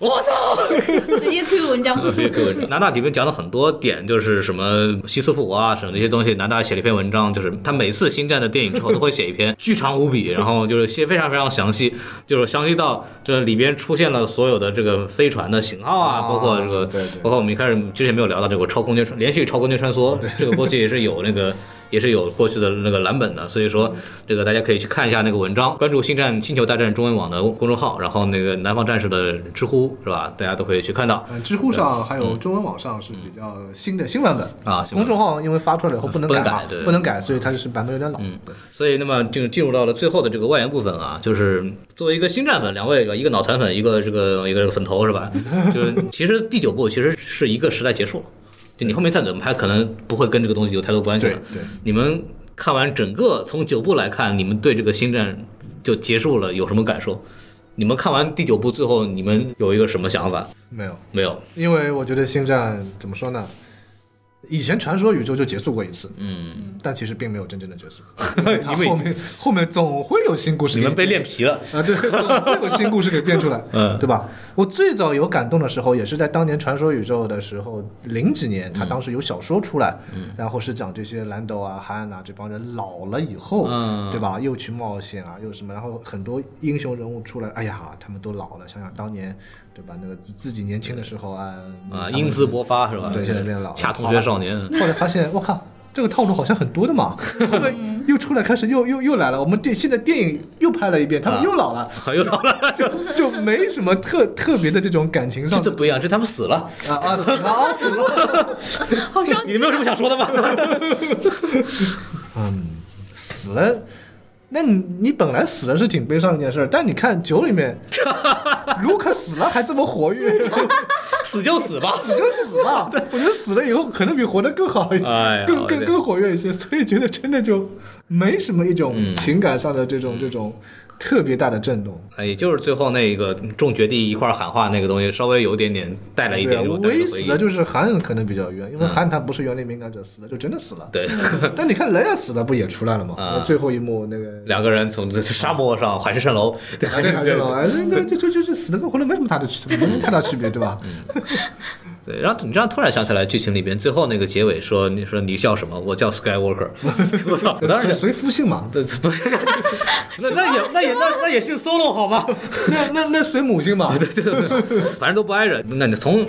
B: 我操！
C: 直接 Q 文章。
B: 南大里面讲了很多点，就是什么西斯福啊，什么那些东西。南大写了一篇文章，就是他每次星战的电影之后都会写一篇，巨长无比，然后就是写非常非常详细，就是详细到这里边出现了所有的这个飞船的型号啊，
A: 啊
B: 包括这个，
A: 对对
B: 包括我们一开始之前没有聊到这个超空间穿连续超空间穿梭，这个过去也是有那个。也是有过去的那个蓝本的，所以说这个大家可以去看一下那个文章，关注《星战星球大战》中文网的公众号，然后那个南方战士的知乎是吧？大家都可以去看到。
A: 嗯，知乎上还有中文网上是比较新的新版本
B: 啊新版本
A: 公众号因为发出来以后不能
B: 不能
A: 改嘛
B: 改对，嗯
A: 不能改，所以它就是版本有点老。嗯，
B: 所以，那么就进入到了最后的这个外延部分啊，就是作为一个星战粉，两位一个脑残粉，一个这个一个粉头 是吧？就是其实第九部其实是一个时代结束了，就你后面再怎么拍，可能不会跟这个东西有太多关系了。
A: 对对
B: 你们看完整个从九部来看，你们对这个星战就结束了有什么感受？你们看完第九部最后，你们有一个什么想法？
A: 没有，
B: 没有，
A: 因为我觉得星战怎么说呢？以前传说宇宙就结束过一次，嗯，但其实并没有真正的结 束。
B: 你们已
A: 后
B: 经
A: 面后面总会有新故事
B: 你
A: 给，
B: 们被练皮了。
A: 啊，对，总会有新故事给变出来，
B: 嗯
A: 对吧？我最早有感动的时候，也是在当年《传说宇宙》的时候，零几年，
B: 嗯
A: 他当时有小说出来，然后是讲这些兰斗啊、韩安啊这帮人老了以后，
B: 嗯
A: 对吧？又去冒险啊，又什么，然后很多英雄人物出来，哎呀，他们都老了，想想当年，对吧？那个自自己年轻的时候啊，
B: 啊，
A: 他们
B: 英姿勃发是吧？
A: 对现在变老了
B: 恰同学少年。
A: 后来发现，我靠，这个套路好像很多的嘛。后面又出来，开始又又又来了。我们电现在电影又拍了一遍，他
B: 啊
A: 们又老了，
B: 又老了， 就
A: 就没什么特特别的这种感情上
B: 这
A: 的
B: 不一样，这他们死了。
A: 啊啊死了啊死了，
C: 好伤啊
B: 你没有什么想说 的吗？
A: 嗯，死了。那你你本来死了是挺悲伤的一件事，但你看九里 面，卢克死了还这么活跃，
B: 死就死吧。
A: 死就死了。我觉得死了以后可能比活得更好一点，
B: 哎呀
A: 更
B: 我
A: 更
B: 的
A: 更活跃一些，所以觉得真的就没什么一种情感上的这种、这种特别大的震动。
B: 哎，也就是最后那个众绝地一块儿喊话那个东西，稍微有一点点带来一
A: 对啊
B: 点这，种带来
A: 唯一
B: 的回
A: 死
B: 忆
A: 的就是韩恩可能比较冤，因为韩他不是原力敏感者，死了就真的死了。
B: 对，
A: 但你看雷亚死了不也出来了吗？
B: 啊
A: 最后一幕那个
B: 两个人从这沙漠上海市蜃楼， 对
A: 还是还是老，哎，这这这这这死的跟活的没什么太大的区别，没什么太大区别，对吧？
B: 嗯对，然后你这样突然想起来，剧情里边最后那个结尾说，你说你叫什么？我叫 Skywalker。我 操！我当
A: 随
B: 时想，
A: 随夫姓嘛，
B: 对，不是， 那那也那也那那也姓 Solo 好吗？
A: 那那那随母姓 嘛，
B: 反正都不挨着。那你从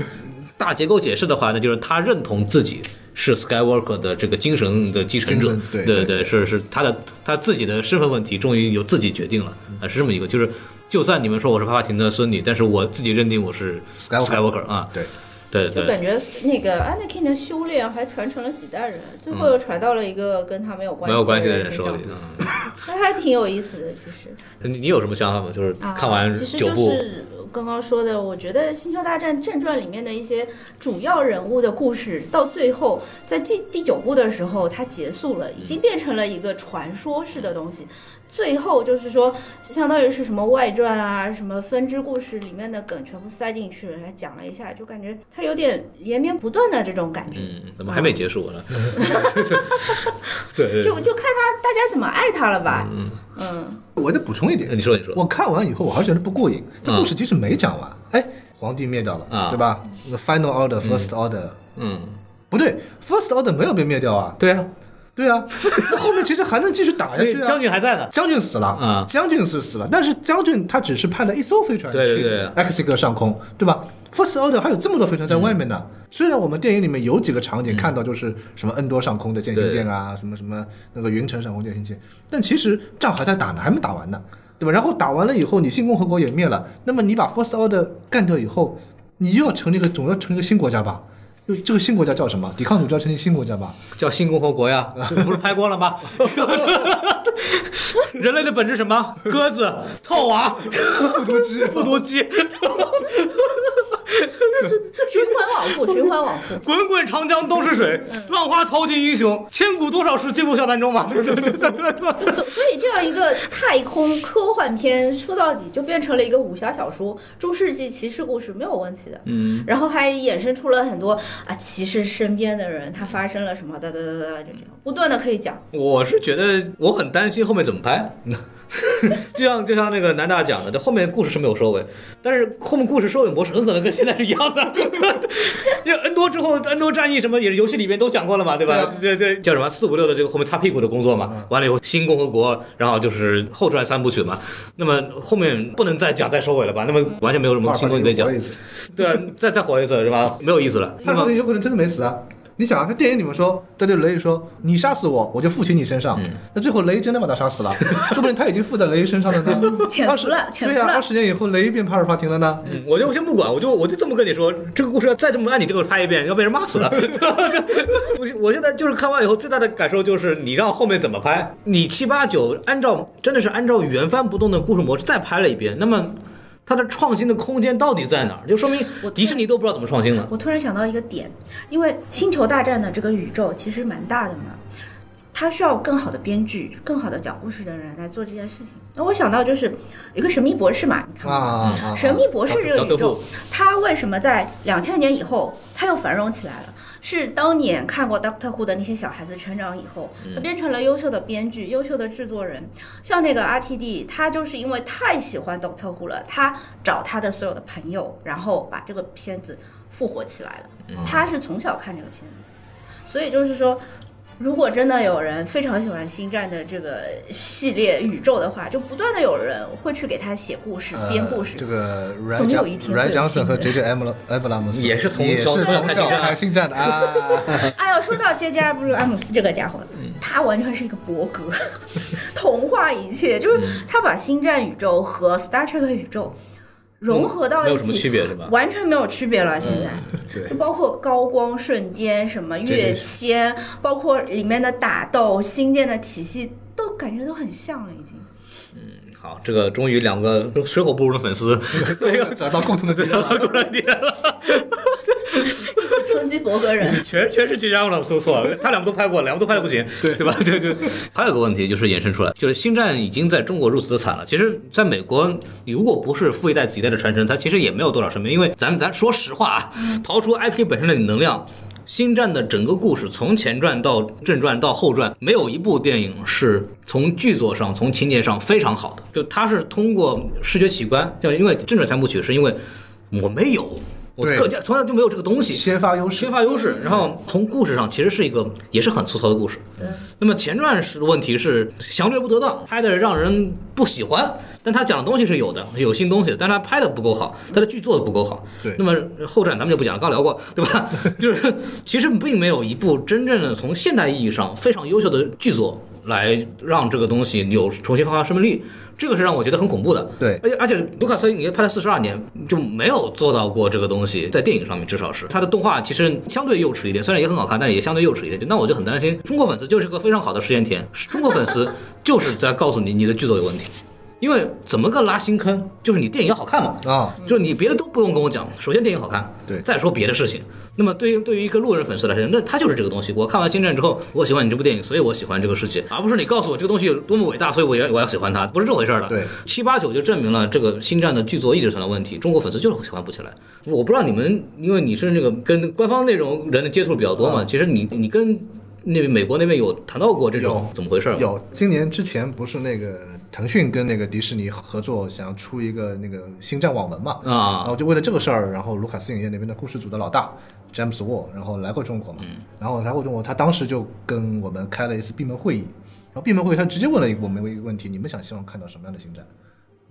B: 大结构解释的话，那就是他认同自己是 Skywalker 的这个精神的继承者
A: 精神，对
B: 对
A: 对嗯
B: 是是他的他自己的身份问题终于由自己决定了啊，是这么一个，就是就算你们说我是帕帕廷的孙女，但是我自己认定我是
A: Skywalker
B: Skywalker 啊，
A: 对，
B: 对
C: 就
B: 对
C: 感觉那个 Anakin 的修炼还传承了几代人，最后又传到了一个跟他没有关
B: 嗯没有关系的人
C: 身
B: 手
C: 上
B: 里，嗯
C: 那还挺有意思的，其实。
B: 你你有什么想法吗？就是
C: 啊，
B: 看完
C: 其实
B: 九
C: 就
B: 部，
C: 是刚刚说的，我觉得《星球大战正传》里面的一些主要人物的故事，到最后在第第九部的时候，它结束了，已经
B: 嗯
C: 变成了一个传说式的东西。最后就是说，相当于是什么外传啊，什么分支故事里面的梗全部塞进去了，还讲了一下，就感觉它有点延绵不断的这种感觉。
B: 嗯，怎么还没结束 呢？对对
C: 就就看他大家怎么爱他了吧。 嗯，
A: 我再补充一点
B: 对，，你说你说，
A: 我看完以后，我还是觉得不过瘾。这
B: 嗯
A: 故事其实没讲完，哎，皇帝灭掉了，
B: 啊
A: 对吧那？Final Order、First Order，
B: 嗯，
A: 不对，First Order 没有被灭掉啊。
B: 对啊，
A: 对啊，那后面其实还能继续打下
B: 因为
A: 去啊。
B: 将军还在呢，
A: 将军死了
B: 啊
A: 将军是死了，但是将军他只是派了一艘飞船
B: 对对
A: 去
B: 对
A: X 哥上空，对吧？First Order 还有这么多飞船在外面呢。
B: 嗯
A: 虽然我们电影里面有几个场景看到就是什么 N 多上空的舰星舰啊，什么什么那个云城上空舰星舰，但其实仗还在打呢，还没打完呢，对吧？然后打完了以后，你新共和国也灭了，那么你把 First Order 干掉以后，你又要成立一个总要成立一个新国家吧？就这个新国家叫什么？抵抗组织要成立新国家吧？
B: 叫新共和 国呀，这不是拍过了吗？ 人类的本质什么？鸽子、套娃、
A: 复读机，
B: 复读机、
C: 循环往复，循环往复。
B: 滚滚长江东逝水，浪花淘尽英雄，千古多少事，尽付笑谈中嘛。 对对对对对。
C: 所所以，这样一个太空科幻片，说到底就变成了一个武侠小说、中世纪骑士故事，没有问题的。嗯，然后还衍生出了很多啊，骑士身边的人他发生了什么，哒哒哒哒，就这样不断的可以讲。
B: 我是觉得我很担心后面怎么拍， 就像就像那个南大讲的，这后面故事是没有收尾，但是后面故事收尾模式很可能跟现在是一样的， 因为 N 多之后 N 多战役什么也是游戏里面都讲过了嘛，对吧？对对，嗯叫什么四五六的这个后面擦屁股的工作嘛，完了以后新共和国，然后就是后传三部曲嘛，那么后面不能再讲再收尾了吧？那么完全没有什么新东西可以讲
A: 不好，意思
B: 对啊，再再火一次是吧？没有意思了，那
A: 他说
B: 么
A: 那有可能真的没死啊。你想啊，他电影里面说，他对雷说：“你杀死我，我就附请你身上。
B: 嗯
A: 那最后雷真的把他杀死 了，说不定他已经附在雷身上了呢。
D: 潜伏了
A: 20
D: 潜伏
A: 对呀、啊
D: 了
A: 二十年以后雷变帕尔帕廷了呢。
B: 嗯我就先不管，我就我就这么跟你说，这个故事要再这么按你这个拍一遍，要被人骂死的。 这我我现在就是看完以后最大的感受就是，你让后面怎么拍？你七八九按照真的是按照原翻不动的故事模式再拍了一遍，那么它的创新的空间到底在哪儿？就说明迪士尼都不知道怎么创新了。
D: 我突然想到一个点，因为《星球大战》的这个宇宙其实蛮大的嘛，它需要更好的编剧、更好的讲故事的人来做这件事情。那我想到就是有一个《神秘博士》嘛，你看
A: 啊
D: 过吗？
A: 啊啊！
D: 神秘博士这
B: 啊德
D: 个宇
B: 德
D: 宙
B: 布，
D: 它为什么在两千年以后它又繁荣起来了？是当年看过《Doctor Who》的那些小孩子成长以后，
B: 嗯
D: 他变成了优秀的编剧、优秀的制作人。像那个 RTD，他就是因为太喜欢《Doctor Who》了，他找他的所有的朋友，然后把这个片子复活起来
B: 嗯
D: 了。他是从小看这个片子，所以就是说，如果真的有人非常喜欢《星战》的这个系列宇宙的话，就不断的有人会去给他写故事、
B: 呃
D: 编故事。
A: 啊这个
D: 总
A: Ryan
D: 有一天会有
A: Ryan Johnson
D: 新
A: 和
D: 的
A: J J M 埃布拉姆斯
B: 也是从
A: 也
B: 小
A: 是从小看星战的啊。
D: 哎呦，说到 J J 阿布拉姆斯这个家伙，
B: 嗯
D: 他完全是一个伯格， 童话一切，
B: 嗯
D: 就是他把星战宇宙和 Star Trek 宇宙融合到
B: 嗯没
D: 一
B: 有什么
D: 起，
B: 区别是吧嗯
D: 完全没有区别了，现在。
A: 对
D: 就包括高光瞬间、什么跃迁，包括里面的打斗、星舰的体系，都感觉都很像了，已经。
B: 好，这个终于两个水火不容的粉丝
A: 这个找到共同的敌人了。
B: 突然点了，
D: 抨击伯格人，
B: 全全是 J J 了，说错了，他两个都拍过，两个都拍的不行，对对吧？对对。 还有个问题就是衍生出来，就是星战已经在中国如此的惨了。其实，在美国，如果不是富一代子一代的传承，它其实也没有多少生命。因为咱咱说实话啊，刨除 IP 本身的能量。星战的整个故事，从前传到正传到后传，没有一部电影是从剧作上、从情节上非常好的。就它是通过视觉奇观，就因为正传三部曲是因为我没有，我
A: 对
B: 各家从来就没有这个东西，
A: 先发优势
B: 缺，乏优势。然后从故事上其实是一个也是很粗糙的故事。那么前传是问题是详略不得当，拍的让人不喜欢，但他讲的东西是有的，有新东西的，但他拍的不够好，
A: 嗯
B: 他的剧做的不够好。
A: 对
B: 那么后传咱们就不讲了，刚聊过， 对吧？就是其实并没有一部真正的从现代意义上非常优秀的剧作来让这个东西有重新发挥生命力，这个是让我觉得很恐怖的。
A: 对
B: 而且而且卢卡斯影业拍了四十二年就没有做到过这个东西，在电影上面至少是它的动画其实相对幼稚一点，虽然也很好看，但也相对幼稚一点。就那我就很担心，中国粉丝就是个非常好的实验田，中国粉丝就是在告诉你你的剧作有问题。因为怎么个拉新坑？就是你电影要好看嘛，
A: 啊，
B: 就是你别的都不用跟我讲，首先电影好看，
A: 对
B: 再说别的事情。那么对于对于一个路人粉丝来说，那他就是这个东西。我看完《星战》之后，我喜欢你这部电影，所以我喜欢这个世界，而不是你告诉我这个东西有多么伟大，所以我要我要喜欢它，不是这回事儿的。
A: 对，
B: 七八九就证明了这个《星战》的剧作一直存在问题，中国粉丝就是喜欢不起来。我不知道你们，因为你是那个跟官方内容人的接触比较多
A: 啊
B: 嘛，其实你你跟那边美国那边有谈到过这种
A: 有
B: 怎么回事儿吗？
A: 有，今年之前不是那个腾讯跟那个迪士尼合作，想要出一个那个星战网文嘛？
B: 啊
A: 然后就为了这个事儿，然后卢卡斯影业那边的故事组的老大詹姆斯沃，然后来过中国嘛？
B: 嗯
A: 然后来过中国，他当时就跟我们开了一次闭门会议，然后闭门会议他直接问了一我们一个问题：你们想希望看到什么样的星战？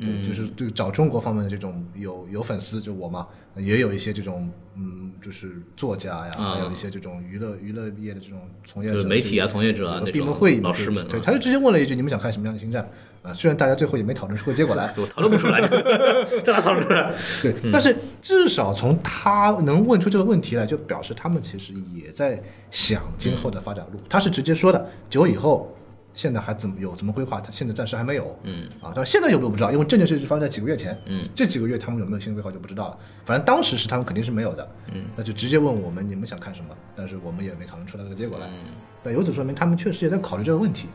B: 嗯
A: 对，就是就找中国方面的这种有有粉丝，就我嘛，也有一些这种嗯，就是作家呀，
B: 啊
A: 还有一些这种娱乐娱乐业的这种从业者，
B: 就是媒体啊，从业者啊
A: 有，个
B: 那
A: 呃闭门
B: 种
A: 会议嘛
B: 老师们啊，
A: 对，他就直接问了一句：“你们想看什么样的星战？”啊，虽然大家最后也没讨论出个结果来，
B: 我讨论不出来，这哪讨论出来？
A: 对，
B: 嗯
A: 但是至少从他能问出这个问题来，就表示他们其实也在想今后的发展路。他是直接说的，九以后。现在还怎么有怎么规划？他现在暂时还没有，嗯啊，但是现在有没有不知道，因为这件事是发生在几个月前，嗯，这几个月他们有没有新的规划就不知道了。反正当时是他们肯定是没有的，嗯，那就直接问我们你们想看什么，但是我们也没讨论出来这个结果来。但由此说明他们确实也在考虑这个问题，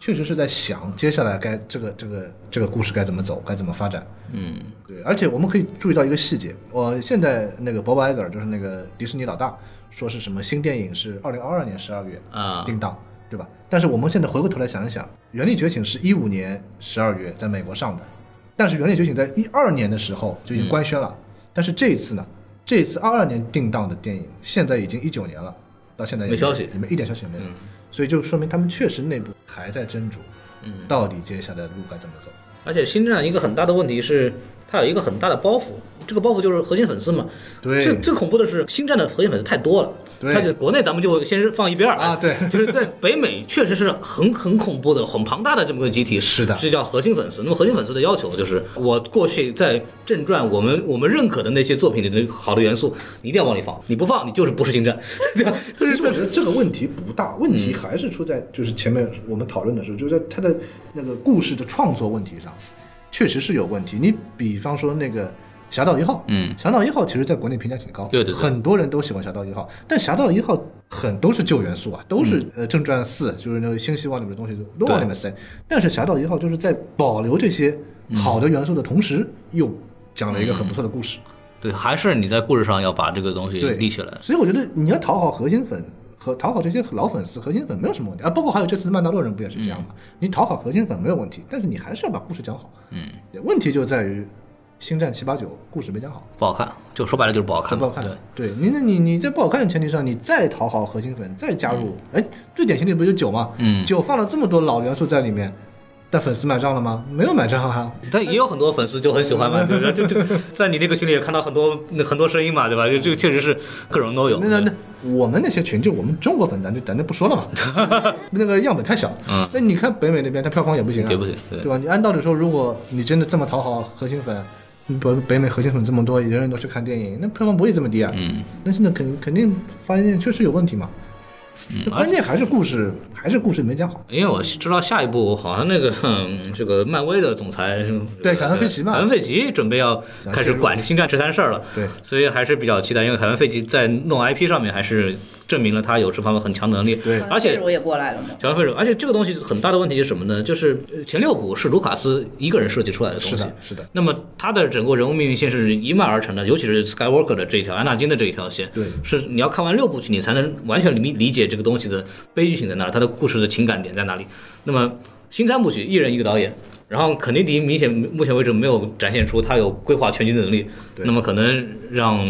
A: 确实是在想接下来该这个这个这个故事该怎么走，该怎么发展。
B: 嗯
A: 对，而且我们可以注意到一个细节，我现在那个 Bob Iger 就是那个迪士尼老大，说是什么新电影是二零二二年十二月
B: 啊
A: 定档，对吧？但是我们现在回过头来想一想，《原力觉醒》是一五年十二月在美国上的，但是《原力觉醒》在一二年的时候就已经官宣了，
B: 嗯
A: 但是这一次呢，这一次二二年定档的电影现在已经一九年了，到现在也
B: 没消息嗯
A: 里面一点消息也没有，所以就说明他们确实内部还在斟酌，嗯，到底接下来的路该怎么走。
B: 而且星战一个很大的问题是，它有一个很大的包袱，这个包袱就是核心粉丝嘛。
A: 对
B: 最最恐怖的是星战的核心粉丝太多了。
A: 对
B: 它就国内咱们就先放一边儿
A: 啊对
B: 就是在北美确实是很很恐怖的、很庞大的这么个集体，
A: 是的
B: 这叫核心粉丝。那么核心粉丝的要求就是，我过去在正传我们我们认可的那些作品里的好的元素，你一定要往里放，你不放你就是不是星战， 对吧？就是嗯
A: 其实我觉得这个问题不大，问题还是出在就是前面我们讨论的时候，就是在他的那个故事的创作问题上，确实是有问题。你比方说那个《侠盗一号》，
B: 嗯
A: 《侠盗一号》其实在国内评价挺高，
B: 对对对
A: 很多人都喜欢《侠盗一号》，但《侠盗一号》很都是旧元素啊，都是、
B: 嗯
A: 呃正传四，就是那个新希望里面的东西都都往里面塞。但是《侠盗一号》就是在保留这些好
B: 嗯
A: 的元素的同时，又讲了一个很不错的故事。
B: 对，还是你在故事上要把这个东西
A: 对
B: 立起来。
A: 所以我觉得你要讨好核心粉和讨好这些老粉丝、核心粉没有什么问题啊。包括还有这次的曼达洛人不也是这样吗？你讨好核心粉没有问题，但是你还是要把故事讲好。
B: 嗯，
A: 问题就在于《星战七八九》故事没讲好，
B: 不好看，就说白了就是不好看
A: 很不
B: 嘛，
A: 好看
B: 对。。
A: 对，你那你你在不好看的前提上，你再讨好核心粉，再加入，哎、最典型的不就九吗？
B: 嗯
A: 九放了这么多老元素在里面，但粉丝买账了吗？没有买账啊。
B: 但也有很多粉丝就很喜欢嘛，对吧？就就在你那个群里也看到很多很多声音嘛，对吧？就就确实是各种都有。
A: 那那那，我们那些群就我们中国粉，咱就咱就不说了嘛， 那个样本太小。
B: 嗯
A: 那你看北美那边，它票房也不行啊，
B: 也不行对
A: 吧？你按道理说，如果你真的这么讨好核心粉，北北美核心粉这么多，人人都去看电影，那票房不会这么低啊。
B: 嗯，
A: 那现在肯肯定发现确实有问题嘛。
B: 嗯
A: 那关键还是故事，还是故事没讲好。
B: 因为我知道下一步好像那个、嗯、这个漫威的总裁
A: 对凯文费奇嘛
B: 凯文费奇准备要开始管星战这摊事儿了，
A: 对，
B: 所以还是比较期待，因为凯文费奇在弄 IP 上面还是证明了他有这方面很强能力，
A: 对
B: 而且
D: 我也过来了嘛。
B: 小费者，而且这个东西很大的问题是什么呢？就是呃前六部是卢卡斯一个人设计出来的东西，
A: 是的是的。
B: 那么他的整个人物命运线是一脉而成的，尤其是 Skywalker 的这一条安纳金的这一条线，
A: 对
B: 是你要看完六部剧，你才能完全理理解这个东西的悲剧性在哪，它的故事的情感点在哪里。那么新三部曲一人一个导演。然后肯尼迪明显目前为止没有展现出他有规划全局的能力，那么可能让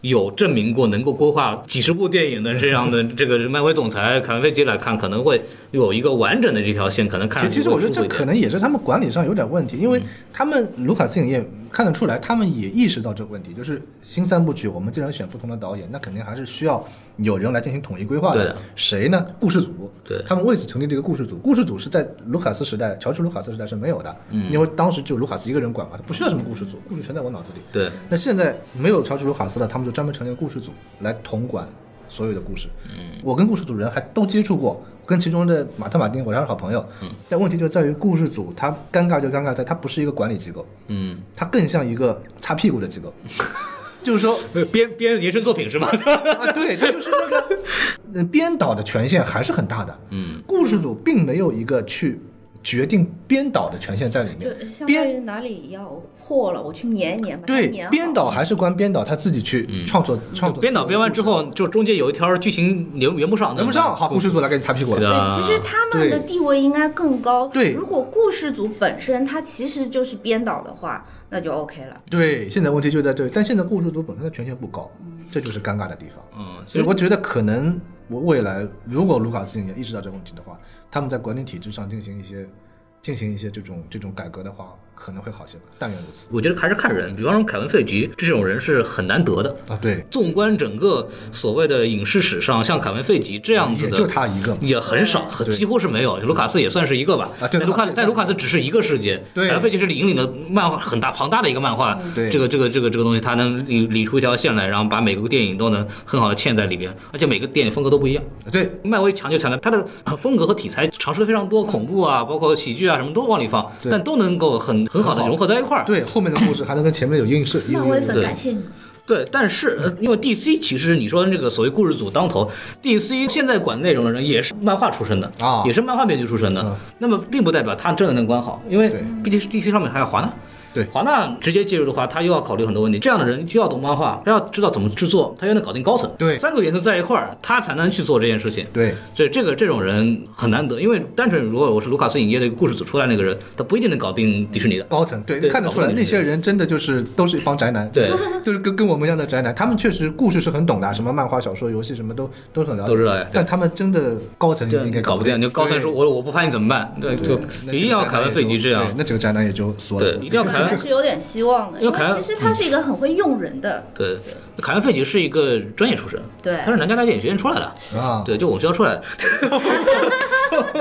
B: 有证明过能够规划几十部电影的这样的这个漫威总裁凯文费奇来看，可能会有一个完整的这条线，可能看
A: 其实，其实我觉得
B: 上
A: 这
B: 去会
A: 可
B: 舒服一点嗯
A: 能也是他们管理上有点问题，因为他们卢卡斯影业看得出来，他们也意识到这个问题。就是新三部曲，我们既然选不同的导演，那肯定还是需要有人来进行统一规划
B: 对的
A: 谁呢？故事组。
B: 对
A: 他们为此成立这个故事组。故事组是在卢卡斯时代，乔治·卢卡斯时代是没有的，
B: 嗯
A: 因为当时就卢卡斯一个人管嘛，他不需要什么故事组，故事全在我脑子里。
B: 对，
A: 那现在没有乔治·卢卡斯了，他们就专门成立个故事组来统管所有的故事。嗯，我跟故事组人还都接触过，跟其中的马特·马丁，我还是好朋友。嗯，但问题就在于故事组，它尴尬就尴尬在它不是一个管理机构，
B: 嗯，
A: 它更像一个擦屁股的机 构。就是说，
B: 编编延伸作品是吗？
A: 啊，对，它就是那个，呃编导的权限还是很大的。
B: 嗯，
A: 故事组并没有一个去决定编导的权限在里面
C: 就，相当
A: 编
C: 于哪里要破了，我去粘一粘吧。
A: 对
C: 粘好
A: 编导还是关编导他自己去创作、创作。
B: 编导编完之后，就中间有一条剧情连圆不上，
A: 轮不上，好，故事组来给你擦屁股
B: 对
A: 了。
B: 的
C: 对，其实他们的地位应该更高。
A: 对
C: 如果故事组本身它其实就是编导的话，那就 OK 了。
A: 对，现在问题就在这里，但现在故事组本身的权限不高，这就是尴尬的地方。
B: 嗯，
A: 所以我觉得可能我未来如果卢卡斯也意识到这个问题的话，他们在管理体制上进行一些进行一些这种这种改革的话，可能会好些吧。但愿如此
B: 我觉得还是看人，比方说凯文·费吉这种人是很难得的。
A: 啊，对，
B: 纵观整个所谓的影视史上，像凯文·费吉这样子
A: 也
B: 的，
A: 就他一个嘛。
B: 也很少，很几乎是没有。卢卡斯也算是一个吧，
A: 啊对
B: 但卢
A: 卢卡
B: 卡
A: 斯也
B: 但卢卡斯只是一个世界，
A: 对嗯
B: 百分费就是引领了漫画很大庞大的一个漫画，
A: 对
B: 这个这个这个这个东西，它能理理出一条线来，然后把每个电影都能很好的嵌在里边，而且每个电影风格都不一样。
A: 对，
B: 漫威强就强在它的呃风格和题材尝试了非常多，恐怖啊，包括喜剧啊，什么都往里放，
A: 对
B: 但都能够很很好的融合在一块儿。
A: 对，后面的故事还能跟前面有映射。有
D: 漫威
A: 有
D: 粉感谢你，
B: 对，但是呃因为 DC 其实你说这个所谓故事组当头，DC 现在管内容的人也是漫画出身的
A: 啊
B: 也是漫画编剧出身的，
A: 嗯
B: 那么并不代表他真的能管好，因为
A: 对
B: 毕竟是 DC 上面还有华纳。
A: 对
B: 华纳直接介入的话，他又要考虑很多问题。这样的人就要懂漫画，他要知道怎么制作，他又能搞定高层。
A: 对
B: 三个元素在一块儿，他才能去做这件事情。
A: 对
B: 所以这个这种人很难得，因为单纯如果我是卢卡斯影业的一个故事组出来那个人，他不一定能搞定迪士尼的。
A: 高层，对，
B: 对
A: 看得出来
B: 高层
A: 那些人真的就是都是一帮宅男，
B: 对，
A: 就是跟跟我们一样的宅男，他们确实故事是很懂的，什么漫画、小说、游戏什么都都很了解，
B: 都知道哎对
A: 但他们真的高层
B: 对
A: 嗯应该
B: 搞不定，就高层说我我不拍你怎么办？对，
A: 对
B: 就
A: 那
B: 一
A: 这
B: 定
A: 个
B: 要
A: 宅
B: 凯
A: 男
B: 文
A: 也
B: 费
A: 就
B: 吉这样
A: 对。那这个宅男也就缩了，
B: 对一定要凯
C: 还
B: 文
C: 是有点希望的，
B: 因
C: 因
B: 为凯
C: 为
B: 恩
C: 其实他是一个很会用人的，
B: 对，凯文费吉是一个专业出身，
C: 对
B: 他是南加大电影学院出来的，
A: 啊，
B: 对，就我们学校出 来的。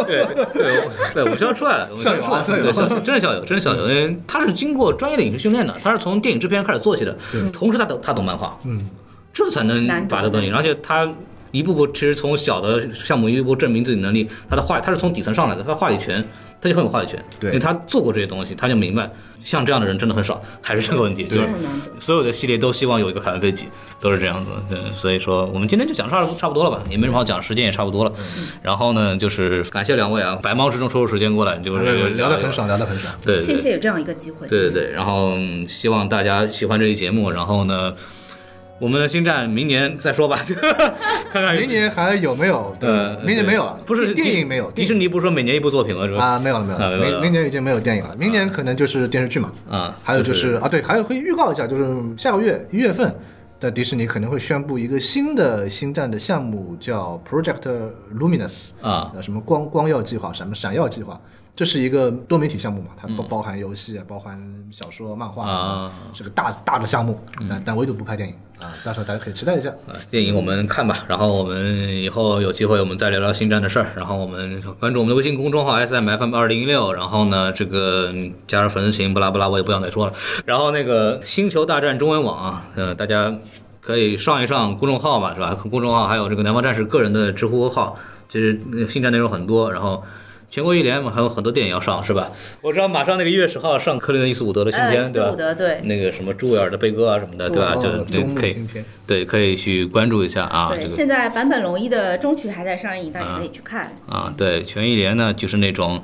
B: 对对我对，我们学校出来的，我们学校出来的
A: 校友啊
B: 对
A: 校友
B: 真是校友，真是校友，因为他是经过专业的影视训练的，他是从电影制片开始做起的，同时他懂他懂漫画，
A: 嗯，
B: 这才能
D: 难得
B: 把这东西，而且他。一步步，其实从小的项目一步步证明自己能力。他的话，他是从底层上来的，他的话语权，他就很有话语权。
A: 对
B: 因为他做过这些东西，他就明白，像这样的人真的很少，还是这个问题，就是
D: 这很难得。
B: 所有的系列都希望有一个凯文·费奇，都是这样子。嗯，所以说我们今天就讲差不差不多了吧，也没什么好讲，时间也差不多了。然后呢，就是感谢两位啊，百忙之中抽出时间过来，就
A: 对
B: 是
A: 哎聊得很。爽，聊得很爽，
B: 对，对
D: 谢谢有这样一个机会。
B: 对对对，然后嗯希望大家喜欢这期节目，然后呢，我们的星战明年 再说吧，看看有
A: 明年还有没有？对
B: 呃，
A: 明年没有了，
B: 不是
A: 电
B: 迪
A: 影没有，
B: 迪士尼不是说每年一部作品吗？是吧？
A: 啊，没有了，没有
B: 啊
A: 了，
B: 没有了
A: 明明年已经没有电影了，明年可能就是电视剧嘛，
B: 啊
A: 还有就
B: 就是
A: 是啊，对，还有会预告一下，就是下个月一月份的迪士尼可能会宣布一个新的星战的项目，叫 Project Luminous
B: 啊，
A: 呃，什么光光耀计划，什么闪耀计划，这是一个多媒体项目嘛，它包包含游戏，啊包含小说、漫画
B: 嗯啊，嗯
A: 是个大大的项目，但但唯独不拍电影啊，到时候大家可以期待一下。
B: 啊，电影我们看吧，然后我们以后有机会我们再聊聊星战的事儿，然后我们关注我们的微信公众号 S M F M 二零一六，然后呢，这个嗯加入粉丝群，不拉不拉，我也不想再说了。然后那个星球大战中文网啊，呃，大家可以上一上公众号嘛，是吧？公众号还有这个南方战士个人的知乎号，其实呃星战内容很多，然后。全国一联嘛，还有很多电影要上，是吧？我知道马上那个一月十号上克林顿·伊斯伍德的新
D: 嗯，
B: 片，
D: 斯
B: 对吧？
D: 伍德对。
B: 那个什么朱维尔的悲歌啊什么的，对吧？
A: 哦
B: 就对
A: 东木
B: 可以
A: 新片，
B: 对，可以去关注一下啊。
D: 对，
B: 这个
D: 现在坂本龙一的中曲还在上映，大家可以去看。
B: 啊，对，全一联呢，就是那种。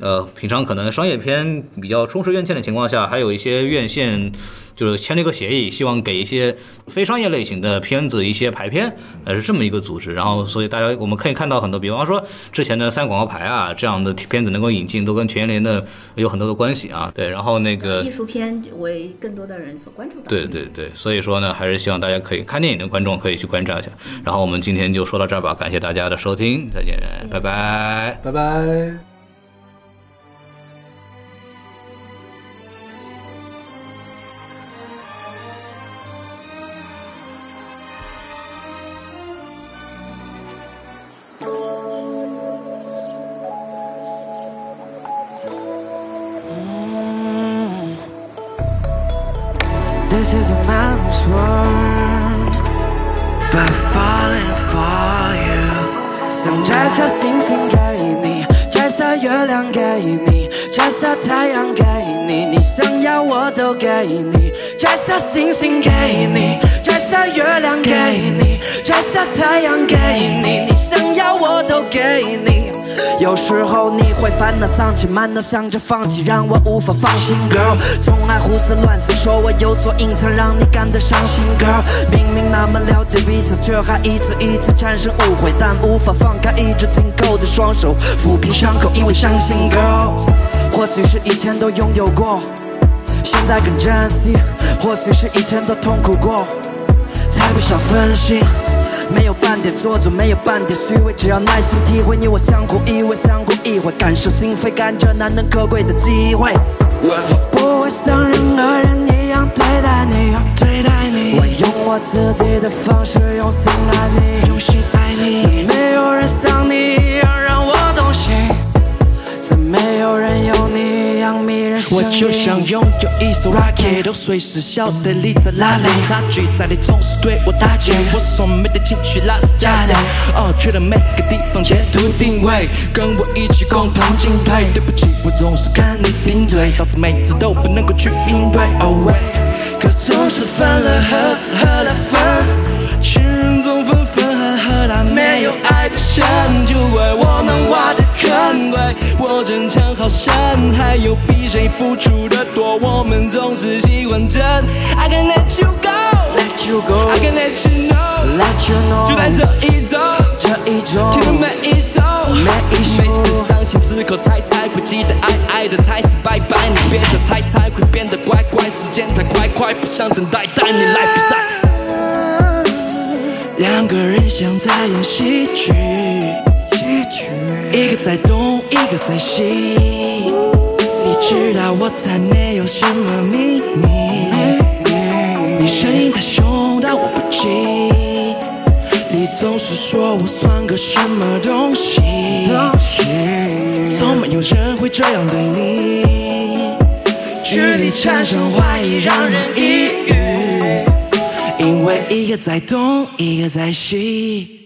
B: 呃，平常可能商业片比较充实院线的情况下，还有一些院线就是签了一个协议，希望给一些非商业类型的片子一些排片，呃，是这么一个组织。然后，所以大家我们可以看到很多，比方说之前的三广告牌啊这样的片子能够引进，都跟全一联的有很多的关系啊。对，然后那个
D: 艺术片为更多的人所关注到。
B: 对对对，所以说呢，还是希望大家可以看电影的观众可以去关照一下。然后我们今天就说到这儿吧，感谢大家的收听，再见，拜拜。
A: 拜拜。
G: This is a mountain's world By falling for you 想摘下星星给你，摘下月亮给你，摘下太阳给你，你想要我都给你，摘下星星给你，摘下月亮给你，摘下太阳给你，你想要我都给你。有时候你会烦恼丧气，满脑想着放弃，让我无法放心。Girl，总爱胡思乱想，说我有所隐藏，让你感到伤心。Girl，明明那么了解彼此，却还一次一次产生误会，但无法放开一直紧扣的双手，抚平伤口，因为伤心。Girl，或许是以前都拥有过，现在更珍惜；或许是以前都痛苦过。才不想分心。没有半点做作，没有半点虚伪，只要耐心体会，你我相互依偎，相互意会，感受心扉，感觉难能可贵的机会。我不会像任何人一样对待你，对待你。我用我自己的方式用心爱你，用心爱你。没有人像你一样让我动心。怎没有人有你一样迷人？
H: 我就想拥有一艘 rocket，都随时笑得立在那里，差距在你总是对我打击，我所没的情绪拉是假的，哦，去了每个地方截图定位，跟我一起共同进退。对不起，我总是跟你顶嘴，导致每次都不能够去应对。Oh wait，可总是分了合，合了分，情人总分分合合了没有爱的深，就怪我们挖的坑，怪我争强好胜，还有比谁付出的多，我们总是喜欢争。I can let you go，I
G: Let you go,
H: can let you know，
G: let you know，
H: 就在这一周，
G: 这一周，
H: 听了每一首，
G: 每一首
H: 每次伤心之后猜猜，会记得爱爱的才是拜拜，你别再猜猜，会变得乖乖，时间太快快，不想等待，带你来比赛。两个人像在演戏剧，戏剧，一个在东，一个在西。你知道我才没有什么秘密，你声音太凶，但我不急。你总是说我算个什么东西，从没有人会这样对你。距离产生怀疑，让人抑郁。因为一个在东，一个在西。